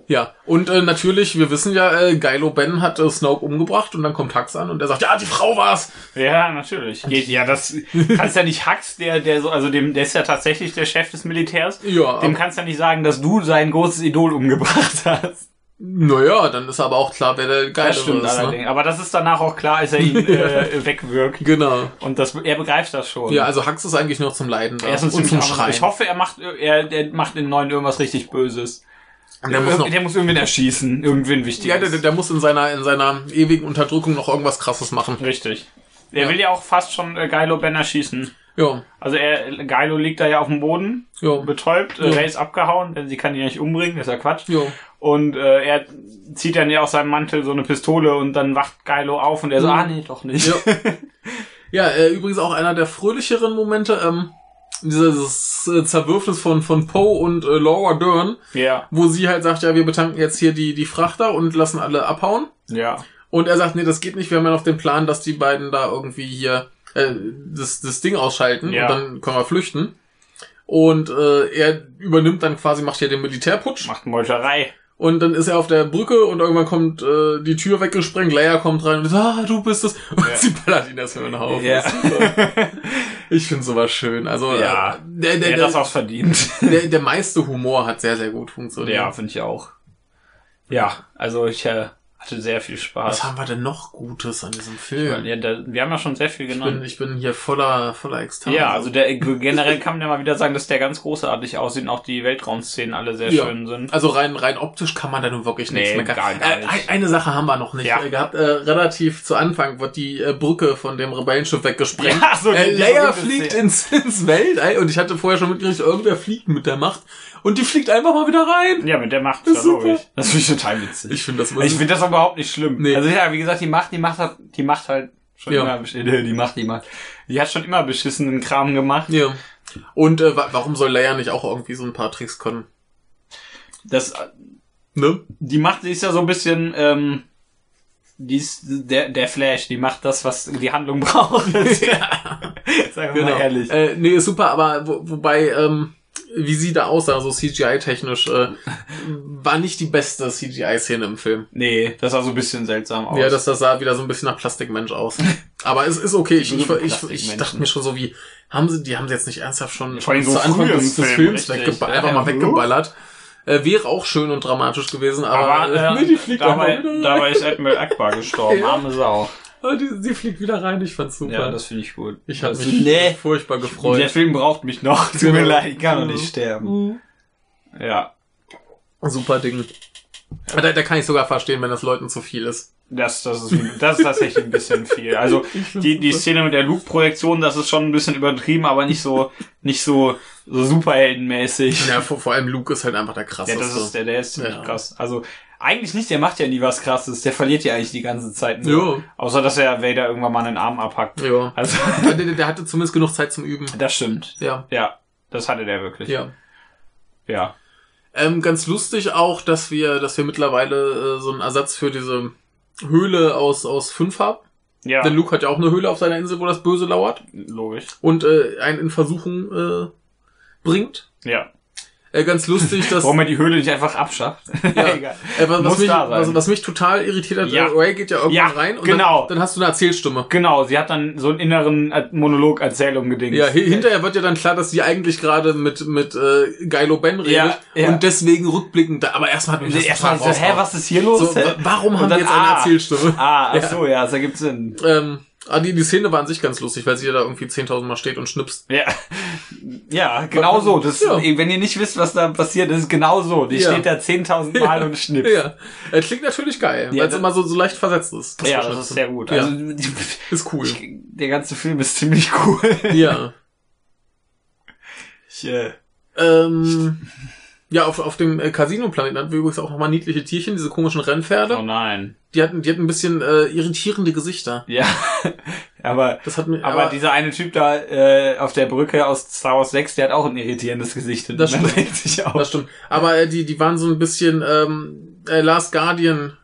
Speaker 1: ja. Und äh, natürlich, wir wissen ja, äh, Geilo Ben hat äh, Snoke umgebracht und dann kommt Hux an und er sagt, ja, die Frau war's.
Speaker 2: Ja, natürlich. Geht, ja, das kannst ja nicht Hux, der, der so, also dem, der ist ja tatsächlich der Chef des Militärs.
Speaker 1: Ja,
Speaker 2: Dem kannst ja nicht sagen, dass du sein großes Idol umgebracht hast.
Speaker 1: naja, dann ist aber auch klar, wer der Geilo
Speaker 2: Das stimmt
Speaker 1: ist. Ne?
Speaker 2: allerdings. Also, Aber das ist danach auch klar, als er ihn äh, wegwirkt.
Speaker 1: Genau.
Speaker 2: Und das, er begreift das schon.
Speaker 1: Ja, also Hux ist eigentlich nur zum Leiden da
Speaker 2: Er ist ein
Speaker 1: und
Speaker 2: ziemlich
Speaker 1: zum
Speaker 2: armer-
Speaker 1: Schreien.
Speaker 2: Ich hoffe, er macht, er, er macht in neuen irgendwas richtig Böses.
Speaker 1: Und der muss noch
Speaker 2: der muss irgendwen erschießen. Irgendwen
Speaker 1: Ja,
Speaker 2: wichtiges.
Speaker 1: der, der muss in seiner, in seiner ewigen Unterdrückung noch irgendwas krasses machen.
Speaker 2: Richtig. Er
Speaker 1: Ja.
Speaker 2: will ja auch fast schon äh, Geilo Ben erschießen.
Speaker 1: Ja,
Speaker 2: Also er, Geilo liegt da ja auf dem Boden,
Speaker 1: ja,
Speaker 2: betäubt, äh,
Speaker 1: Ja.
Speaker 2: Ray ist abgehauen, denn sie kann ihn ja nicht umbringen, das ist ja Quatsch.
Speaker 1: ja.
Speaker 2: Und äh, er zieht dann ja aus seinem Mantel so eine Pistole und dann wacht Geilo auf und er so,
Speaker 1: Mhm.
Speaker 2: ah nee, doch nicht.
Speaker 1: Ja, ja äh, übrigens auch einer der fröhlicheren Momente, ähm, dieses äh, Zerwürfnis von, von Poe und äh, Laura Dern,
Speaker 2: ja.
Speaker 1: wo sie halt sagt, ja, wir betanken jetzt hier die, die Frachter und lassen alle abhauen.
Speaker 2: ja.
Speaker 1: Und er sagt, nee, das geht nicht, wir haben ja noch den Plan, dass die beiden da irgendwie hier äh, das, das Ding ausschalten
Speaker 2: Ja.
Speaker 1: und dann können wir flüchten. Und äh, er übernimmt dann quasi, macht hier den Militärputsch.
Speaker 2: Macht Meuterei.
Speaker 1: Und dann ist er auf der Brücke und irgendwann kommt äh, die Tür weggesprengt, Leia kommt rein und sagt, ah, du bist es. Und
Speaker 2: Ja.
Speaker 1: sie ballert ihn erstmal in den Haufen.
Speaker 2: Ja.
Speaker 1: Das ist super. Ich finde sowas schön. Also
Speaker 2: Ja.
Speaker 1: äh, der, der,
Speaker 2: Der,
Speaker 1: der,
Speaker 2: das auch verdient.
Speaker 1: der, der meiste Humor hat sehr, sehr gut funktioniert.
Speaker 2: ja, finde ich auch. Ja, also ich äh, hatte sehr viel
Speaker 1: Was
Speaker 2: Spaß.
Speaker 1: haben wir denn noch Gutes an diesem Film?
Speaker 2: Ja, da, wir haben ja schon sehr viel
Speaker 1: Ich
Speaker 2: genannt.
Speaker 1: bin, ich bin hier voller, voller Ekstase.
Speaker 2: Ja, also der generell kann man ja mal wieder sagen, dass der ganz großartig aussieht und auch die Weltraumszenen alle sehr
Speaker 1: Ja.
Speaker 2: schön sind.
Speaker 1: Also rein, rein optisch kann man da nun wirklich nichts
Speaker 2: Nee,
Speaker 1: meckern.
Speaker 2: gar-
Speaker 1: äh,
Speaker 2: gar nicht.
Speaker 1: ein- eine Sache haben wir noch nicht
Speaker 2: Ja.
Speaker 1: äh, gehabt. Äh, relativ zu Anfang wird die äh, Brücke von dem Rebellenschiff weggesprengt.
Speaker 2: Ja, so
Speaker 1: äh,
Speaker 2: die- die
Speaker 1: Leia
Speaker 2: berühmte
Speaker 1: fliegt
Speaker 2: Szene.
Speaker 1: ins, ins Weltall und ich hatte vorher schon mitgekriegt, irgendwer fliegt mit der Macht und die fliegt einfach mal wieder rein.
Speaker 2: Ja, mit der Macht
Speaker 1: Das
Speaker 2: das
Speaker 1: ist
Speaker 2: ist
Speaker 1: super.
Speaker 2: logisch. Das finde ich total witzig.
Speaker 1: Ich finde das
Speaker 2: Ich, finde das auch überhaupt nicht schlimm.
Speaker 1: Nee.
Speaker 2: Also ja, wie gesagt, die Macht, die Macht hat, die Macht halt schon
Speaker 1: Ja.
Speaker 2: immer besch- äh, die Macht, die Macht. Die hat schon immer beschissenen Kram gemacht.
Speaker 1: ja. Und äh, wa warum soll Leia nicht auch irgendwie so ein paar Tricks können?
Speaker 2: Das,
Speaker 1: Ne?
Speaker 2: die Macht die ist ja so ein bisschen, ähm, die ist der, der Flash, die macht das, was die Handlung braucht. Sagen wir mal ehrlich.
Speaker 1: Äh, nee, ist super, aber wo, wobei, ähm, wie sie da aussah, so CGI-technisch, äh, war nicht die beste CGI-Szene im Film.
Speaker 2: Nee, das sah so ein bisschen seltsam aus.
Speaker 1: Ja, das, das sah wieder so ein bisschen nach Plastikmensch aus. Aber es ist okay. Ich,
Speaker 2: Die
Speaker 1: ich,
Speaker 2: berühmten
Speaker 1: ich, ich dachte
Speaker 2: Plastikmenschen.
Speaker 1: mir schon so wie, haben sie, die haben sie jetzt nicht ernsthaft schon
Speaker 2: Vor allem so
Speaker 1: zu Anfang
Speaker 2: früh im
Speaker 1: des, des
Speaker 2: Film,
Speaker 1: Films
Speaker 2: richtig.
Speaker 1: weggeba-
Speaker 2: Ja,
Speaker 1: einfach
Speaker 2: ja.
Speaker 1: mal weggeballert. Äh, wäre auch schön und dramatisch gewesen, aber,
Speaker 2: Aber äh,
Speaker 1: nee, die fliegt
Speaker 2: dabei,
Speaker 1: einfach wieder
Speaker 2: dabei ist Admiral Akbar gestorben.
Speaker 1: Ja.
Speaker 2: Arme Sau.
Speaker 1: rein. Die, sie fliegt wieder rein, ich fand's super.
Speaker 2: Ja, das finde ich gut.
Speaker 1: ich habe
Speaker 2: Das-
Speaker 1: mich
Speaker 2: Nee.
Speaker 1: furchtbar
Speaker 2: Der
Speaker 1: gefreut.
Speaker 2: Film braucht mich noch. Tut mir
Speaker 1: Genau.
Speaker 2: leid, ich kann noch
Speaker 1: Mhm.
Speaker 2: nicht sterben.
Speaker 1: Mhm.
Speaker 2: Ja,
Speaker 1: Super Ding. Da, da kann ich sogar verstehen, wenn das Leuten zu viel ist.
Speaker 2: das, das, ist, das ist tatsächlich ein bisschen viel. Also die, die Szene mit der Luke-Projektion, das ist schon ein bisschen übertrieben, aber nicht so, nicht so, so superheldenmäßig.
Speaker 1: Ja, vor, vor allem Luke ist halt einfach der krasseste.
Speaker 2: Ja, das ist, der, der ist ziemlich
Speaker 1: Ja.
Speaker 2: krass. Also eigentlich nicht, der macht ja nie was krasses, der verliert ja eigentlich die ganze Zeit nur.
Speaker 1: Jo.
Speaker 2: Außer dass er Vader irgendwann mal einen Arm abhackt.
Speaker 1: ja.
Speaker 2: Also,
Speaker 1: Der, der, der hatte zumindest genug Zeit zum Üben.
Speaker 2: das stimmt.
Speaker 1: Ja,
Speaker 2: Ja, das hatte der wirklich.
Speaker 1: ja.
Speaker 2: ja.
Speaker 1: Ähm, ganz lustig auch, dass wir, dass wir mittlerweile äh, so einen Ersatz für diese Höhle aus, aus 5 haben.
Speaker 2: Ja,
Speaker 1: Denn Luke hat ja auch eine Höhle auf seiner Insel, wo das Böse lauert
Speaker 2: logisch.
Speaker 1: und äh, einen in Versuchung äh, bringt.
Speaker 2: Ja.
Speaker 1: Äh, ganz lustig, dass.
Speaker 2: Warum er die Höhle nicht einfach abschafft?
Speaker 1: Ja.
Speaker 2: Egal.
Speaker 1: Äh, was, was,
Speaker 2: Muss
Speaker 1: mich,
Speaker 2: da sein.
Speaker 1: was, was mich total irritiert hat,
Speaker 2: Ja.
Speaker 1: äh, Ray geht ja irgendwann
Speaker 2: Ja,
Speaker 1: rein und
Speaker 2: genau.
Speaker 1: dann, dann hast du eine Erzählstimme.
Speaker 2: Genau, sie hat dann so einen inneren äh, Monolog erzählt umgedingt.
Speaker 1: Ja, hi- hinterher wird ja dann klar, dass sie eigentlich gerade mit, mit äh, Geilo Ben redet
Speaker 2: Ja, ja.
Speaker 1: und deswegen rückblickend. da- Aber erstmal hat mich das
Speaker 2: Erstmal so,
Speaker 1: total
Speaker 2: hä,
Speaker 1: rausgehauen.
Speaker 2: was ist hier los?
Speaker 1: So,
Speaker 2: Hä?
Speaker 1: wa- warum haben wir
Speaker 2: Und dann,
Speaker 1: jetzt eine
Speaker 2: ah,
Speaker 1: Erzählstimme?
Speaker 2: Ah, ach so, ja, das ergibt Sinn.
Speaker 1: Ähm, ah, die, die Szene war an sich ganz lustig, weil sie ja da irgendwie 10.000 Mal steht und schnipst.
Speaker 2: Ja, ja genau so. Das,
Speaker 1: Ja.
Speaker 2: Wenn ihr nicht wisst, was da passiert, ist es genau so. Die
Speaker 1: Ja.
Speaker 2: steht da 10.000 Mal und schnippt.
Speaker 1: Ja, äh, klingt natürlich geil,
Speaker 2: Ja,
Speaker 1: weil es
Speaker 2: das-
Speaker 1: immer so, so leicht versetzt ist.
Speaker 2: Ja, das
Speaker 1: Verschnipsen.
Speaker 2: ist sehr gut.
Speaker 1: Ja.
Speaker 2: Also,
Speaker 1: ist cool.
Speaker 2: ich, der ganze Film ist ziemlich cool.
Speaker 1: ja,
Speaker 2: Ich, äh,
Speaker 1: Ähm, ja, auf, auf dem äh, Casino-Planeten hatten wir übrigens auch nochmal niedliche Tierchen, diese komischen Rennpferde.
Speaker 2: Oh nein.
Speaker 1: Die hatten, die hatten ein bisschen äh, irritierende Gesichter.
Speaker 2: Ja. aber
Speaker 1: Das hat mir,
Speaker 2: aber dieser eine Typ da äh, auf der Brücke aus Star Wars 6, der hat auch ein irritierendes Gesicht und
Speaker 1: Das
Speaker 2: man
Speaker 1: stimmt.
Speaker 2: regt sich auf.
Speaker 1: das stimmt. Aber äh, die, die waren so ein bisschen ähm, äh, Last Guardian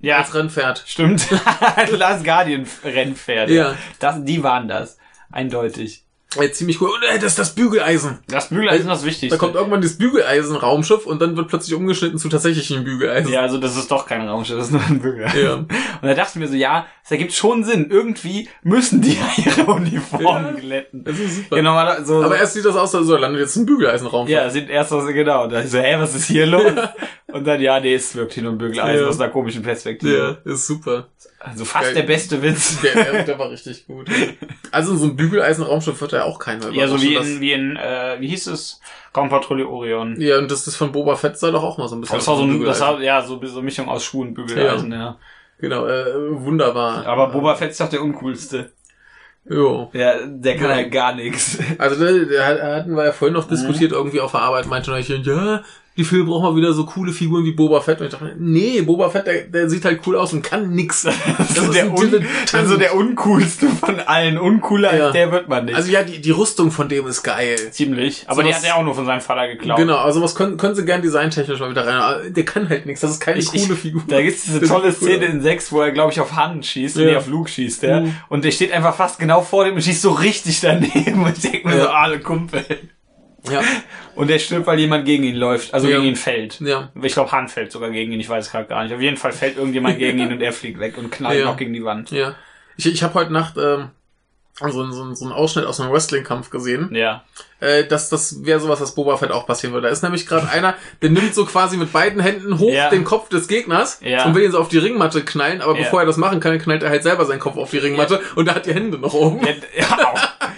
Speaker 2: ja,
Speaker 1: als Rennpferd.
Speaker 2: stimmt. Last Guardian Rennpferde.
Speaker 1: Ja.
Speaker 2: Das, die waren das. Eindeutig. Äh,
Speaker 1: Äh, ziemlich cool. Und äh, das ist das Bügeleisen.
Speaker 2: Das Bügeleisen ist das Wichtigste.
Speaker 1: Da kommt irgendwann das Bügeleisen-Raumschiff und dann wird plötzlich umgeschnitten zu tatsächlichen Bügeleisen.
Speaker 2: Ja, also das ist doch kein Raumschiff, das ist nur ein Bürger.
Speaker 1: Ja.
Speaker 2: Und da dachten wir so, ja, es ergibt schon Sinn. Irgendwie müssen die ja ihre Uniformen
Speaker 1: Ja.
Speaker 2: glätten.
Speaker 1: Das ist super.
Speaker 2: Genau, mal so.
Speaker 1: Aber erst sieht das aus, als so, landet jetzt ein Bügeleisenraumschiff.
Speaker 2: ja, sind erst was, genau. Da ich so, hä, was ist hier los? Und dann, ja, nee, es wirkt hier nur ein Bügeleisen
Speaker 1: Ja.
Speaker 2: aus einer komischen Perspektive.
Speaker 1: Ja, ist super.
Speaker 2: Also fast
Speaker 1: Geil.
Speaker 2: der beste Witz.
Speaker 1: Der, der, der war richtig gut. Also so ein Bügeleisenraumschiff wird ja auch keiner
Speaker 2: Ja, so wie in,
Speaker 1: überraschen,
Speaker 2: wie in, äh, wie hieß es? Raumpatrouille Orion.
Speaker 1: das- Ja, und das ist von Boba Fett sah doch auch mal so ein bisschen.
Speaker 2: Das war so,
Speaker 1: aus wie
Speaker 2: ein, das
Speaker 1: Bügeleisen.
Speaker 2: war, ja, so, so eine Mischung aus Schuhen, Bügeleisen, ja.
Speaker 1: Genau, äh, wunderbar.
Speaker 2: Aber Boba Fett ist doch der uncoolste.
Speaker 1: Jo.
Speaker 2: Ja, der kann
Speaker 1: Ja.
Speaker 2: halt gar nichts.
Speaker 1: Also da, da hatten wir ja vorhin
Speaker 2: Mhm.
Speaker 1: noch diskutiert, irgendwie auf der Arbeit meinte noch, jemand, ja, die Filme brauchen mal wieder so coole Figuren wie Boba Fett. Und ich dachte, nee, Boba Fett, der, der sieht halt cool aus und kann nix. Das
Speaker 2: so Also der,
Speaker 1: ein
Speaker 2: un
Speaker 1: Dilettant.
Speaker 2: also der uncoolste von allen. Uncooler
Speaker 1: Ja.
Speaker 2: als der wird man nicht.
Speaker 1: Also ja, die, die Rüstung von dem ist geil.
Speaker 2: Ziemlich. Aber die
Speaker 1: sowas-
Speaker 2: hat er auch nur von seinem Vater geklaut.
Speaker 1: Genau, also was können, können sie gern designtechnisch mal wieder rein. Aber Der kann halt nichts, das ist keine
Speaker 2: Ich, ich,
Speaker 1: coole Figur.
Speaker 2: da gibt's diese
Speaker 1: Das ist
Speaker 2: tolle
Speaker 1: cool.
Speaker 2: Szene in 6, wo er, glaube ich, auf Han schießt,
Speaker 1: Ja.
Speaker 2: nee, auf Luke schießt, ja.
Speaker 1: Mhm.
Speaker 2: Und der steht einfach fast genau vor dem und schießt so richtig daneben. Und ich denke mir
Speaker 1: Ja.
Speaker 2: so, ah, der Kumpel.
Speaker 1: Ja,
Speaker 2: Und der stirbt, weil jemand gegen ihn läuft, also
Speaker 1: Ja.
Speaker 2: gegen ihn fällt.
Speaker 1: ja.
Speaker 2: Ich glaube, Han fällt sogar gegen ihn, ich weiß es gerade gar nicht. Auf jeden Fall fällt irgendjemand gegen ihn und er fliegt weg und knallt
Speaker 1: Ja.
Speaker 2: noch gegen die Wand.
Speaker 1: Ja. Ich, ich habe heute Nacht ähm, so, einen- so, einen- so einen Ausschnitt aus einem Wrestling-Kampf gesehen.
Speaker 2: Ja.
Speaker 1: Äh, das das wäre sowas, was Boba Fett auch passieren würde. Da ist nämlich gerade einer, der nimmt so quasi mit beiden Händen hoch
Speaker 2: Ja.
Speaker 1: den Kopf des Gegners
Speaker 2: Ja.
Speaker 1: und will ihn so auf die Ringmatte knallen. Aber
Speaker 2: Ja.
Speaker 1: bevor er das machen kann, knallt er halt selber seinen Kopf auf die Ringmatte und er hat die Hände noch oben.
Speaker 2: Ja, ja, au.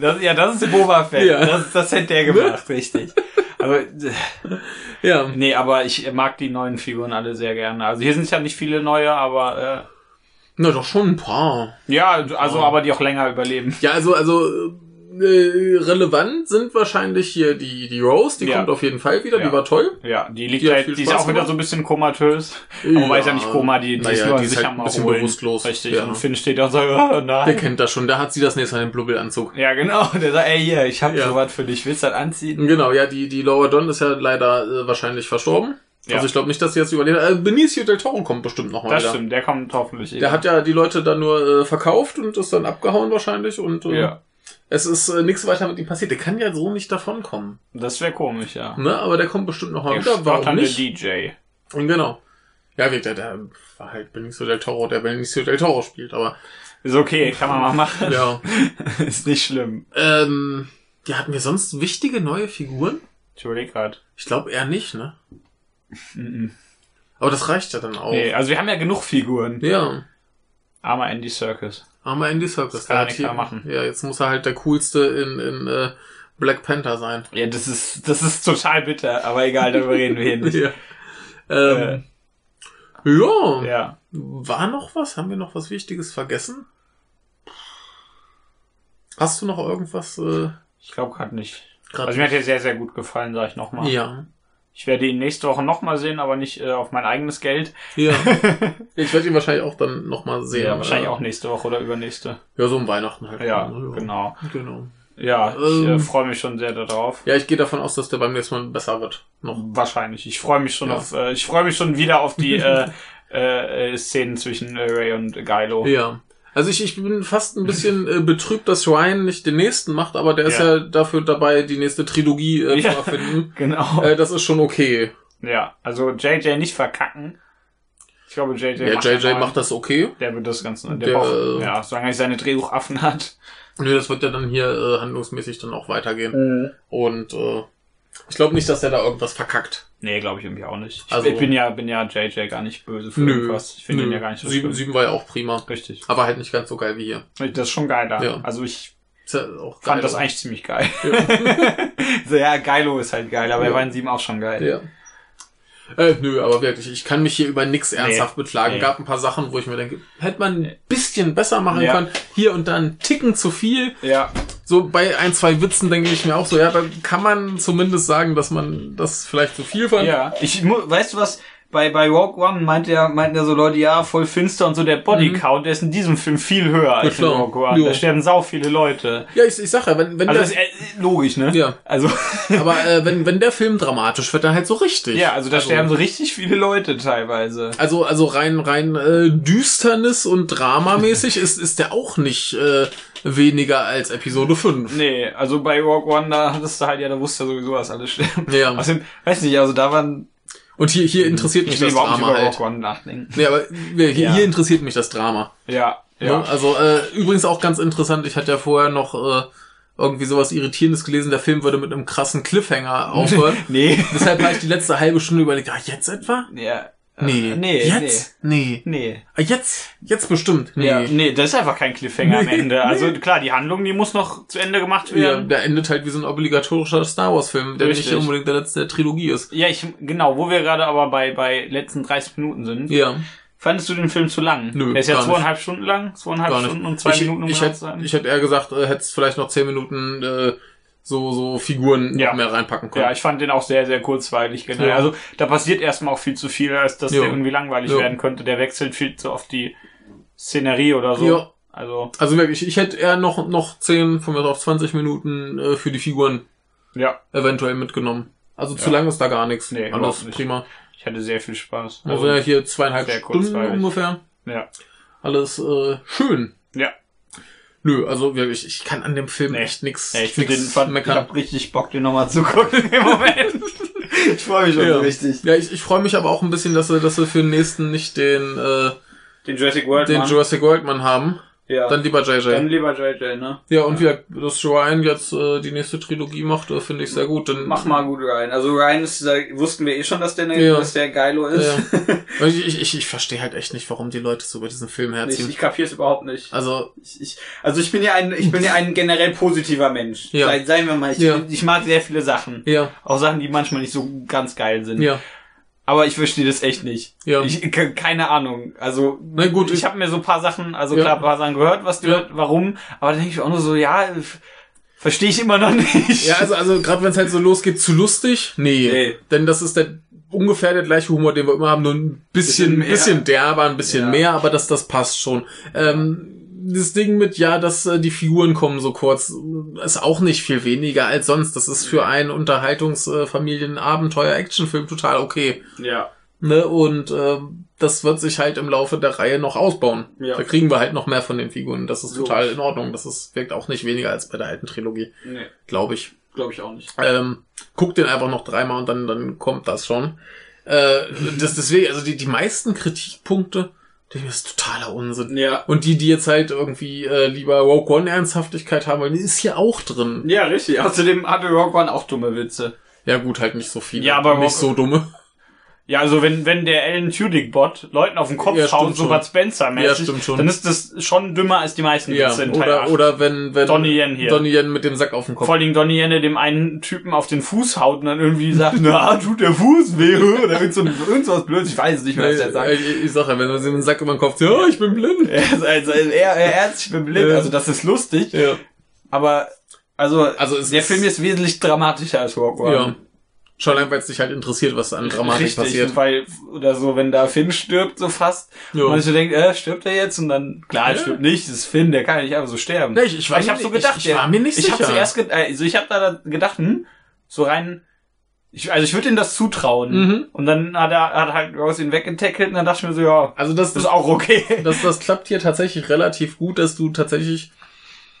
Speaker 2: das, ja das ist Boba Fett.
Speaker 1: Ja. Ne?
Speaker 2: Das, das hätte der gemacht, richtig. Aber, äh,
Speaker 1: Ja.
Speaker 2: nee, aber ich mag die neuen Figuren alle sehr gerne. Also hier sind ja nicht viele neue, aber
Speaker 1: Na doch, schon ein paar.
Speaker 2: äh, ja, also
Speaker 1: Oh.
Speaker 2: aber die auch länger überleben.
Speaker 1: Ja, also, also äh, relevant sind wahrscheinlich hier die, die Rose, die
Speaker 2: Ja.
Speaker 1: kommt auf jeden Fall wieder,
Speaker 2: Ja.
Speaker 1: die war toll.
Speaker 2: Ja, die liegt
Speaker 1: Die hat
Speaker 2: halt,
Speaker 1: viel
Speaker 2: die ist
Speaker 1: Spaß
Speaker 2: auch wieder
Speaker 1: gemacht.
Speaker 2: so ein bisschen komatös. Ja. Wobei ist ja nicht Koma, die, die
Speaker 1: Naja,
Speaker 2: ist nur
Speaker 1: die ist
Speaker 2: sich
Speaker 1: halt
Speaker 2: am
Speaker 1: ein bisschen
Speaker 2: Erholen.
Speaker 1: bewusstlos.
Speaker 2: Richtig.
Speaker 1: Ja.
Speaker 2: Und Finn steht da und sagt, oh, nein.
Speaker 1: Der kennt das schon, da hat sie das nächste Mal den Blubbelanzug.
Speaker 2: Ja, genau. Der sagt, ey, hier, ich habe
Speaker 1: Ja.
Speaker 2: sowas für dich. Willst du das anziehen?
Speaker 1: Genau, ja, die, die Laura Don ist ja leider äh, wahrscheinlich verstorben.
Speaker 2: Ja.
Speaker 1: Also ich glaube nicht, dass sie jetzt überlebt. Äh, Benicio del Toro kommt bestimmt nochmal
Speaker 2: Das
Speaker 1: wieder.
Speaker 2: stimmt, der kommt hoffentlich eh.
Speaker 1: Der hat ja die Leute dann nur äh, verkauft und ist dann abgehauen wahrscheinlich und äh,
Speaker 2: ja.
Speaker 1: es ist äh, nichts weiter mit ihm passiert. Der kann ja so nicht davonkommen.
Speaker 2: Das wäre komisch, ja.
Speaker 1: Ne? Aber der kommt bestimmt nochmal
Speaker 2: Der
Speaker 1: wieder. Warum
Speaker 2: stotternde
Speaker 1: nicht?
Speaker 2: DJ.
Speaker 1: Und genau. Ja, wie der, der war halt Benicio del Toro, der Benicio del Toro spielt, aber
Speaker 2: Ist okay, kann man mal machen.
Speaker 1: ja.
Speaker 2: Ist nicht schlimm.
Speaker 1: ähm, ja, hatten wir sonst wichtige neue Figuren?
Speaker 2: Ich überleg grad. Mhm.
Speaker 1: Ich glaube eher nicht, ne? Aber das reicht ja dann auch.
Speaker 2: Nee, also wir haben ja genug Figuren.
Speaker 1: Oh. Ja,
Speaker 2: Armer Andy Circus.
Speaker 1: armer Andy Serkis.
Speaker 2: Das kann
Speaker 1: der
Speaker 2: er
Speaker 1: hat
Speaker 2: nicht mehr machen.
Speaker 1: Ja, jetzt muss er halt der coolste in, in äh, Black Panther sein.
Speaker 2: Ja, das ist, das ist total bitter, aber egal, darüber reden wir hier nicht. Äh,
Speaker 1: Ja. Ähm, ja.
Speaker 2: Ja.
Speaker 1: War noch was? Haben wir noch was Wichtiges vergessen? Hast du noch irgendwas? Äh,
Speaker 2: Ich glaube gerade nicht.
Speaker 1: grad-
Speaker 2: Also mir hat er sehr, sehr gut gefallen, sage ich nochmal.
Speaker 1: ja.
Speaker 2: Ich werde ihn nächste Woche nochmal sehen, aber nicht äh, auf mein eigenes Geld.
Speaker 1: Ja. ich werde ihn wahrscheinlich auch dann nochmal sehen.
Speaker 2: ja, wahrscheinlich
Speaker 1: äh,
Speaker 2: auch nächste Woche oder übernächste.
Speaker 1: Ja, so um Weihnachten halt.
Speaker 2: Ja,
Speaker 1: Ne,
Speaker 2: genau.
Speaker 1: genau.
Speaker 2: Ja, ich äh,
Speaker 1: Ähm.
Speaker 2: freue mich schon sehr darauf.
Speaker 1: Ja, ich gehe davon aus, dass der beim nächsten Mal besser wird. Noch.
Speaker 2: Wahrscheinlich. Ich freue mich schon
Speaker 1: Ja.
Speaker 2: auf, äh, ich freue mich schon wieder auf die äh, äh, äh, Szenen zwischen äh, Ray und Geilo.
Speaker 1: Ja. Also ich, ich bin fast ein bisschen äh, betrübt, dass Ryan nicht den nächsten macht, aber der ist
Speaker 2: Ja.
Speaker 1: ja, dafür dabei, die nächste Trilogie äh,
Speaker 2: Ja.
Speaker 1: zu erfinden.
Speaker 2: Genau.
Speaker 1: Äh, das ist schon okay.
Speaker 2: ja, also JJ nicht verkacken. Ich glaube, JJ
Speaker 1: Der JJ
Speaker 2: einmal-
Speaker 1: macht das okay.
Speaker 2: Der wird das Ganze. Der,
Speaker 1: Der,
Speaker 2: braucht,
Speaker 1: äh,
Speaker 2: ja, solange er seine Drehbuchaffen hat.
Speaker 1: Nö, das wird ja dann hier äh, handlungsmäßig dann auch weitergehen. Und äh, ich glaube nicht, dass der da irgendwas verkackt.
Speaker 2: Nee, glaube ich irgendwie auch nicht. Ich,
Speaker 1: Also-
Speaker 2: ich bin ja, bin ja JJ gar nicht böse für irgendwas. Ich finde ihn ja gar nicht so
Speaker 1: Äh, sieben,
Speaker 2: schlimm.
Speaker 1: sieben war ja auch prima.
Speaker 2: Richtig.
Speaker 1: Aber halt nicht ganz so geil wie hier.
Speaker 2: Das ist schon geil da.
Speaker 1: Ja.
Speaker 2: Also ich
Speaker 1: Ist ja auch
Speaker 2: fand
Speaker 1: geil.
Speaker 2: das eigentlich ziemlich geil. so, ja, Geilo ist halt geil, aber er
Speaker 1: Ja.
Speaker 2: war in 7 auch schon geil.
Speaker 1: Ja. Äh, nö, aber wirklich, ich kann mich hier über nichts ernsthaft beklagen.
Speaker 2: nee.
Speaker 1: Gab ein paar Sachen, wo ich mir denke, hätte man ein bisschen besser machen
Speaker 2: Ja.
Speaker 1: können. Hier und da einen Ticken zu viel.
Speaker 2: Ja,
Speaker 1: so bei ein, zwei Witzen denke ich mir auch so, ja, dann kann man zumindest sagen, dass man das vielleicht zu viel fand.
Speaker 2: Ja. Ich, mu- weißt du was? Bei, bei Rogue One meint ja, meinten ja so Leute, ja, voll finster und so, der Bodycount, der ist in diesem Film viel höher als in
Speaker 1: klar.
Speaker 2: Rogue One.
Speaker 1: Ja.
Speaker 2: Da sterben sau viele Leute.
Speaker 1: Ja, ich, ich sag ja, wenn, wenn
Speaker 2: Also
Speaker 1: der,
Speaker 2: das ist äh, logisch, ne?
Speaker 1: Ja.
Speaker 2: Also,
Speaker 1: aber äh, wenn, wenn der Film dramatisch wird, dann halt so richtig.
Speaker 2: ja, also da sterben so richtig viele Leute teilweise.
Speaker 1: Also, also rein, rein äh, Düsternis und Dramamäßig ist, ist der auch nicht äh, weniger als Episode 5.
Speaker 2: Nee, also bei Rogue One, da hattest du halt, ja, da wusste ja sowieso, dass alle sterben.
Speaker 1: Ja.
Speaker 2: Außerdem, weiß nicht, also da waren,
Speaker 1: Und hier, hier interessiert mich
Speaker 2: Mhm.
Speaker 1: das
Speaker 2: ich will überhaupt nicht
Speaker 1: Drama
Speaker 2: über
Speaker 1: halt.
Speaker 2: Rogue One nachdenken.
Speaker 1: Nee, aber hier, hier
Speaker 2: Ja.
Speaker 1: hier interessiert mich das Drama.
Speaker 2: Ja,
Speaker 1: Ja.
Speaker 2: ja.
Speaker 1: Also äh, übrigens auch ganz interessant, ich hatte ja vorher noch äh, irgendwie sowas Irritierendes gelesen, der Film würde mit einem krassen Cliffhanger aufhören.
Speaker 2: Nee.
Speaker 1: Deshalb habe ich die letzte halbe Stunde überlegt, ah, jetzt etwa?
Speaker 2: ja.
Speaker 1: Nee.
Speaker 2: Äh, Nee,
Speaker 1: Jetzt? Nee.
Speaker 2: nee. Nee.
Speaker 1: Ah, jetzt? Jetzt bestimmt. Nee.
Speaker 2: Ja, nee, das ist einfach kein Cliffhanger am
Speaker 1: Nee,
Speaker 2: Ende. Also klar, die Handlung, die muss noch zu Ende gemacht
Speaker 1: Ja,
Speaker 2: werden.
Speaker 1: der endet halt wie so ein obligatorischer Star Wars-Film, der
Speaker 2: Richtig.
Speaker 1: nicht unbedingt der letzte der Trilogie ist.
Speaker 2: Ja, ich genau, wo wir gerade aber bei bei letzten 30 Minuten sind.
Speaker 1: Ja,
Speaker 2: Fandest du den Film zu lang?
Speaker 1: Nö,
Speaker 2: Der ist ja
Speaker 1: gar nicht.
Speaker 2: zweieinhalb Stunden lang, zweieinhalb
Speaker 1: gar nicht.
Speaker 2: Stunden und zwei
Speaker 1: ich,
Speaker 2: Minuten um
Speaker 1: ich
Speaker 2: genau zu
Speaker 1: hätte
Speaker 2: sein.
Speaker 1: ich hätte eher gesagt, äh, hättest vielleicht noch zehn Minuten äh, so so Figuren
Speaker 2: Ja.
Speaker 1: noch mehr reinpacken können.
Speaker 2: ja, ich fand den auch sehr, sehr kurzweilig. Generell.
Speaker 1: Ja.
Speaker 2: Also da passiert erstmal auch viel zu viel, als dass
Speaker 1: Jo.
Speaker 2: der irgendwie langweilig
Speaker 1: Jo.
Speaker 2: werden könnte. Der wechselt viel zu oft die Szenerie oder so.
Speaker 1: Jo.
Speaker 2: Also
Speaker 1: also wirklich, ich hätte eher noch noch 10, von mir aus auch 20 Minuten äh, für die Figuren
Speaker 2: ja,
Speaker 1: eventuell mitgenommen. Also zu
Speaker 2: Ja.
Speaker 1: lang ist da gar nichts.
Speaker 2: Nee, überhaupt
Speaker 1: Alles
Speaker 2: nicht.
Speaker 1: prima.
Speaker 2: ich hatte sehr viel Spaß.
Speaker 1: Also ja, hier zweieinhalb
Speaker 2: sehr
Speaker 1: Stunden
Speaker 2: kurzweilig.
Speaker 1: ungefähr.
Speaker 2: ja,
Speaker 1: Alles äh, schön.
Speaker 2: ja.
Speaker 1: Nö, also wirklich, ich kann an dem Film
Speaker 2: Nee.
Speaker 1: echt nichts
Speaker 2: Ja, ich find den fand, ich
Speaker 1: meckern.
Speaker 2: hab richtig Bock, den nochmal zu gucken im Moment. ich freue mich schon
Speaker 1: Ja,
Speaker 2: so richtig.
Speaker 1: ja ich, ich freue mich aber auch ein bisschen, dass wir, dass wir für den nächsten nicht den, äh,
Speaker 2: Den Jurassic World,
Speaker 1: den
Speaker 2: Mann.
Speaker 1: Jurassic World Mann haben.
Speaker 2: ja.
Speaker 1: Dann lieber JJ.
Speaker 2: Dann lieber JJ, ne?
Speaker 1: ja, und ja. wie das Ryan jetzt äh, die nächste Trilogie macht, äh, finde ich sehr gut. Dann,
Speaker 2: Mach mal gut Ryan. Also Ryan ist, da wussten wir eh schon, dass der, ne,
Speaker 1: Ja.
Speaker 2: dass der Geilo ist.
Speaker 1: Ja. äh, Ich, ich, ich, ich verstehe halt echt nicht, warum die Leute so über diesen Film
Speaker 2: ich
Speaker 1: herziehen.
Speaker 2: ich kapier's überhaupt nicht.
Speaker 1: also,
Speaker 2: Ich, ich, also ich bin ja ein, ich bin ja ein generell positiver Mensch.
Speaker 1: Ja.
Speaker 2: Sei, seien wir mal, ich,
Speaker 1: Ja.
Speaker 2: ich mag sehr viele Sachen.
Speaker 1: ja,
Speaker 2: Auch Sachen, die manchmal nicht so ganz geil sind.
Speaker 1: ja.
Speaker 2: Aber ich verstehe das echt nicht.
Speaker 1: Ja.
Speaker 2: Ich, ke- keine Ahnung. Also,
Speaker 1: Ähm, Na gut,
Speaker 2: ich,
Speaker 1: ich-
Speaker 2: habe mir so ein paar Sachen, also
Speaker 1: Ja.
Speaker 2: klar, ein paar Sachen gehört, was die
Speaker 1: Ja.
Speaker 2: Leute, warum, aber dann denke ich auch nur so, ja, verstehe ich immer noch nicht.
Speaker 1: Ja, also, also gerade wenn es halt so losgeht, zu lustig? Nee.
Speaker 2: Nee.
Speaker 1: Denn das ist der ungefähr der gleiche Humor, den wir immer haben, nur ein bisschen,
Speaker 2: Bisschen mehr.
Speaker 1: bisschen derber, ein bisschen
Speaker 2: Ja.
Speaker 1: mehr, aber das, das passt schon. Ähm, das Ding mit, ja, dass äh, die Figuren kommen so kurz, ist auch nicht viel weniger als sonst. Das ist für einen Unterhaltungsfamilien-Abenteuer-Actionfilm total okay.
Speaker 2: ja.
Speaker 1: Ne? Und ähm, das wird sich halt im Laufe der Reihe noch ausbauen.
Speaker 2: Ja.
Speaker 1: Da kriegen wir halt noch mehr von den Figuren. Das ist
Speaker 2: Logisch.
Speaker 1: total in Ordnung. Das ist, wirkt auch nicht weniger als bei der alten Trilogie,
Speaker 2: Nee,
Speaker 1: glaube ich.
Speaker 2: glaube ich auch nicht.
Speaker 1: Ähm, guck den einfach noch dreimal und dann, dann kommt das schon. Äh, das, deswegen, also die, die meisten Kritikpunkte, das ist totaler Unsinn.
Speaker 2: Ja.
Speaker 1: Und die, die jetzt halt irgendwie äh, lieber Rogue One Ernsthaftigkeit haben wollen, die ist hier auch drin.
Speaker 2: Ja, richtig. Außerdem hatte Rogue One auch dumme Witze.
Speaker 1: Ja gut, halt nicht so viele.
Speaker 2: Ja, aber
Speaker 1: nicht
Speaker 2: Rogue-
Speaker 1: so dumme.
Speaker 2: Ja, also wenn, wenn der Alan Tudyk-Bot Leuten auf den Kopf
Speaker 1: Ja,
Speaker 2: schaut,
Speaker 1: stimmt
Speaker 2: so
Speaker 1: schon.
Speaker 2: Bud Spencer-mäßig,
Speaker 1: Ja, stimmt schon.
Speaker 2: dann ist das schon dümmer als die meisten
Speaker 1: Ja,
Speaker 2: Witze in Teil
Speaker 1: oder,
Speaker 2: 8.
Speaker 1: oder wenn, wenn
Speaker 2: halt Donnie Yen hier.
Speaker 1: Donnie Yen mit dem Sack auf dem Kopf.
Speaker 2: Vor allem Donnie Yen, der dem einen Typen auf den Fuß haut und dann irgendwie sagt, na, tut der Fuß weh, oder irgend so ein- irgendwas Blödes, ich weiß es nicht mehr, was der
Speaker 1: Nee,
Speaker 2: sagt.
Speaker 1: Äh, ich, ich sag ja, wenn man sich den Sack über den Kopf zieht, ja, ich bin blind.
Speaker 2: Er ist also er, er herzlich blind,
Speaker 1: Ja.
Speaker 2: also das ist lustig,
Speaker 1: Ja.
Speaker 2: aber also,
Speaker 1: Also es
Speaker 2: der
Speaker 1: ist-
Speaker 2: Film ist wesentlich dramatischer als Rogue One.
Speaker 1: ja. Schon einfach, weil es dich halt interessiert, was an Dramatik
Speaker 2: Richtig,
Speaker 1: passiert.
Speaker 2: weil oder so, wenn da Finn stirbt, so fast,
Speaker 1: Ja.
Speaker 2: und man sich so denkt, äh, stirbt er jetzt? Und dann, klar, er
Speaker 1: Ja.
Speaker 2: stirbt nicht, das ist Finn, der kann ja nicht einfach so sterben.
Speaker 1: Nee, ich- ich war
Speaker 2: Aber ich
Speaker 1: mir
Speaker 2: habe so
Speaker 1: nicht-
Speaker 2: gedacht,
Speaker 1: ich- ich war mir nicht
Speaker 2: ich Hab
Speaker 1: sicher.
Speaker 2: zuerst ge also ich habe da gedacht, hm, so rein, ich, also ich würde ihm das zutrauen.
Speaker 1: Mhm.
Speaker 2: Und dann hat er hat halt Rose ihn weggetackelt und dann dachte ich mir so, ja,
Speaker 1: Also das,
Speaker 2: das ist auch okay.
Speaker 1: das, das klappt hier tatsächlich relativ gut, dass du tatsächlich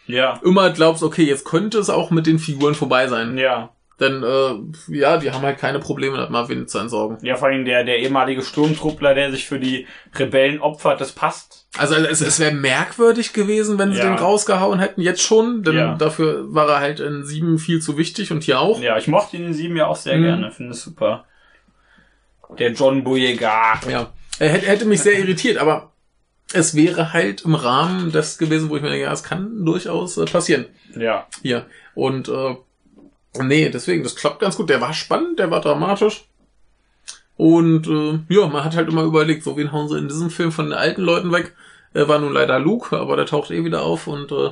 Speaker 2: ja.
Speaker 1: immer glaubst, okay, jetzt könnte es auch mit den Figuren vorbei sein.
Speaker 2: Ja.
Speaker 1: Denn, äh, ja, die haben halt keine Probleme, das Marvin zu entsorgen.
Speaker 2: Ja, vor allem der, der ehemalige Sturmtruppler, der sich für die Rebellen opfert, das passt.
Speaker 1: Also es, es wäre merkwürdig gewesen, wenn sie
Speaker 2: Ja.
Speaker 1: den rausgehauen hätten, jetzt schon, denn
Speaker 2: Ja.
Speaker 1: dafür war er halt in sieben viel zu wichtig und hier auch.
Speaker 2: Ja, ich mochte ihn in sieben ja auch sehr
Speaker 1: Mhm.
Speaker 2: gerne, finde es super. Der John Boyega.
Speaker 1: Ja. Er hätte, hätte mich sehr irritiert, aber es wäre halt im Rahmen das gewesen, wo ich mir denke, ja, es kann durchaus äh, passieren.
Speaker 2: Ja.
Speaker 1: Hier. Und äh, nee, deswegen, das klappt ganz gut. Der war spannend, der war dramatisch. Und äh, ja, man hat halt immer überlegt, so wen hauen sie in diesem Film von den alten Leuten weg. äh, war nun leider Luke, aber der taucht eh wieder auf und äh,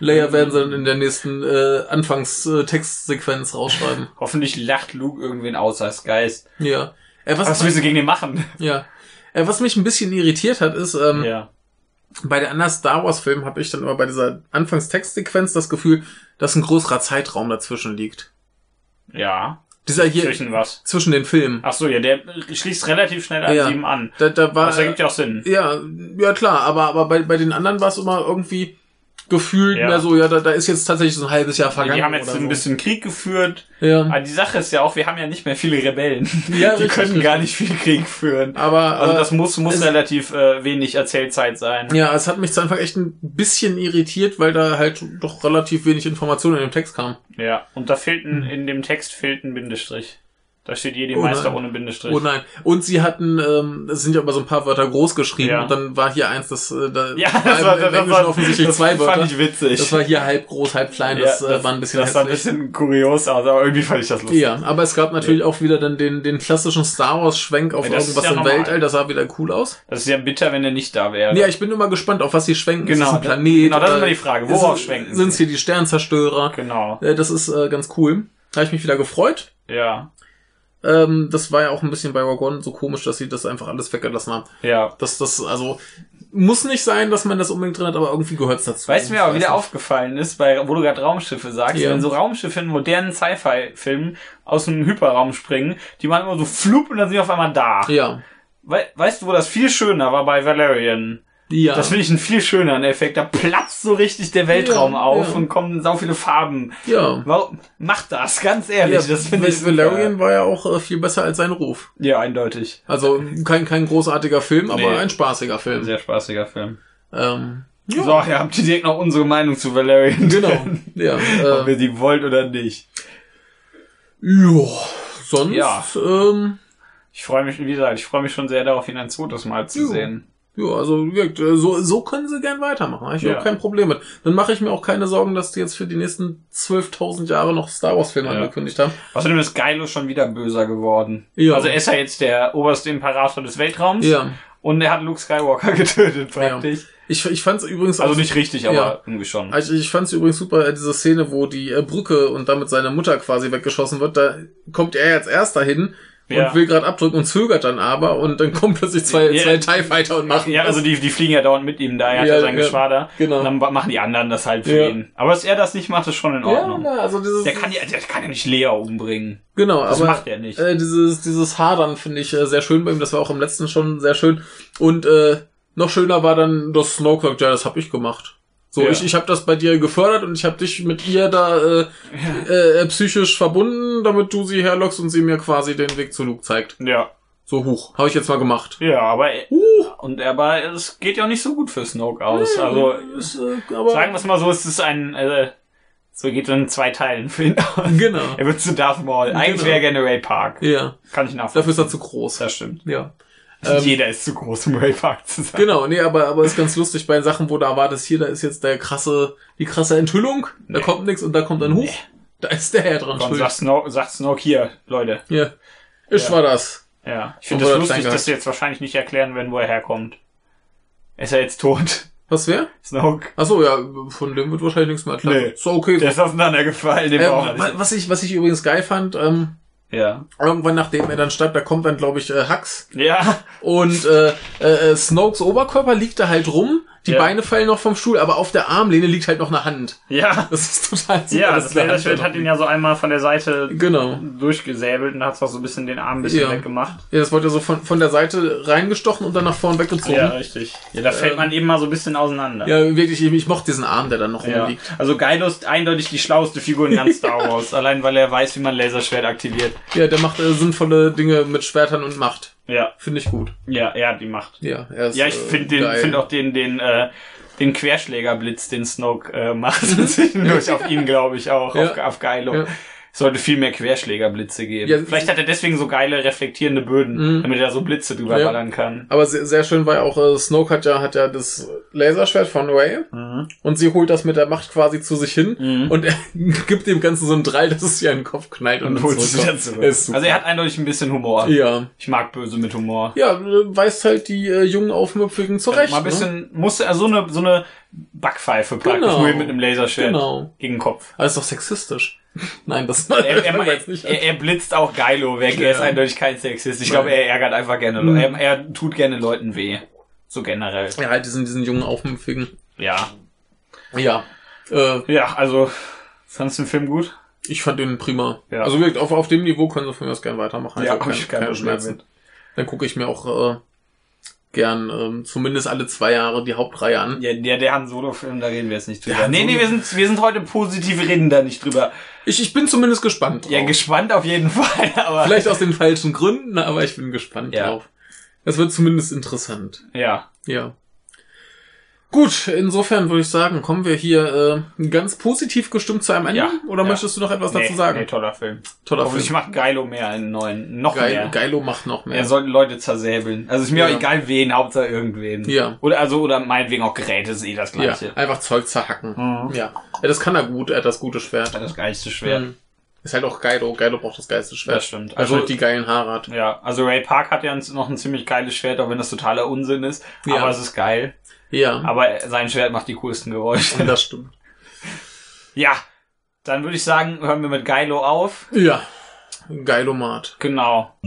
Speaker 1: Leia werden sie dann in der nächsten äh, Anfangstextsequenz rausschreiben.
Speaker 2: Hoffentlich lacht Luke irgendwen aus als Geist.
Speaker 1: Ja. Äh, was,
Speaker 2: Was willst du gegen den machen?
Speaker 1: ja. Äh, was mich ein bisschen irritiert hat, ist, ähm,
Speaker 2: Ja.
Speaker 1: bei den anderen Star Wars Filmen habe ich dann immer bei dieser Anfangstextsequenz das Gefühl, dass ein größerer Zeitraum dazwischen liegt.
Speaker 2: Ja.
Speaker 1: Dieser hier
Speaker 2: Zwischen was?
Speaker 1: zwischen den Filmen.
Speaker 2: Ach so, ja, der schließt relativ schnell an
Speaker 1: Ja.
Speaker 2: sieben an.
Speaker 1: Da, da war, äh,
Speaker 2: Das ergibt ja auch Sinn.
Speaker 1: Ja, ja klar, aber, aber bei, bei den anderen war es immer irgendwie gefühlt
Speaker 2: Ja.
Speaker 1: mehr so, ja, da, da ist jetzt tatsächlich so ein halbes Jahr vergangen.
Speaker 2: Also, Die haben jetzt
Speaker 1: oder
Speaker 2: ein
Speaker 1: so.
Speaker 2: bisschen Krieg geführt.
Speaker 1: Ja.
Speaker 2: Aber die Sache ist ja auch, wir haben ja nicht mehr viele Rebellen.
Speaker 1: Ja,
Speaker 2: die
Speaker 1: richtig,
Speaker 2: können
Speaker 1: richtig.
Speaker 2: gar nicht viel Krieg führen.
Speaker 1: Aber
Speaker 2: Also
Speaker 1: äh,
Speaker 2: das muss, muss
Speaker 1: es-
Speaker 2: relativ äh, wenig Erzählzeit sein.
Speaker 1: ja, es hat mich zu Anfang echt ein bisschen irritiert, weil da halt doch relativ wenig Informationen in dem Text kam.
Speaker 2: Ja. Und da fehlt ein,
Speaker 1: Hm.
Speaker 2: in dem Text fehlt ein Bindestrich. Da steht jedem
Speaker 1: Oh nein.
Speaker 2: Meister ohne Bindestrich.
Speaker 1: Oh nein. Und sie hatten, ähm, es sind ja immer so ein paar Wörter groß geschrieben
Speaker 2: Ja.
Speaker 1: und dann war hier eins, das äh, da
Speaker 2: Ja,
Speaker 1: waren
Speaker 2: das war,
Speaker 1: im
Speaker 2: das,
Speaker 1: Englischen
Speaker 2: war
Speaker 1: offensichtlich
Speaker 2: das
Speaker 1: zwei Wörter.
Speaker 2: fand ich witzig.
Speaker 1: das war hier halb groß, halb klein, das, äh, war ein bisschen
Speaker 2: das sah ein
Speaker 1: hässlich.
Speaker 2: bisschen kurios aus, aber irgendwie fand ich das lustig.
Speaker 1: Ja, aber es gab natürlich auch wieder dann den, den klassischen Star Wars-Schwenk auf
Speaker 2: Ja, das ist
Speaker 1: irgendwas
Speaker 2: ja
Speaker 1: im
Speaker 2: normal.
Speaker 1: Weltall, das sah wieder cool aus.
Speaker 2: Das ist ja bitter, wenn er nicht da wäre.
Speaker 1: Ja, ich bin immer gespannt, auf was sie schwenken.
Speaker 2: Genau,
Speaker 1: ist es ein
Speaker 2: da-
Speaker 1: Planet?
Speaker 2: genau, das ist
Speaker 1: oder
Speaker 2: immer die Frage. Worauf schwenken
Speaker 1: Sind es
Speaker 2: sie?
Speaker 1: hier die Sternzerstörer?
Speaker 2: Genau.
Speaker 1: Äh, das ist äh, ganz cool. Da habe ich mich wieder gefreut.
Speaker 2: Ja.
Speaker 1: Ähm, das war ja auch ein bisschen bei Wagon so komisch, dass sie das einfach alles weggelassen haben.
Speaker 2: Ja.
Speaker 1: Das, das, also, muss nicht sein, dass man das unbedingt drin hat, aber irgendwie gehört's dazu.
Speaker 2: Weißt du, mir
Speaker 1: Ich
Speaker 2: aber
Speaker 1: weiß
Speaker 2: wieder
Speaker 1: nicht.
Speaker 2: aufgefallen ist, weil, wo du gerade Raumschiffe sagst,
Speaker 1: Ja.
Speaker 2: wenn so Raumschiffe in modernen Sci-Fi-Filmen aus dem Hyperraum springen, die machen immer so flupp und dann sind die auf einmal da.
Speaker 1: Ja.
Speaker 2: We weißt du, wo das viel schöner war bei Valerian?
Speaker 1: Ja.
Speaker 2: Das finde ich einen viel schöneren Effekt. Da platzt so richtig der Weltraum
Speaker 1: Ja,
Speaker 2: auf
Speaker 1: ja.
Speaker 2: und kommen sau viele Farben.
Speaker 1: ja.
Speaker 2: Warum? Mach das, ganz ehrlich.
Speaker 1: ja,
Speaker 2: das finde ich.
Speaker 1: Valerian war ja auch äh, viel besser als sein Ruf.
Speaker 2: super. Ja, eindeutig.
Speaker 1: Also kein, kein großartiger Film, aber
Speaker 2: Nee.
Speaker 1: ein spaßiger
Speaker 2: Ein
Speaker 1: Film.
Speaker 2: sehr spaßiger Film.
Speaker 1: Ähm, ja,
Speaker 2: So, ihr habt hier direkt noch unsere Meinung zu Valerian.
Speaker 1: genau. Ja,
Speaker 2: Ob
Speaker 1: äh,
Speaker 2: ihr die wollt oder nicht.
Speaker 1: ja, sonst,
Speaker 2: Ja.
Speaker 1: Ähm,
Speaker 2: Ich freue mich, wie gesagt, ich freue mich schon sehr darauf, ihn ein zweites Mal zu
Speaker 1: Jo.
Speaker 2: sehen.
Speaker 1: ja, also wie gesagt, äh, so, so können sie gern weitermachen. Hab Ich habe
Speaker 2: Ja.
Speaker 1: kein Problem mit. Dann mache ich mir auch keine Sorgen, dass die jetzt für die nächsten 12.000 Jahre noch Star Wars-Filme
Speaker 2: Ja.
Speaker 1: angekündigt haben.
Speaker 2: Außerdem ist Geilo schon wieder böser geworden.
Speaker 1: Ja.
Speaker 2: Also er ist ja jetzt der oberste Imperator des Weltraums
Speaker 1: Ja,
Speaker 2: und er hat Luke Skywalker getötet praktisch.
Speaker 1: ich, ich fand es übrigens
Speaker 2: Also
Speaker 1: auch-
Speaker 2: nicht richtig, aber
Speaker 1: Ja. Also
Speaker 2: irgendwie schon.
Speaker 1: Ich, ich fand es übrigens super, äh, diese Szene, wo die äh, Brücke und damit seine Mutter quasi weggeschossen wird. Da kommt er jetzt erst dahin
Speaker 2: Ja.
Speaker 1: und will gerade abdrücken und zögert dann aber und dann kommen plötzlich zwei,
Speaker 2: Ja.
Speaker 1: zwei TIE Fighter und machen
Speaker 2: Ja, also die, die fliegen ja dauernd mit ihm da, er hat
Speaker 1: Ja,
Speaker 2: ja sein
Speaker 1: ja.
Speaker 2: Geschwader.
Speaker 1: Genau.
Speaker 2: Und dann wa- machen die anderen das halt für
Speaker 1: Ja.
Speaker 2: ihn. Aber dass er das nicht macht, ist schon in
Speaker 1: das. Ja,
Speaker 2: Ordnung.
Speaker 1: na, also dieses
Speaker 2: der kann ja, der kann ja nicht Lea umbringen.
Speaker 1: genau,
Speaker 2: Das
Speaker 1: aber
Speaker 2: macht er nicht.
Speaker 1: äh, dieses dieses Hadern finde ich äh, sehr schön bei ihm, das war auch im letzten schon sehr schön und äh, noch schöner war dann das Snoke sagt, ja, das habe ich gemacht. So,
Speaker 2: Ja.
Speaker 1: ich, ich habe das bei dir gefördert und ich habe dich mit ihr da äh, äh, äh, psychisch verbunden, damit du sie herlockst und sie mir quasi den Weg zu Luke zeigt.
Speaker 2: Ja.
Speaker 1: So hoch. Habe ich jetzt mal gemacht.
Speaker 2: Ja, aber,
Speaker 1: Huch.
Speaker 2: und aber es geht ja auch nicht so gut für Snoke aus. Also,
Speaker 1: ist, äh, aber
Speaker 2: Sagen wir es mal so, es ist ein, äh, so geht in zwei Teilen für ihn aus.
Speaker 1: Genau.
Speaker 2: Er wird zu Darth Maul. Eigentlich
Speaker 1: Genau.
Speaker 2: wäre er gerne Ray Park.
Speaker 1: Ja,
Speaker 2: Kann ich nachvollziehen.
Speaker 1: dafür ist er zu groß.
Speaker 2: das stimmt.
Speaker 1: Ja. Ähm,
Speaker 2: Jeder ist zu groß, um Ray Park zu sein.
Speaker 1: Genau, nee, aber aber ist ganz lustig bei den Sachen, wo du erwartest, hier, da ist jetzt der krasse, die krasse Enthüllung, da
Speaker 2: Nee.
Speaker 1: kommt nichts und da kommt dann hoch.
Speaker 2: Nee.
Speaker 1: Da ist der Herr dran
Speaker 2: Und
Speaker 1: schuld.
Speaker 2: sagt Snoke, sagt Snoke hier, Leute.
Speaker 1: Ja. Ich
Speaker 2: Ja.
Speaker 1: war das.
Speaker 2: Ja. Ich
Speaker 1: Obwohl
Speaker 2: finde das
Speaker 1: er
Speaker 2: lustig,
Speaker 1: klein
Speaker 2: dass sie jetzt wahrscheinlich nicht erklären werden, wo er herkommt. Er Ist er jetzt tot?
Speaker 1: Was wer?
Speaker 2: Snoke.
Speaker 1: Ach so, ja, von dem wird wahrscheinlich nichts mehr klar.
Speaker 2: Nee.
Speaker 1: So okay.
Speaker 2: Der ist auseinandergefallen, den
Speaker 1: Ähm,
Speaker 2: brauchen wir
Speaker 1: wa-
Speaker 2: nicht.
Speaker 1: was ich was ich übrigens geil fand, ähm,
Speaker 2: Ja.
Speaker 1: irgendwann nachdem er dann stirbt, da kommt dann glaube ich äh, Hux
Speaker 2: Ja.
Speaker 1: Und äh, äh, äh, Snokes Oberkörper liegt da halt rum, die
Speaker 2: Ja.
Speaker 1: Beine fallen noch vom Stuhl, aber auf der Armlehne liegt halt noch eine Hand.
Speaker 2: Ja.
Speaker 1: Das ist total super.
Speaker 2: Ja,
Speaker 1: dass
Speaker 2: das
Speaker 1: der Hand
Speaker 2: Laserschild
Speaker 1: da
Speaker 2: hat
Speaker 1: noch
Speaker 2: ihn ja so einmal von der Seite
Speaker 1: liegt. Genau.
Speaker 2: durchgesäbelt und hat auch so ein bisschen den Arm ein bisschen
Speaker 1: Ja.
Speaker 2: weggemacht.
Speaker 1: Ja, das wurde ja so von, von der Seite reingestochen und dann nach vorn weggezogen.
Speaker 2: Ja,
Speaker 1: Ja,
Speaker 2: richtig. Mhm. Ja, da fällt
Speaker 1: Ähm,
Speaker 2: man eben mal so ein bisschen auseinander.
Speaker 1: wirklich, ich, ich mochte diesen Arm, der dann noch
Speaker 2: Ja.
Speaker 1: rumliegt.
Speaker 2: Also Geilus eindeutig die schlaueste Figur in ganz Star Wars, allein weil er weiß, wie man Laserschwert aktiviert.
Speaker 1: Ja, der macht äh, sinnvolle Dinge mit Schwertern und Macht.
Speaker 2: Ja,
Speaker 1: Finde ich gut.
Speaker 2: ja, er hat die Macht.
Speaker 1: Ja, er ist,
Speaker 2: Ja, ich
Speaker 1: äh,
Speaker 2: finde den,
Speaker 1: geil.
Speaker 2: find auch den, den, äh, den Querschlägerblitz, den Snoke äh, macht, zwischendurch auf ihn, glaube ich, auch,
Speaker 1: Ja.
Speaker 2: auf, auf Geilo.
Speaker 1: Ja.
Speaker 2: Es sollte viel mehr Querschlägerblitze geben.
Speaker 1: Ja,
Speaker 2: Vielleicht hat er deswegen so geile reflektierende Böden,
Speaker 1: Mhm.
Speaker 2: damit er da so Blitze drüber
Speaker 1: Ja.
Speaker 2: ballern kann.
Speaker 1: Aber sehr, sehr schön war ja auch, äh, Snoke hat ja, hat ja das Laserschwert von Ray
Speaker 2: Mhm.
Speaker 1: und sie holt das mit der Macht quasi zu sich hin
Speaker 2: Mhm.
Speaker 1: und er gibt dem Ganzen so einen Drall, dass es ihr in den Kopf knallt und,
Speaker 2: Und
Speaker 1: dann
Speaker 2: holt es wieder
Speaker 1: zurückkommt.
Speaker 2: zurück.
Speaker 1: Ist super.
Speaker 2: Also er hat eindeutig ein bisschen Humor.
Speaker 1: ja.
Speaker 2: Ich mag Böse mit Humor.
Speaker 1: Ja, äh, weist halt die äh, jungen Aufmüpfigen zurecht.
Speaker 2: Mal ein
Speaker 1: ne?
Speaker 2: bisschen, musste er so eine, so eine Backpfeife praktisch,
Speaker 1: Genau.
Speaker 2: nur eben mit einem Laserschwert
Speaker 1: Genau.
Speaker 2: gegen den Kopf.
Speaker 1: Aber ist doch sexistisch. Nein, das
Speaker 2: Er,
Speaker 1: kann
Speaker 2: er,
Speaker 1: man jetzt
Speaker 2: er,
Speaker 1: nicht
Speaker 2: er, er blitzt auch Geilo weg, er ist
Speaker 1: Ja.
Speaker 2: eindeutig kein Sexist. Ich
Speaker 1: Nein.
Speaker 2: glaube, er ärgert einfach gerne
Speaker 1: Mhm.
Speaker 2: Leute. Er, er tut gerne Leuten weh. So generell.
Speaker 1: Ja, halt diesen, diesen jungen Aufmüpfigen.
Speaker 2: Ja.
Speaker 1: Ja. Äh,
Speaker 2: Ja, also, fandst du den Film gut?
Speaker 1: ich fand den prima.
Speaker 2: Ja.
Speaker 1: Also wirklich, auf, auf dem Niveau können sie von mir aus gerne weitermachen.
Speaker 2: Ja,
Speaker 1: also
Speaker 2: hab ich keine Probleme mit.
Speaker 1: Dann gucke ich mir auch äh, gern ähm, zumindest alle zwei Jahre die Hauptreihe an.
Speaker 2: Ja, der, der Han Solo-Film, da reden wir jetzt nicht drüber.
Speaker 1: Ja, Han
Speaker 2: nee, nee,
Speaker 1: Solo-
Speaker 2: wir sind, wir sind heute positiv, wir reden da nicht drüber.
Speaker 1: Ich, ich bin zumindest gespannt drauf.
Speaker 2: Ja, gespannt auf jeden Fall, aber.
Speaker 1: Vielleicht aus den falschen Gründen, aber ich bin gespannt
Speaker 2: Ja.
Speaker 1: drauf. Das wird zumindest interessant.
Speaker 2: Ja.
Speaker 1: Ja. Gut, insofern würde ich sagen, kommen wir hier äh, ganz positiv gestimmt zu einem Ende.
Speaker 2: Ja,
Speaker 1: Oder
Speaker 2: ja.
Speaker 1: möchtest du noch etwas
Speaker 2: Nee,
Speaker 1: dazu sagen?
Speaker 2: nee, toller Film.
Speaker 1: Toller
Speaker 2: Hoffentlich
Speaker 1: Film.
Speaker 2: macht Geilo mehr einen neuen. Noch mehr.
Speaker 1: Geil, Geilo macht noch mehr.
Speaker 2: Er soll Leute zersäbeln. Also ist mir
Speaker 1: Ja.
Speaker 2: auch egal wen, Hauptsache irgendwen.
Speaker 1: Ja.
Speaker 2: Oder also oder meinetwegen auch Geräte ist eh das
Speaker 1: ja,
Speaker 2: gleiche.
Speaker 1: einfach Zeug zerhacken.
Speaker 2: Mhm.
Speaker 1: Ja. ja, das kann er gut, er hat das gute Schwert.
Speaker 2: Das geilste Schwert.
Speaker 1: Mhm. Ist halt auch Geilo. Geilo braucht das geilste Schwert.
Speaker 2: Das stimmt.
Speaker 1: Also
Speaker 2: Also-
Speaker 1: halt die geilen Haare hat.
Speaker 2: Ja, also Ray Park hat ja noch ein ziemlich geiles Schwert, auch wenn das totaler Unsinn ist.
Speaker 1: Ja.
Speaker 2: Aber es ist geil.
Speaker 1: Ja,
Speaker 2: Aber sein Schwert macht die coolsten Geräusche.
Speaker 1: das stimmt.
Speaker 2: ja, dann würde ich sagen, hören wir mit Geilo auf.
Speaker 1: Ja, Geilomat.
Speaker 2: Genau.